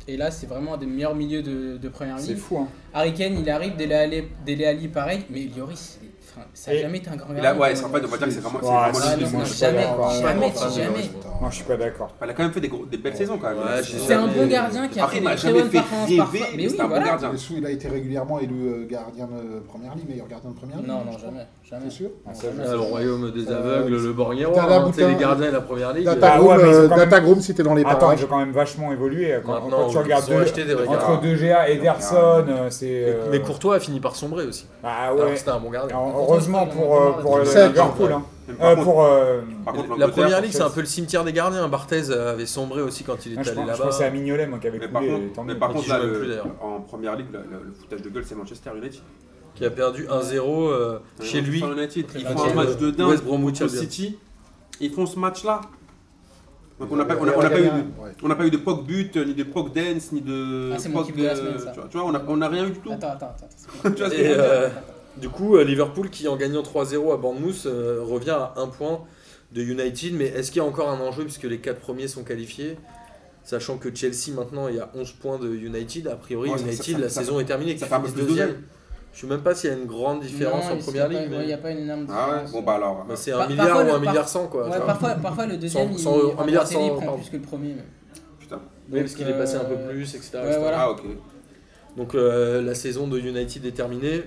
E: Et là, c'est vraiment un des meilleurs milieux de, de première
B: C'est
E: ligue.
B: fou, hein.
E: Harry Kane, il arrive, Dele Alli, Dele Alli, pareil, mais Lloris, il- enfin, ça a
B: Et-
E: jamais été un grand
C: Et là,
E: gardien,
C: ouais, c'est en fait, on va dire que c'est vraiment. c'est
B: Ouais,
C: vraiment
E: Ah,
C: Lille.
E: non,
B: moi,
E: non,
B: je suis pas
E: jamais,
B: d'accord.
E: jamais,
D: Attends,
E: jamais.
B: Moi, je suis pas d'accord.
C: Elle a quand même fait des, gros- des belles saisons quand même.
A: Ouais, j'ai
E: C'est un
A: jamais-
E: bon gardien qui a
C: Après,
E: fait
C: il
E: des
C: m'a
E: très
C: jamais
E: bonnes
C: fait
E: performances parfois.
C: rêver, mais
E: Mais oui,
C: c'est un bon
E: voilà.
C: gardien.
D: Dessous, il a été régulièrement élu euh, gardien de première ligne, meilleur gardien de première ligne.
E: Non,
D: je
E: non,
D: crois.
E: jamais, jamais.
D: T'es sûr
B: Ah, ça, je-
A: Ah, le royaume des
D: Euh,
A: aveugles, le Borgnero,
D: t'as la
A: hein, t'sais, les
D: boutin-
A: gardiens de la première ligue.
D: Data
B: Ah ouais,
D: Groom,
B: mais ils ont
D: euh,
B: quand
D: Data
B: même-
D: Groom, c'était dans les
B: Attends,
D: parages.
B: ils ont quand même vachement évolué. euh, Quand,
A: Maintenant,
B: quand tu
A: ils
B: regardes
A: ont
B: deux-
A: acheté des
B: entre
A: regards.
B: 2GA et Ederson, euh, c'est. euh,
A: Mais Courtois a fini par sombrer aussi.
B: Ah
A: Alors
B: ouais.
A: que c'était un bon gardien.
B: Alors, heureusement pour, euh, pour euh,
D: Sept,
B: Liverpool. Hein.
C: Même par
B: Euh,
C: contre-
B: pour. euh,
C: Par
A: La
C: contre, l'Angleterre,
A: première ligue, c'est un
B: Chelsea.
A: peu le cimetière des gardiens. Barthez euh, avait sombré aussi quand il
B: non,
A: est
B: Ah, je,
A: allé
B: pense- je
A: là-bas.
B: pensais à Mignolet, moi, qui avait
C: Mais par
B: coulé. euh,
C: contre,
B: tant
C: mais
B: mieux.
C: par
A: Et
C: contre,
A: qui
C: là,
A: jouait
C: le-
A: plus, d'ailleurs.
C: en première ligue, le, le- le foutage de gueule, c'est Manchester United.
A: qui a perdu 1-0 euh, chez lui. euh,
C: Manchester United, ils
E: Ok.
C: font un match de dingue
A: West Bromwich
C: contre
A: Albion.
C: City. Ils font ce match-là. Donc on n'a
D: n'a
C: pas, on a- on a pas eu de,
D: Ouais.
C: on n'a pas eu de POC but, ni de POC dance, ni de
E: Ah, c'est mon
C: POC
E: kiff de la semaine, ça.
C: Tu vois, tu vois, on n'a on a rien eu du tout.
E: Attends, attends, attends.
C: Tu vois ce que
A: Et,
C: je veux dire
A: euh, Du coup, euh, Liverpool qui en gagnant 3-0 à Bournemouth euh, revient à 1 point de United. Mais est-ce qu'il y a encore un enjeu puisque les 4 premiers sont qualifiés Sachant que Chelsea maintenant est à 11 points de United. A priori,
C: Ouais, ça-
A: United,
C: ça- ça-
A: la
C: ça-
A: saison est terminée.
C: ça
A: qu'ils
C: fait un peu
A: finissent
C: plus
A: deuxième.
C: d'oseille.
A: Je sais même pas s'il y a une grande différence en première ligue.
E: Il
A: mais-
E: n'y a pas une énorme
C: Ah ouais
E: différence.
C: Bon bah
A: Bah,
C: alors. euh,
A: c'est
E: Par-
A: 1 milliard
E: parfois,
A: ou
E: le-
A: 1 milliard 100 quoi.
E: Ouais,
A: tu vois.
E: parfois, parfois le deuxième,
A: Cent-
E: il,
A: cent euros.
E: en
A: Un milliard,
E: portée libre,
A: cent,
E: prend
A: pardon.
E: plus que le premier. même.
C: Putain.
A: Oui, parce qu'il est passé un peu plus, etc.
E: Euh, Ouais,
A: etc.
E: voilà.
C: Ah ok.
A: Donc euh, la saison de United est terminée.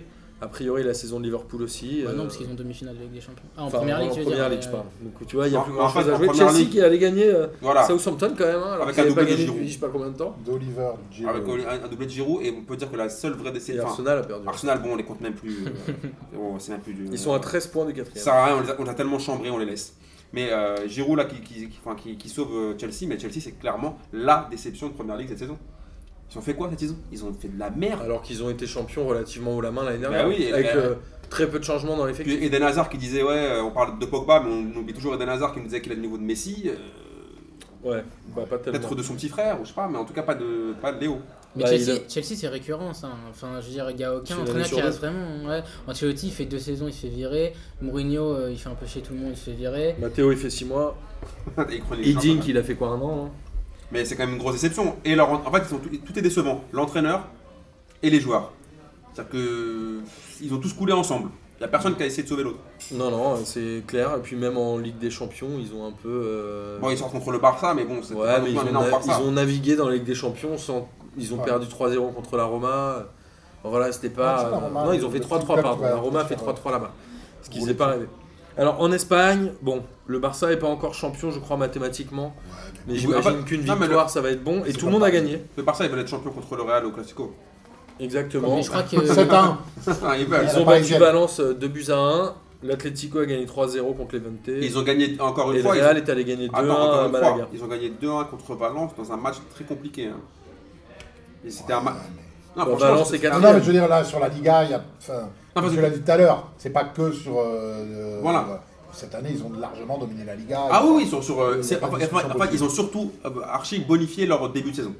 A: A priori, la saison de Liverpool aussi.
E: Bah
A: euh,
E: non, parce qu'ils ont demi-finale de Ligue des Champions. Ah, en
A: enfin,
E: première ligue,
A: en
E: tu veux
A: première
E: dire.
A: ligue, je
E: euh,
A: parle. Donc tu vois, il n'y a
C: En-
A: plus
C: en
A: grand chose
C: fait,
A: à
C: en
A: jouer.
C: première
A: Chelsea
C: ligue-
A: qui allait gagner euh,
C: Voilà.
A: Southampton quand même, hein, alors
C: Avec
A: qu'ils
C: un
A: n'avaient pas
C: doublé de
A: gagné
C: Giroud.
A: depuis je sais pas combien de temps.
D: D'Oliver, Giroud.
C: Avec euh, un, un doublé de Giroud et on peut dire que la seule vraie
A: Et
C: déception. enfin,
A: Arsenal a perdu.
C: Arsenal, bon, on les compte même plus. euh, bon, c'est même plus du-
A: Ils sont à 13 points du quatrième.
C: Ça sert à rien, on les a, on les a tellement chambrés, on les laisse. Mais euh, Giroud là qui, qui, qui- enfin, qui- qui sauve euh, Chelsea, mais Chelsea c'est clairement la déception de Première Ligue cette saison. Ils ont fait quoi cette saison Ils ont fait de la merde.
A: Alors qu'ils ont été champions relativement haut la main l'année
C: Bah
A: dernière,
C: oui, et
A: avec
C: bah-
A: euh, très peu de changements dans l'effectif.
C: Puis Eden Hazard qui disait ouais, euh, on parle de Pogba, mais on oublie toujours Eden Hazard qui nous disait qu'il a le niveau de Messi, euh,
A: Ouais, bah, pas tellement.
C: peut-être de son petit frère ou je sais pas, mais en tout cas pas de pas de Léo.
E: Mais
A: Bah,
E: Chelsea,
A: il
E: Chelsea, c'est récurrent ça. hein. Enfin, je veux dire, il n'y a
A: C'est
E: aucun
A: l'année
E: entraîneur
A: sur
E: qui
A: deux.
E: reste vraiment. Ouais. Ancelotti, il fait deux saisons, il se fait virer. Mourinho, euh, il fait un peu chez tout le monde, il se fait virer.
A: Matteo, il fait 6 mois.
C: Et ils prennent les gens,
A: Hiddink, il a fait quoi un an hein
C: Mais c'est quand même une grosse déception. Et leur, en fait, ils sont tout, tout est décevant. L'entraîneur et les joueurs. C'est-à-dire que ils ont tous coulé ensemble. Il n'y a personne qui a essayé de sauver l'autre.
A: Non, non, c'est clair. Et puis même en Ligue des Champions, ils ont un peu. euh,
C: Bon, ils sortent contre le Barça, mais bon, c'est
A: Ouais,
C: pas non
A: mais
C: plus
A: ils
C: un
A: ont,
C: énorme hein.
A: na-
C: Barça.
A: ils ont navigué dans la Ligue des Champions sans. Ils ont
D: Ouais.
A: perdu 3-0 contre la Roma. Bon, Voilà, c'était pas.
D: Ah, c'est la Roma,
A: non, ils ont
D: le
A: fait
D: petit
A: 3-3,
D: peuple,
A: pardon.
D: ouais,
A: La Roma a fait
D: ouais.
A: 3-3 là-bas. Ce qu'ils n'aient pas rêvé. Alors en Espagne, bon, le Barça n'est pas encore champion, je crois, mathématiquement. Mais
C: Oui,
A: j'imagine
C: ah bah,
A: qu'une
C: non, mais
A: victoire, ça va être bon. Et
D: C'est
A: tout
D: pas
A: le monde a
D: pareil.
A: gagné.
C: Le Barça, ils veulent être champion contre le Real au Classico.
A: Exactement.
E: Mais je crois que.
D: 7-1.
C: Ah, ils veulent.
A: Ils ont
D: Pas
A: battu
D: égal.
A: Valence 2 buts à 1. L'Atlético a gagné 3-0 contre les 20
C: Et
A: Et
C: Ils ont gagné encore une
A: le
C: fois. ils
A: Real
C: ont-
A: est allé gagner 2-1
C: Attends, encore
A: à
C: une fois,
A: Malaga.
C: ils ont gagné 2-1 contre Valence dans un match très compliqué. hein. Et c'était un match. Non,
A: Bon,
C: franchement,
A: Valence
C: c'était-
A: est quatrième.
D: Non, non, mais je veux dire, là, sur la Liga, il y a. Enfin,
C: parce
D: comme tu
C: que-
D: l'as dit tout à l'heure, c'est pas que sur. euh, le-
C: Voilà.
D: euh, Cette année, ils ont largement dominé la Liga.
C: Ah
D: Ils-
C: oui, oui, ils sont sur. euh,
D: Il y a
C: c'est-
D: pas
C: en
D: de
C: fait,
D: discussion
C: en fait,
D: possible.
C: ils ont surtout euh, archi bonifié leur début de saison.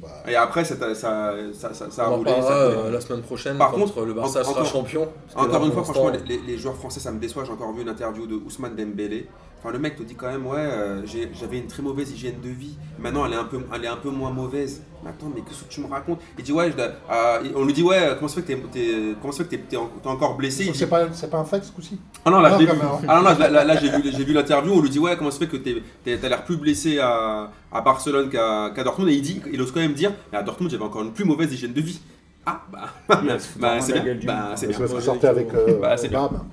D: Bah,
C: Et après, ça, ça, ça, ça, ça a
A: On en
C: roulé. ça a
A: reparlera
C: roulé.
A: euh, la semaine prochaine.
C: Par
A: quand
C: contre,
A: le Barça
C: en-
A: sera
C: encore-
A: champion. Parce que
C: Encore
A: là,
C: une fois,
A: pour
C: franchement,
A: l'instant,
C: les, les joueurs français, ça me déçoit. J'ai encore vu une interview de Ousmane Dembélé. Enfin, le mec te dit quand même, ouais, euh, j'ai- j'avais une très mauvaise hygiène de vie. Maintenant, elle est un peu, elle est un peu moins mauvaise. Mais attends, mais qu'est-ce que tu me racontes Il dit, ouais, je dois- euh, on lui dit, ouais, comment ça fait que t'es- t'es, comment ça fait que t'es, t'es en- t'es encore blessé Il dit,
D: C'est pas, c'est pas un fait ce coup-ci
C: ah non, là,
D: Non,
C: j'ai
D: quand
C: vu,
D: même.
C: ah non, là, là, là, là, j'ai vu, j'ai vu l'interview, on lui dit ouais, comment se fait que t'es- t'es- t'as l'air plus blessé à, à Barcelone qu'à qu'à Dortmund, et il, dit, il ose quand même dire, mais à Dortmund j'avais encore une plus mauvaise hygiène de vie. Ah bah, bah, c'est bien, bah, c'est bien.
D: Parce
A: Ouais,
D: qu'on sortait avec. euh,
C: Bah, c'est bien.
D: Bam.
A: Ah,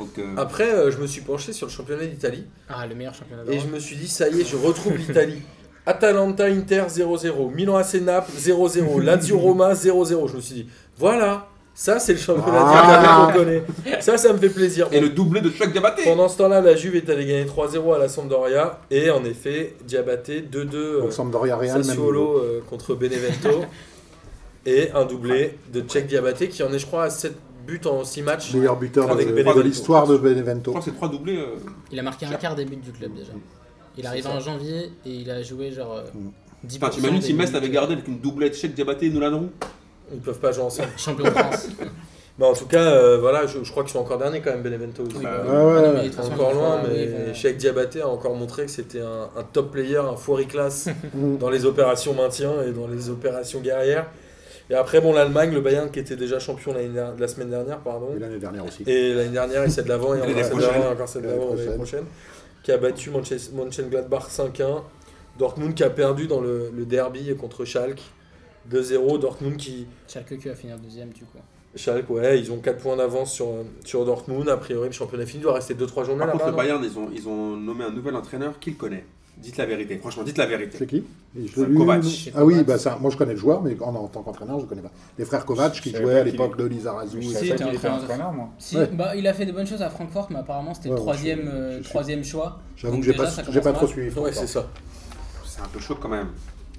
C: Donc, euh,
A: Après, euh, je me suis penché sur le championnat d'Italie.
E: Ah, le meilleur championnat
A: Et je
E: d'Europe.
A: me suis dit, ça y est, je retrouve l'Italie. Atalanta Inter 0-0, Milan AC Naples 0-0, Lazio Roma 0-0. Je me suis dit, voilà, ça c'est le championnat d'Italie
D: Ah.
A: qu'on connaît. Ça, ça me fait plaisir.
C: et le doublé de Chuck Diabaté
A: Pendant ce temps-là, la Juve est allée gagner 3-0 à la Sampdoria. Et en effet, Diabaté 2-2 euh,
D: Donc, Sampdoria Real, même. niveau.
A: Sassuolo euh, contre Benevento. et un doublé de Tchèque Diabaté qui en est, je crois, à 7 buts en 6 matchs.
D: Meilleur buteur
A: Avec
D: de, de
A: Benevento.
D: l'histoire de
C: Je
D: Benevento.
C: crois que c'est trois doublés. euh.
E: Il a marqué un quart des buts du club déjà. Il arrive en janvier et il a joué genre. euh,
A: Mm.
E: 10%
C: Putain, t'imagines
E: des euh,
C: si Metz
E: minutes.
C: l'avait gardé avec une doublette Chuck Diabaté et Nolan Roux
A: Ils ne peuvent pas jouer ensemble.
E: Champion de France.
A: Bah, Mais en tout cas, euh, voilà, je, je crois qu'ils sont encore derniers quand même, Benevento. aussi.
E: Oui, bah,
C: ouais,
E: non, mais de
D: ouais.
E: toute
A: Ils sont
E: façon,
A: encore
E: ils
A: loin,
E: vont-
A: mais
E: ils vont-
A: Cheikh Diabaté a encore montré que c'était un, un top player, un foiré classe
D: Mm.
A: dans les opérations maintien et dans les opérations guerrières. Et après, bon, l'Allemagne, le Bayern qui était déjà champion l'année der- la semaine dernière, pardon.
D: Et L'année dernière aussi.
A: Et l'année dernière, et celle d'avant, et encore
C: L'année
A: celle
C: prochaine.
A: d'avant, et encore celle
D: L'année
A: d'avant, l'année
D: prochaine.
A: prochaine, qui a battu Manches- Mönchengladbach 5-1. Dortmund qui a perdu dans le, le derby contre Schalke 2-0. Dortmund qui.
E: Schalke qui va finir deuxième du coup.
A: Schalke, ouais, ils ont 4 points d'avance sur, sur Dortmund. A priori, le championnat fini doit rester 2-3 journées
C: Par contre,
A: là-bas.
C: le
A: non
C: Bayern, ils ont, ils ont nommé un nouvel entraîneur qu'il connaît. Dites la vérité, franchement, dites la vérité.
D: C'est qui Et je
C: C'est
D: l'ai lu,
C: Kovac.
D: non
E: C'est
D: Ah oui,
E: Kovac.
D: bah ça, moi je connais le joueur, mais en, en tant qu'entraîneur, je ne connais pas. Les frères Kovac qui
B: Je savais
D: jouaient à
B: pas qu'il
D: l'époque de Lizarazu.
B: Je
D: et
E: Si,
B: savais
D: ça.
B: pas
E: t'es
B: qu'il était
E: entraîneur de-
B: entraîneur, moi.
E: Si,
D: Ouais.
E: bah, il a fait des bonnes choses à Francfort, mais apparemment c'était le
D: Ouais, je-
E: troisième, euh,
D: je suis-
E: troisième choix.
D: J'avoue
E: Donc
D: que j'ai
E: déjà,
D: pas,
E: ça
D: j'ai
E: commence
D: pas trop
E: mal.
D: suivi.
A: Ouais,
D: Francfort.
A: c'est ça.
C: C'est un peu chaud quand même.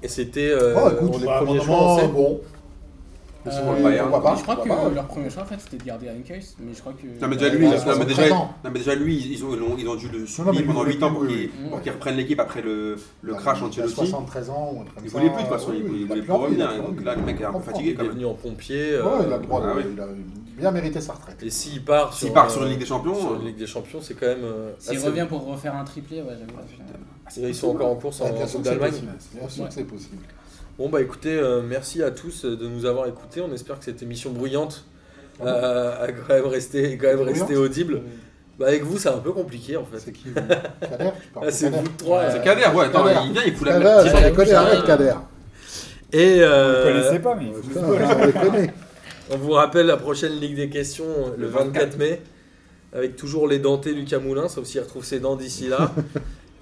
A: Et c'était euh,
D: Oh, écoute,
A: un des
D: bah,
A: premiers
D: vraiment,
A: joueurs lancés.
D: bon.
E: Euh,
D: Souvent,
E: mais
C: Bayern,
D: pourquoi pas,
E: je crois que
D: pourquoi pas.
E: leur premier choix en fait c'était de garder Heynckes, mais je crois que.
C: Non mais déjà
D: Ouais,
C: lui,
D: il a
C: non, mais déjà,
D: 73 ans.
C: non, mais déjà, lui, ils ont, ils ont- ils ont dû le
D: mais
C: supplier
D: il
C: pendant
D: voulait
C: 8 ans
D: plus,
C: pour qu'il
D: oui,
E: oui.
C: pour qu'il reprenne l'équipe après le, le
D: Il a-
C: crash
D: il a
C: Ancelotti.
D: 73 ans ou un truc comme
C: Il
D: ça.
C: voulait plus de toute façon, il
D: Oui,
C: voulait
D: a
C: plus
D: plus envie, il a
C: revenir.
D: plus
C: Donc
D: envie.
C: là, le mec est un peu
D: Comprends.
C: fatigué
A: Il
C: quand
A: est
C: même.
A: venu en pompier. euh,
D: Ouais, il a le droit,
C: Ah
D: de-
C: oui.
D: il a bien mérité sa retraite.
A: Et s'il part sur,
C: S'il part
A: euh,
C: sur une Ligue des Champions,
A: sur
C: euh,
A: une Ligue des Champions, c'est quand même. euh,
E: S'il
A: assez-
E: revient pour refaire un triplé, ouais, j'avoue. Euh,
C: Ah, c'est-
A: Ils sont encore en course en
D: Ouais, Bien sûr
A: Coupe
D: que c'est
A: d'Allemagne.
D: possible. Bien sûr que c'est possible.
A: Bon, bah écoutez, euh, merci à tous euh, de nous avoir écoutés. On espère que cette émission bruyante euh, a quand même resté, quand même resté audible. Bah, avec vous, c'est un peu compliqué en fait.
D: C'est qui Kader Tu parles
A: Là,
D: de
A: c'est
D: Kader
A: vous trois.
C: C'est
A: euh,
C: Kader, ouais, attends,
D: Kader.
C: il vient, il fout la
D: Kader,
C: merde.
D: on les
E: direct,
D: connaît,
E: ça.
D: arrête Kader.
A: Et
B: Vous
A: euh,
B: ne connaissez pas, mais.
D: Putain, On les connaît.
A: on vous rappelle la prochaine Ligue des questions euh, le
C: Le
A: 24 mai. Avec toujours les dentés Lucas Moulin, sauf s'il retrouve ses dents d'ici là.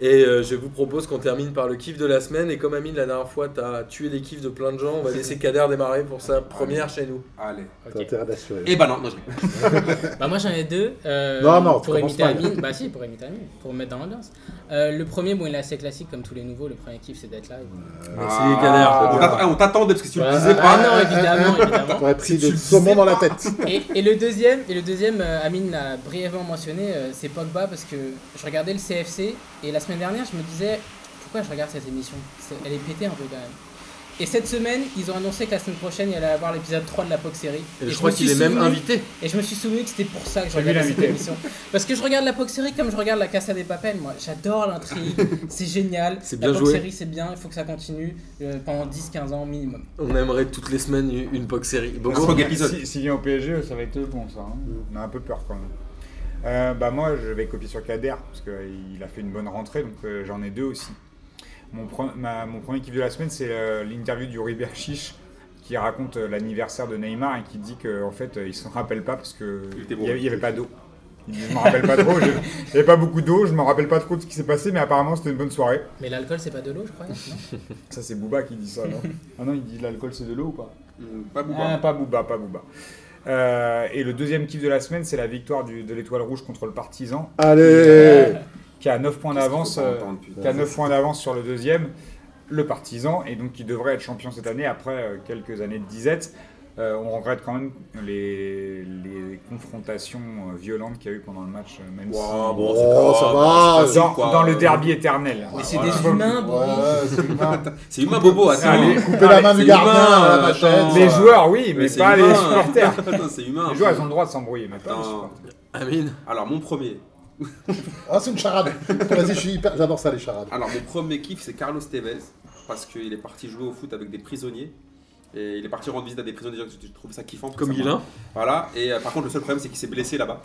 A: Et euh, je vous propose qu'on termine par le kiff de la semaine. Et comme Amine, la dernière fois, t'as tué les kiffs de plein de gens, on va laisser Kader démarrer pour sa première chez nous.
C: Allez.
D: T'as intérêt d'assurer.
C: Eh ben non, non, je rigole.
E: Bah moi j'en ai deux. euh,
D: Non, non,
E: pour
D: commence
E: imiter
D: pas.
E: Amine. Bah si, pour imiter Amine, pour mettre dans l'ambiance. Euh, le premier, bon, il est assez classique comme tous les nouveaux. Le premier kiff, c'est d'être live.
A: Merci
C: On
A: Kader.
C: t'att- eh, On t'attendait parce que si tu le
D: Ouais.
C: disais
D: Ah,
E: Ah
C: pas.
E: non, évidemment, évidemment.
D: T'aurais pris
C: Si tu
D: des
C: le
D: saumons
C: sais
D: dans la tête.
E: Et, et le deuxième, et le deuxième, euh, Amine l'a brièvement mentionné, euh, c'est Pogba parce que je regardais le CFC et la semaine dernière je me disais pourquoi je regarde cette émission C'est- Elle est pétée un peu quand même. Et cette semaine, ils ont annoncé que la semaine prochaine, il allait y avoir l'épisode 3 de la POC série.
A: Et je
E: me
A: crois
E: suis
A: qu'il est même
E: souvenu-
A: invité.
E: Et je me suis souvenu que c'était pour ça que je
B: C'est lui
E: regardais cette
B: l'invité.
E: émission. Parce que je regarde la POC série comme je regarde la Casa des Papel, moi. J'adore l'intrigue, c'est génial.
A: C'est
E: la
A: bien
E: POC
A: joué.
E: série, c'est bien, il faut que ça continue euh, pendant 10-15 ans minimum.
A: On aimerait toutes les semaines une une POC série. Bon,
C: Un Frog épisode.
B: Si- S'il vient au PSG, ça va être bon ça. hein. On a un peu peur quand même. Euh, bah moi, je vais copier sur Kader parce qu'il a fait une bonne rentrée, donc euh, j'en ai deux aussi. Mon, pre- ma- mon premier kiff de la semaine, c'est euh, l'interview du Ribéry Chiche qui raconte euh, l'anniversaire de Neymar et qui dit qu'en en fait, euh, il s'en rappelle pas parce que
C: Il
B: il y
C: était
B: avait-
C: bourré.
B: il y avait pas d'eau. Il dit, je m'en rappelle pas trop, j'ai- il n'y avait pas beaucoup d'eau, je m'en rappelle pas trop de ce qui s'est passé, mais apparemment c'était une bonne soirée.
E: Mais l'alcool, c'est pas de l'eau, je crois. non
B: Ça c'est Booba qui dit ça, non Ah non, il dit l'alcool c'est de l'eau ou pas
C: Hum, Pas beaucoup.
B: ah, pas Booba, pas Booba. Euh, et le deuxième kiff de la semaine, c'est la victoire du- de l'Étoile Rouge contre le Partisan,
D: Allez
B: qui a 9 points
C: Qu'est-ce qu'il
B: d'avance
C: faut pas
B: euh,
C: entendre, putain.
B: qui a 9 points d'avance sur le deuxième, le Partisan, et donc qui devrait être champion cette année après euh, quelques années de disette. Euh, on regrette quand même les, les confrontations euh, violentes qu'il y a eu pendant le match, euh, même
C: Ouah,
B: si...
C: bon, c'est
D: Oh,
C: pas
D: ça
C: grave,
D: va,
C: bah, c'est
B: dans,
C: facile, quoi. euh,
B: dans le derby éternel.
E: Mais c'est
C: Voilà.
E: des humains, Boris.
C: C'est humain, Bobo, attends.
B: Allez,
D: Couper la main
C: c'est
D: du gardien
C: humain,
D: à la
C: euh,
D: machette.
C: attends.
B: les joueurs, oui, mais,
C: c'est
B: pas
C: humain.
B: les supporters.
C: Attends, c'est humain. hein.
B: Les joueurs, ils ont le droit de s'embrouiller, mais pas les
C: Attends.
B: supporters.
A: Amine,
C: Alors, mon premier.
D: Ah, c'est une charade. Vas-y, je suis hyper- j'adore ça, les charades.
C: Alors mon premier kiff c'est Carlos Tevez parce qu'il est parti jouer au foot avec des prisonniers et il est parti rendre visite à des prisonniers. Je trouve ça kiffant.
A: comme il
C: a.
A: a.
C: Voilà. Et euh, par contre le seul problème c'est qu'il s'est blessé là-bas.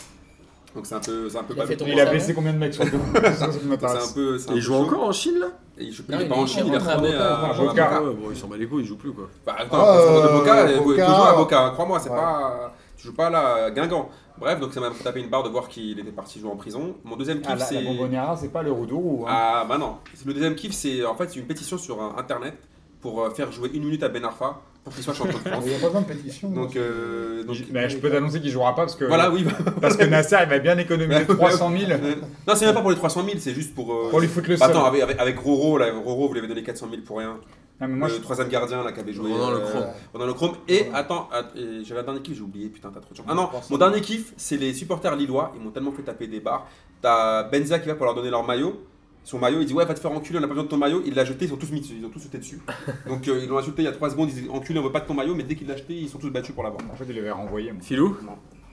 C: Donc c'est un peu, c'est un peu
E: Il a
C: pas.
E: fait tomber
B: Il a
E: Ça
B: blessé combien de mecs sur le dos C'est ça qui
C: C'est un
B: m'intéresse.
C: peu.
D: Ah,
C: c'est un
A: Il
C: peu
A: joue
C: chaud.
A: encore en Chine là
C: Et je,
E: Non,
C: il est
E: il
C: pas
E: est
C: en Chine, il est
E: rentré à
C: retourné
E: Boca,
C: à,
B: à Boca.
C: à Boca.
A: Ouais, bon, il s'en bat les couilles, il joue plus quoi.
C: Bah attends,
D: Ah,
C: parce que de
D: euh,
C: Boca, il faut
D: Boca.
C: toujours à Boca, hein, crois-moi, c'est
D: Ouais.
C: pas. Tu joues pas là, à Guingamp. Bref, donc ça m'a tapé une barre de voir qu'il était parti jouer en prison. Mon deuxième kiff
B: Ah, la,
C: c'est.
B: la Bombonera, c'est pas le Roudourou. Hein.
C: Ah bah non. Le deuxième kiff, c'est en fait c'est une pétition sur euh, internet pour euh, faire jouer une minute à Ben Arfa pour qu'il soit champion de
D: Il
C: France.
D: n'y a pas besoin de pétition.
C: Donc, euh, Ah. donc
B: Je- mais euh, je peux t'annoncer qu'il jouera pas parce que,
C: voilà, oui. bah,
B: parce que Nasser il va bien économiser 300 000
C: euh, non, c'est même pas pour les 300 000, c'est juste pour. euh,
B: pour lui foutre le
C: bah,
B: sol.
C: attends, euh, avec, avec, avec Roro, là, Roro, vous lui avez donné 400 000 pour rien.
B: Non, mais moi,
C: le
B: je-
C: troisième gardien là qui avait joué.
A: Ronan Lecrome.
C: Ronan Lecrome. Et attends, att- et j'avais un dernier kiff, j'ai oublié, putain, t'as trop de chance. Ah non,
D: Personne.
C: mon dernier kiff, c'est les supporters lillois, ils m'ont tellement fait taper des barres. T'as Benza qui va pour leur donner leur maillot. Son maillot, il dit ouais, va te faire enculer, on a pas besoin de ton maillot. Il l'a jeté, ils ont tous mis, ils ont tous sauté dessus. Donc euh, ils l'ont insulté il y a 3 secondes, ils disent enculé, on veut pas de ton maillot, mais dès qu'il l'a acheté, ils sont tous battus pour l'avoir.
B: en fait, il avait renvoyé. Moi.
A: Filou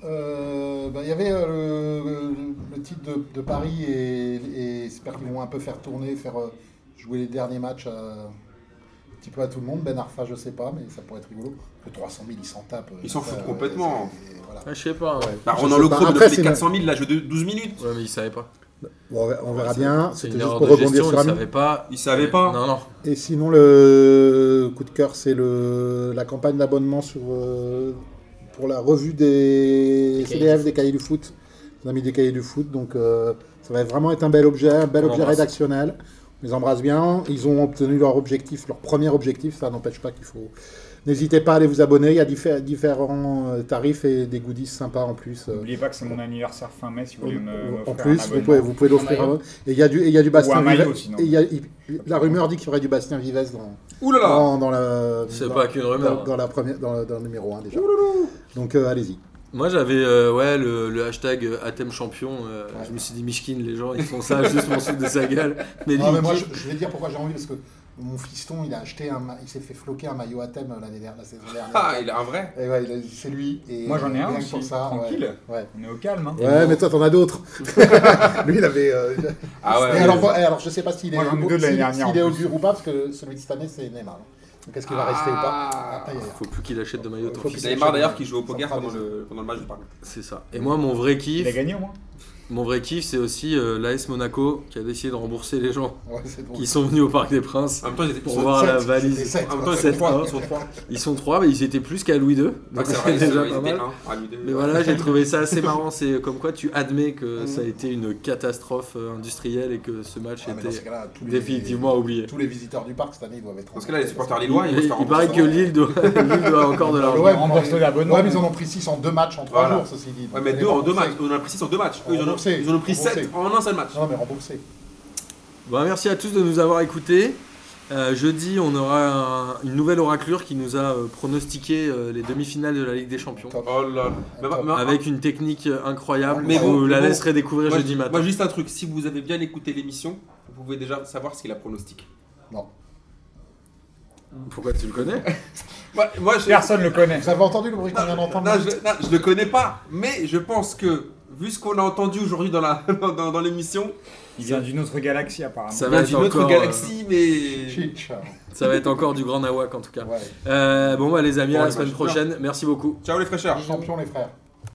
D: Euh, ben, Il y avait euh, le, le titre de, de Paris et, et j'espère qu'ils vont un peu faire tourner, faire euh, jouer les derniers matchs à- un petit peu à tout le monde. Ben Arfa, je sais pas, mais ça pourrait être rigolo. Le 300 000, ils s'en tapent. euh,
C: Ils s'en
D: ça,
C: foutent
D: euh,
C: complètement.
D: c'est- voilà.
A: ah, Je sais pas. Ouais.
C: Bah,
D: Je
C: Ronan
D: sais
C: Lecrome,
D: pas.
C: il a
D: Après,
C: fait
D: c'est
C: les
D: une-
C: 400 000, là, je 12 minutes.
A: Ouais, mais il savait pas.
D: Bon, on ver- on verra
A: c'est-
D: bien.
A: C'est
D: C'était
A: une
D: juste
A: erreur
D: pour
A: de gestion,
D: rebondir
A: il
D: sur Amine.
A: savait pas.
C: Il savait pas.
A: Non, non.
D: Et sinon, le coup de cœur, c'est le la campagne d'abonnement sur euh, pour la revue des
E: Des
D: CDF des cahiers du foot, des amis des cahiers du foot. Donc, euh, ça va vraiment être un bel objet, un bel
A: On
D: objet
A: embrasse.
D: rédactionnel. On les embrasse bien. Ils ont obtenu leur objectif, leur premier objectif. Ça n'empêche pas qu'il faut. N'hésitez pas à aller vous abonner. Il y a diffé- différents euh, tarifs et des goodies sympas en plus. euh,
B: N'oubliez pas que c'est mon anniversaire fin mai si vous voulez me m'offrir
D: en
B: euh, un
D: plus, vous
B: abonnement.
D: pouvez, vous pouvez l'offrir.
E: Un
D: à
E: maillot.
D: vous. Et il y a du, et il y a du Bastien
B: un maillot,
D: Vives-
B: sinon.
D: et il y a- il- la rumeur dit qu'il y aurait du Bastien Vives dans,
C: Ouh là là
D: dans, dans la,
A: C'est
D: dans-
A: pas qu'une
D: dans,
A: rumeur.
D: dans la première, dans, le- dans le numéro 1 déjà. Donc euh, allez-y.
A: Moi j'avais euh, ouais, le, le hashtag euh, Athème champion. euh, Je me suis dit Mishkin, les gens ils font ça juste pour se foutre de sa gueule. Mais lui,
D: Non, Ah, mais
A: il
D: moi, je,
A: kiffe.
D: je vais dire pourquoi j'ai envie parce que mon fiston, il a acheté un, ma- il s'est fait floquer un maillot à thème euh, l'année dernière, la saison dernière.
C: Ah, il a un vrai
D: Et ouais, il a- c'est lui. Et
B: Moi, j'en ai un
D: rien que
B: aussi,
D: pour ça,
B: tranquille.
D: Ouais. ouais.
B: On est au calme. Hein.
D: Ouais, mais toi t'en as d'autres. Lui il avait. euh,
C: Ah
D: et
C: ouais.
D: alors, bon, et alors je sais pas s'il est,
B: Moi, j'en ai deux de l'année
D: s'il-
B: dernière,
D: s'il est
B: en
D: au
B: plus.
D: dur ou pas parce que celui de cette année c'est Neymar. hein. Donc est-ce qu'il va rester ou pas
C: Ah.
D: Après, il y a-
A: Faut plus qu'il achète de maillot
D: Faut
A: ton
D: qu'il
A: fils.
C: Neymar d'ailleurs
D: Ça
C: qui joue au poker
D: prend
C: pendant
D: des-
C: le, pendant le match du Paris.
A: C'est ça. Et moi mon vrai
B: Il a
A: kiff.
B: gagné au moins
A: Mon vrai kiff, c'est aussi euh, l'AS Monaco qui a décidé de rembourser les gens
D: Ouais, c'est drôle.
A: qui sont venus au Parc des Princes
C: En même temps, ils étaient
A: pour
C: ils sont-
A: voir
D: sept,
A: la
D: c'était
A: valise.
D: sept,
A: En même temps,
C: ils
A: sept,
C: sont trois,
A: hein.
C: ils sont trois.
A: Ils sont trois, mais ils étaient plus qu'à Louis II.
C: Ah,
A: Donc
C: c'est
A: c'est
C: vrai, c'est
A: déjà
C: vrai, ils
A: pas
C: étaient
A: mal.
C: un, hein, à E. lui deux.
A: Mais voilà, j'ai trouvé ça assez marrant. C'est comme quoi tu admets que ça a été une catastrophe euh, industrielle et que ce match
D: Ah, mais dans ces
A: était
D: cas-là, tous les-
A: définitivement oublié.
D: Tous les visiteurs du parc cette année ils doivent être.
C: Parce que là, les supporters
D: Ouais,
C: lillois, ils vont se
A: Il,
C: faire
A: il paraît
C: rembourser.
A: que Lille doit, Lille doit encore de
D: mais
A: l'argent.
D: ouais,
B: rembourse
D: mais-
B: l'abonnement.
D: ouais, mais ils en ont pris 6 en 2 matchs, en 3
C: Voilà.
D: jours, ceci dit.
C: Ouais, mais
D: Donc,
C: deux en deux matchs.
D: remboursés.
C: On en a pris six en deux matchs. Eux, Ils en ont-
D: Remboursé.
C: ils en ont pris
D: Remboursé.
C: sept en un seul match.
D: Non, mais remboursés.
A: Bon, merci à tous de nous avoir écoutés. Euh, jeudi, on aura un- une nouvelle oraclure qui nous a euh, pronostiqué euh, les demi-finales de la Ligue des Champions.
D: Top.
C: Oh là là. Mais-
D: Top.
C: mais-
A: Avec une technique euh, incroyable.
D: Mais
A: Mais
D: bon,
A: vous la
C: bon,
A: laisserez découvrir
C: Moi,
A: jeudi
C: je-
A: matin.
C: moi, juste un truc, si vous avez bien écouté l'émission, vous pouvez déjà savoir ce qu'il a pronostiqué.
D: Non.
A: Pourquoi tu le connais
C: Moi, moi, je,
B: Personne le connaît.
D: Vous avez entendu le bruit qu'on vient d'entendre
C: non, je, non, je le connais pas, mais je pense que, vu ce qu'on a entendu aujourd'hui dans la- dans- dans- dans l'émission,
B: Il vient d'une autre galaxie apparemment.
A: Ça
C: il
A: va
C: vient
A: être
C: d'une autre
A: encore, euh,
C: galaxie, mais.
D: Chill, ciao.
A: Ça va être encore du grand nawak en tout cas.
D: Ouais.
A: Euh, bon, bah, les amis,
C: Bon,
A: à la
C: les
A: semaine
C: matchs.
A: prochaine. Merci beaucoup.
C: Ciao les fraîcheurs
D: Champion, les frères.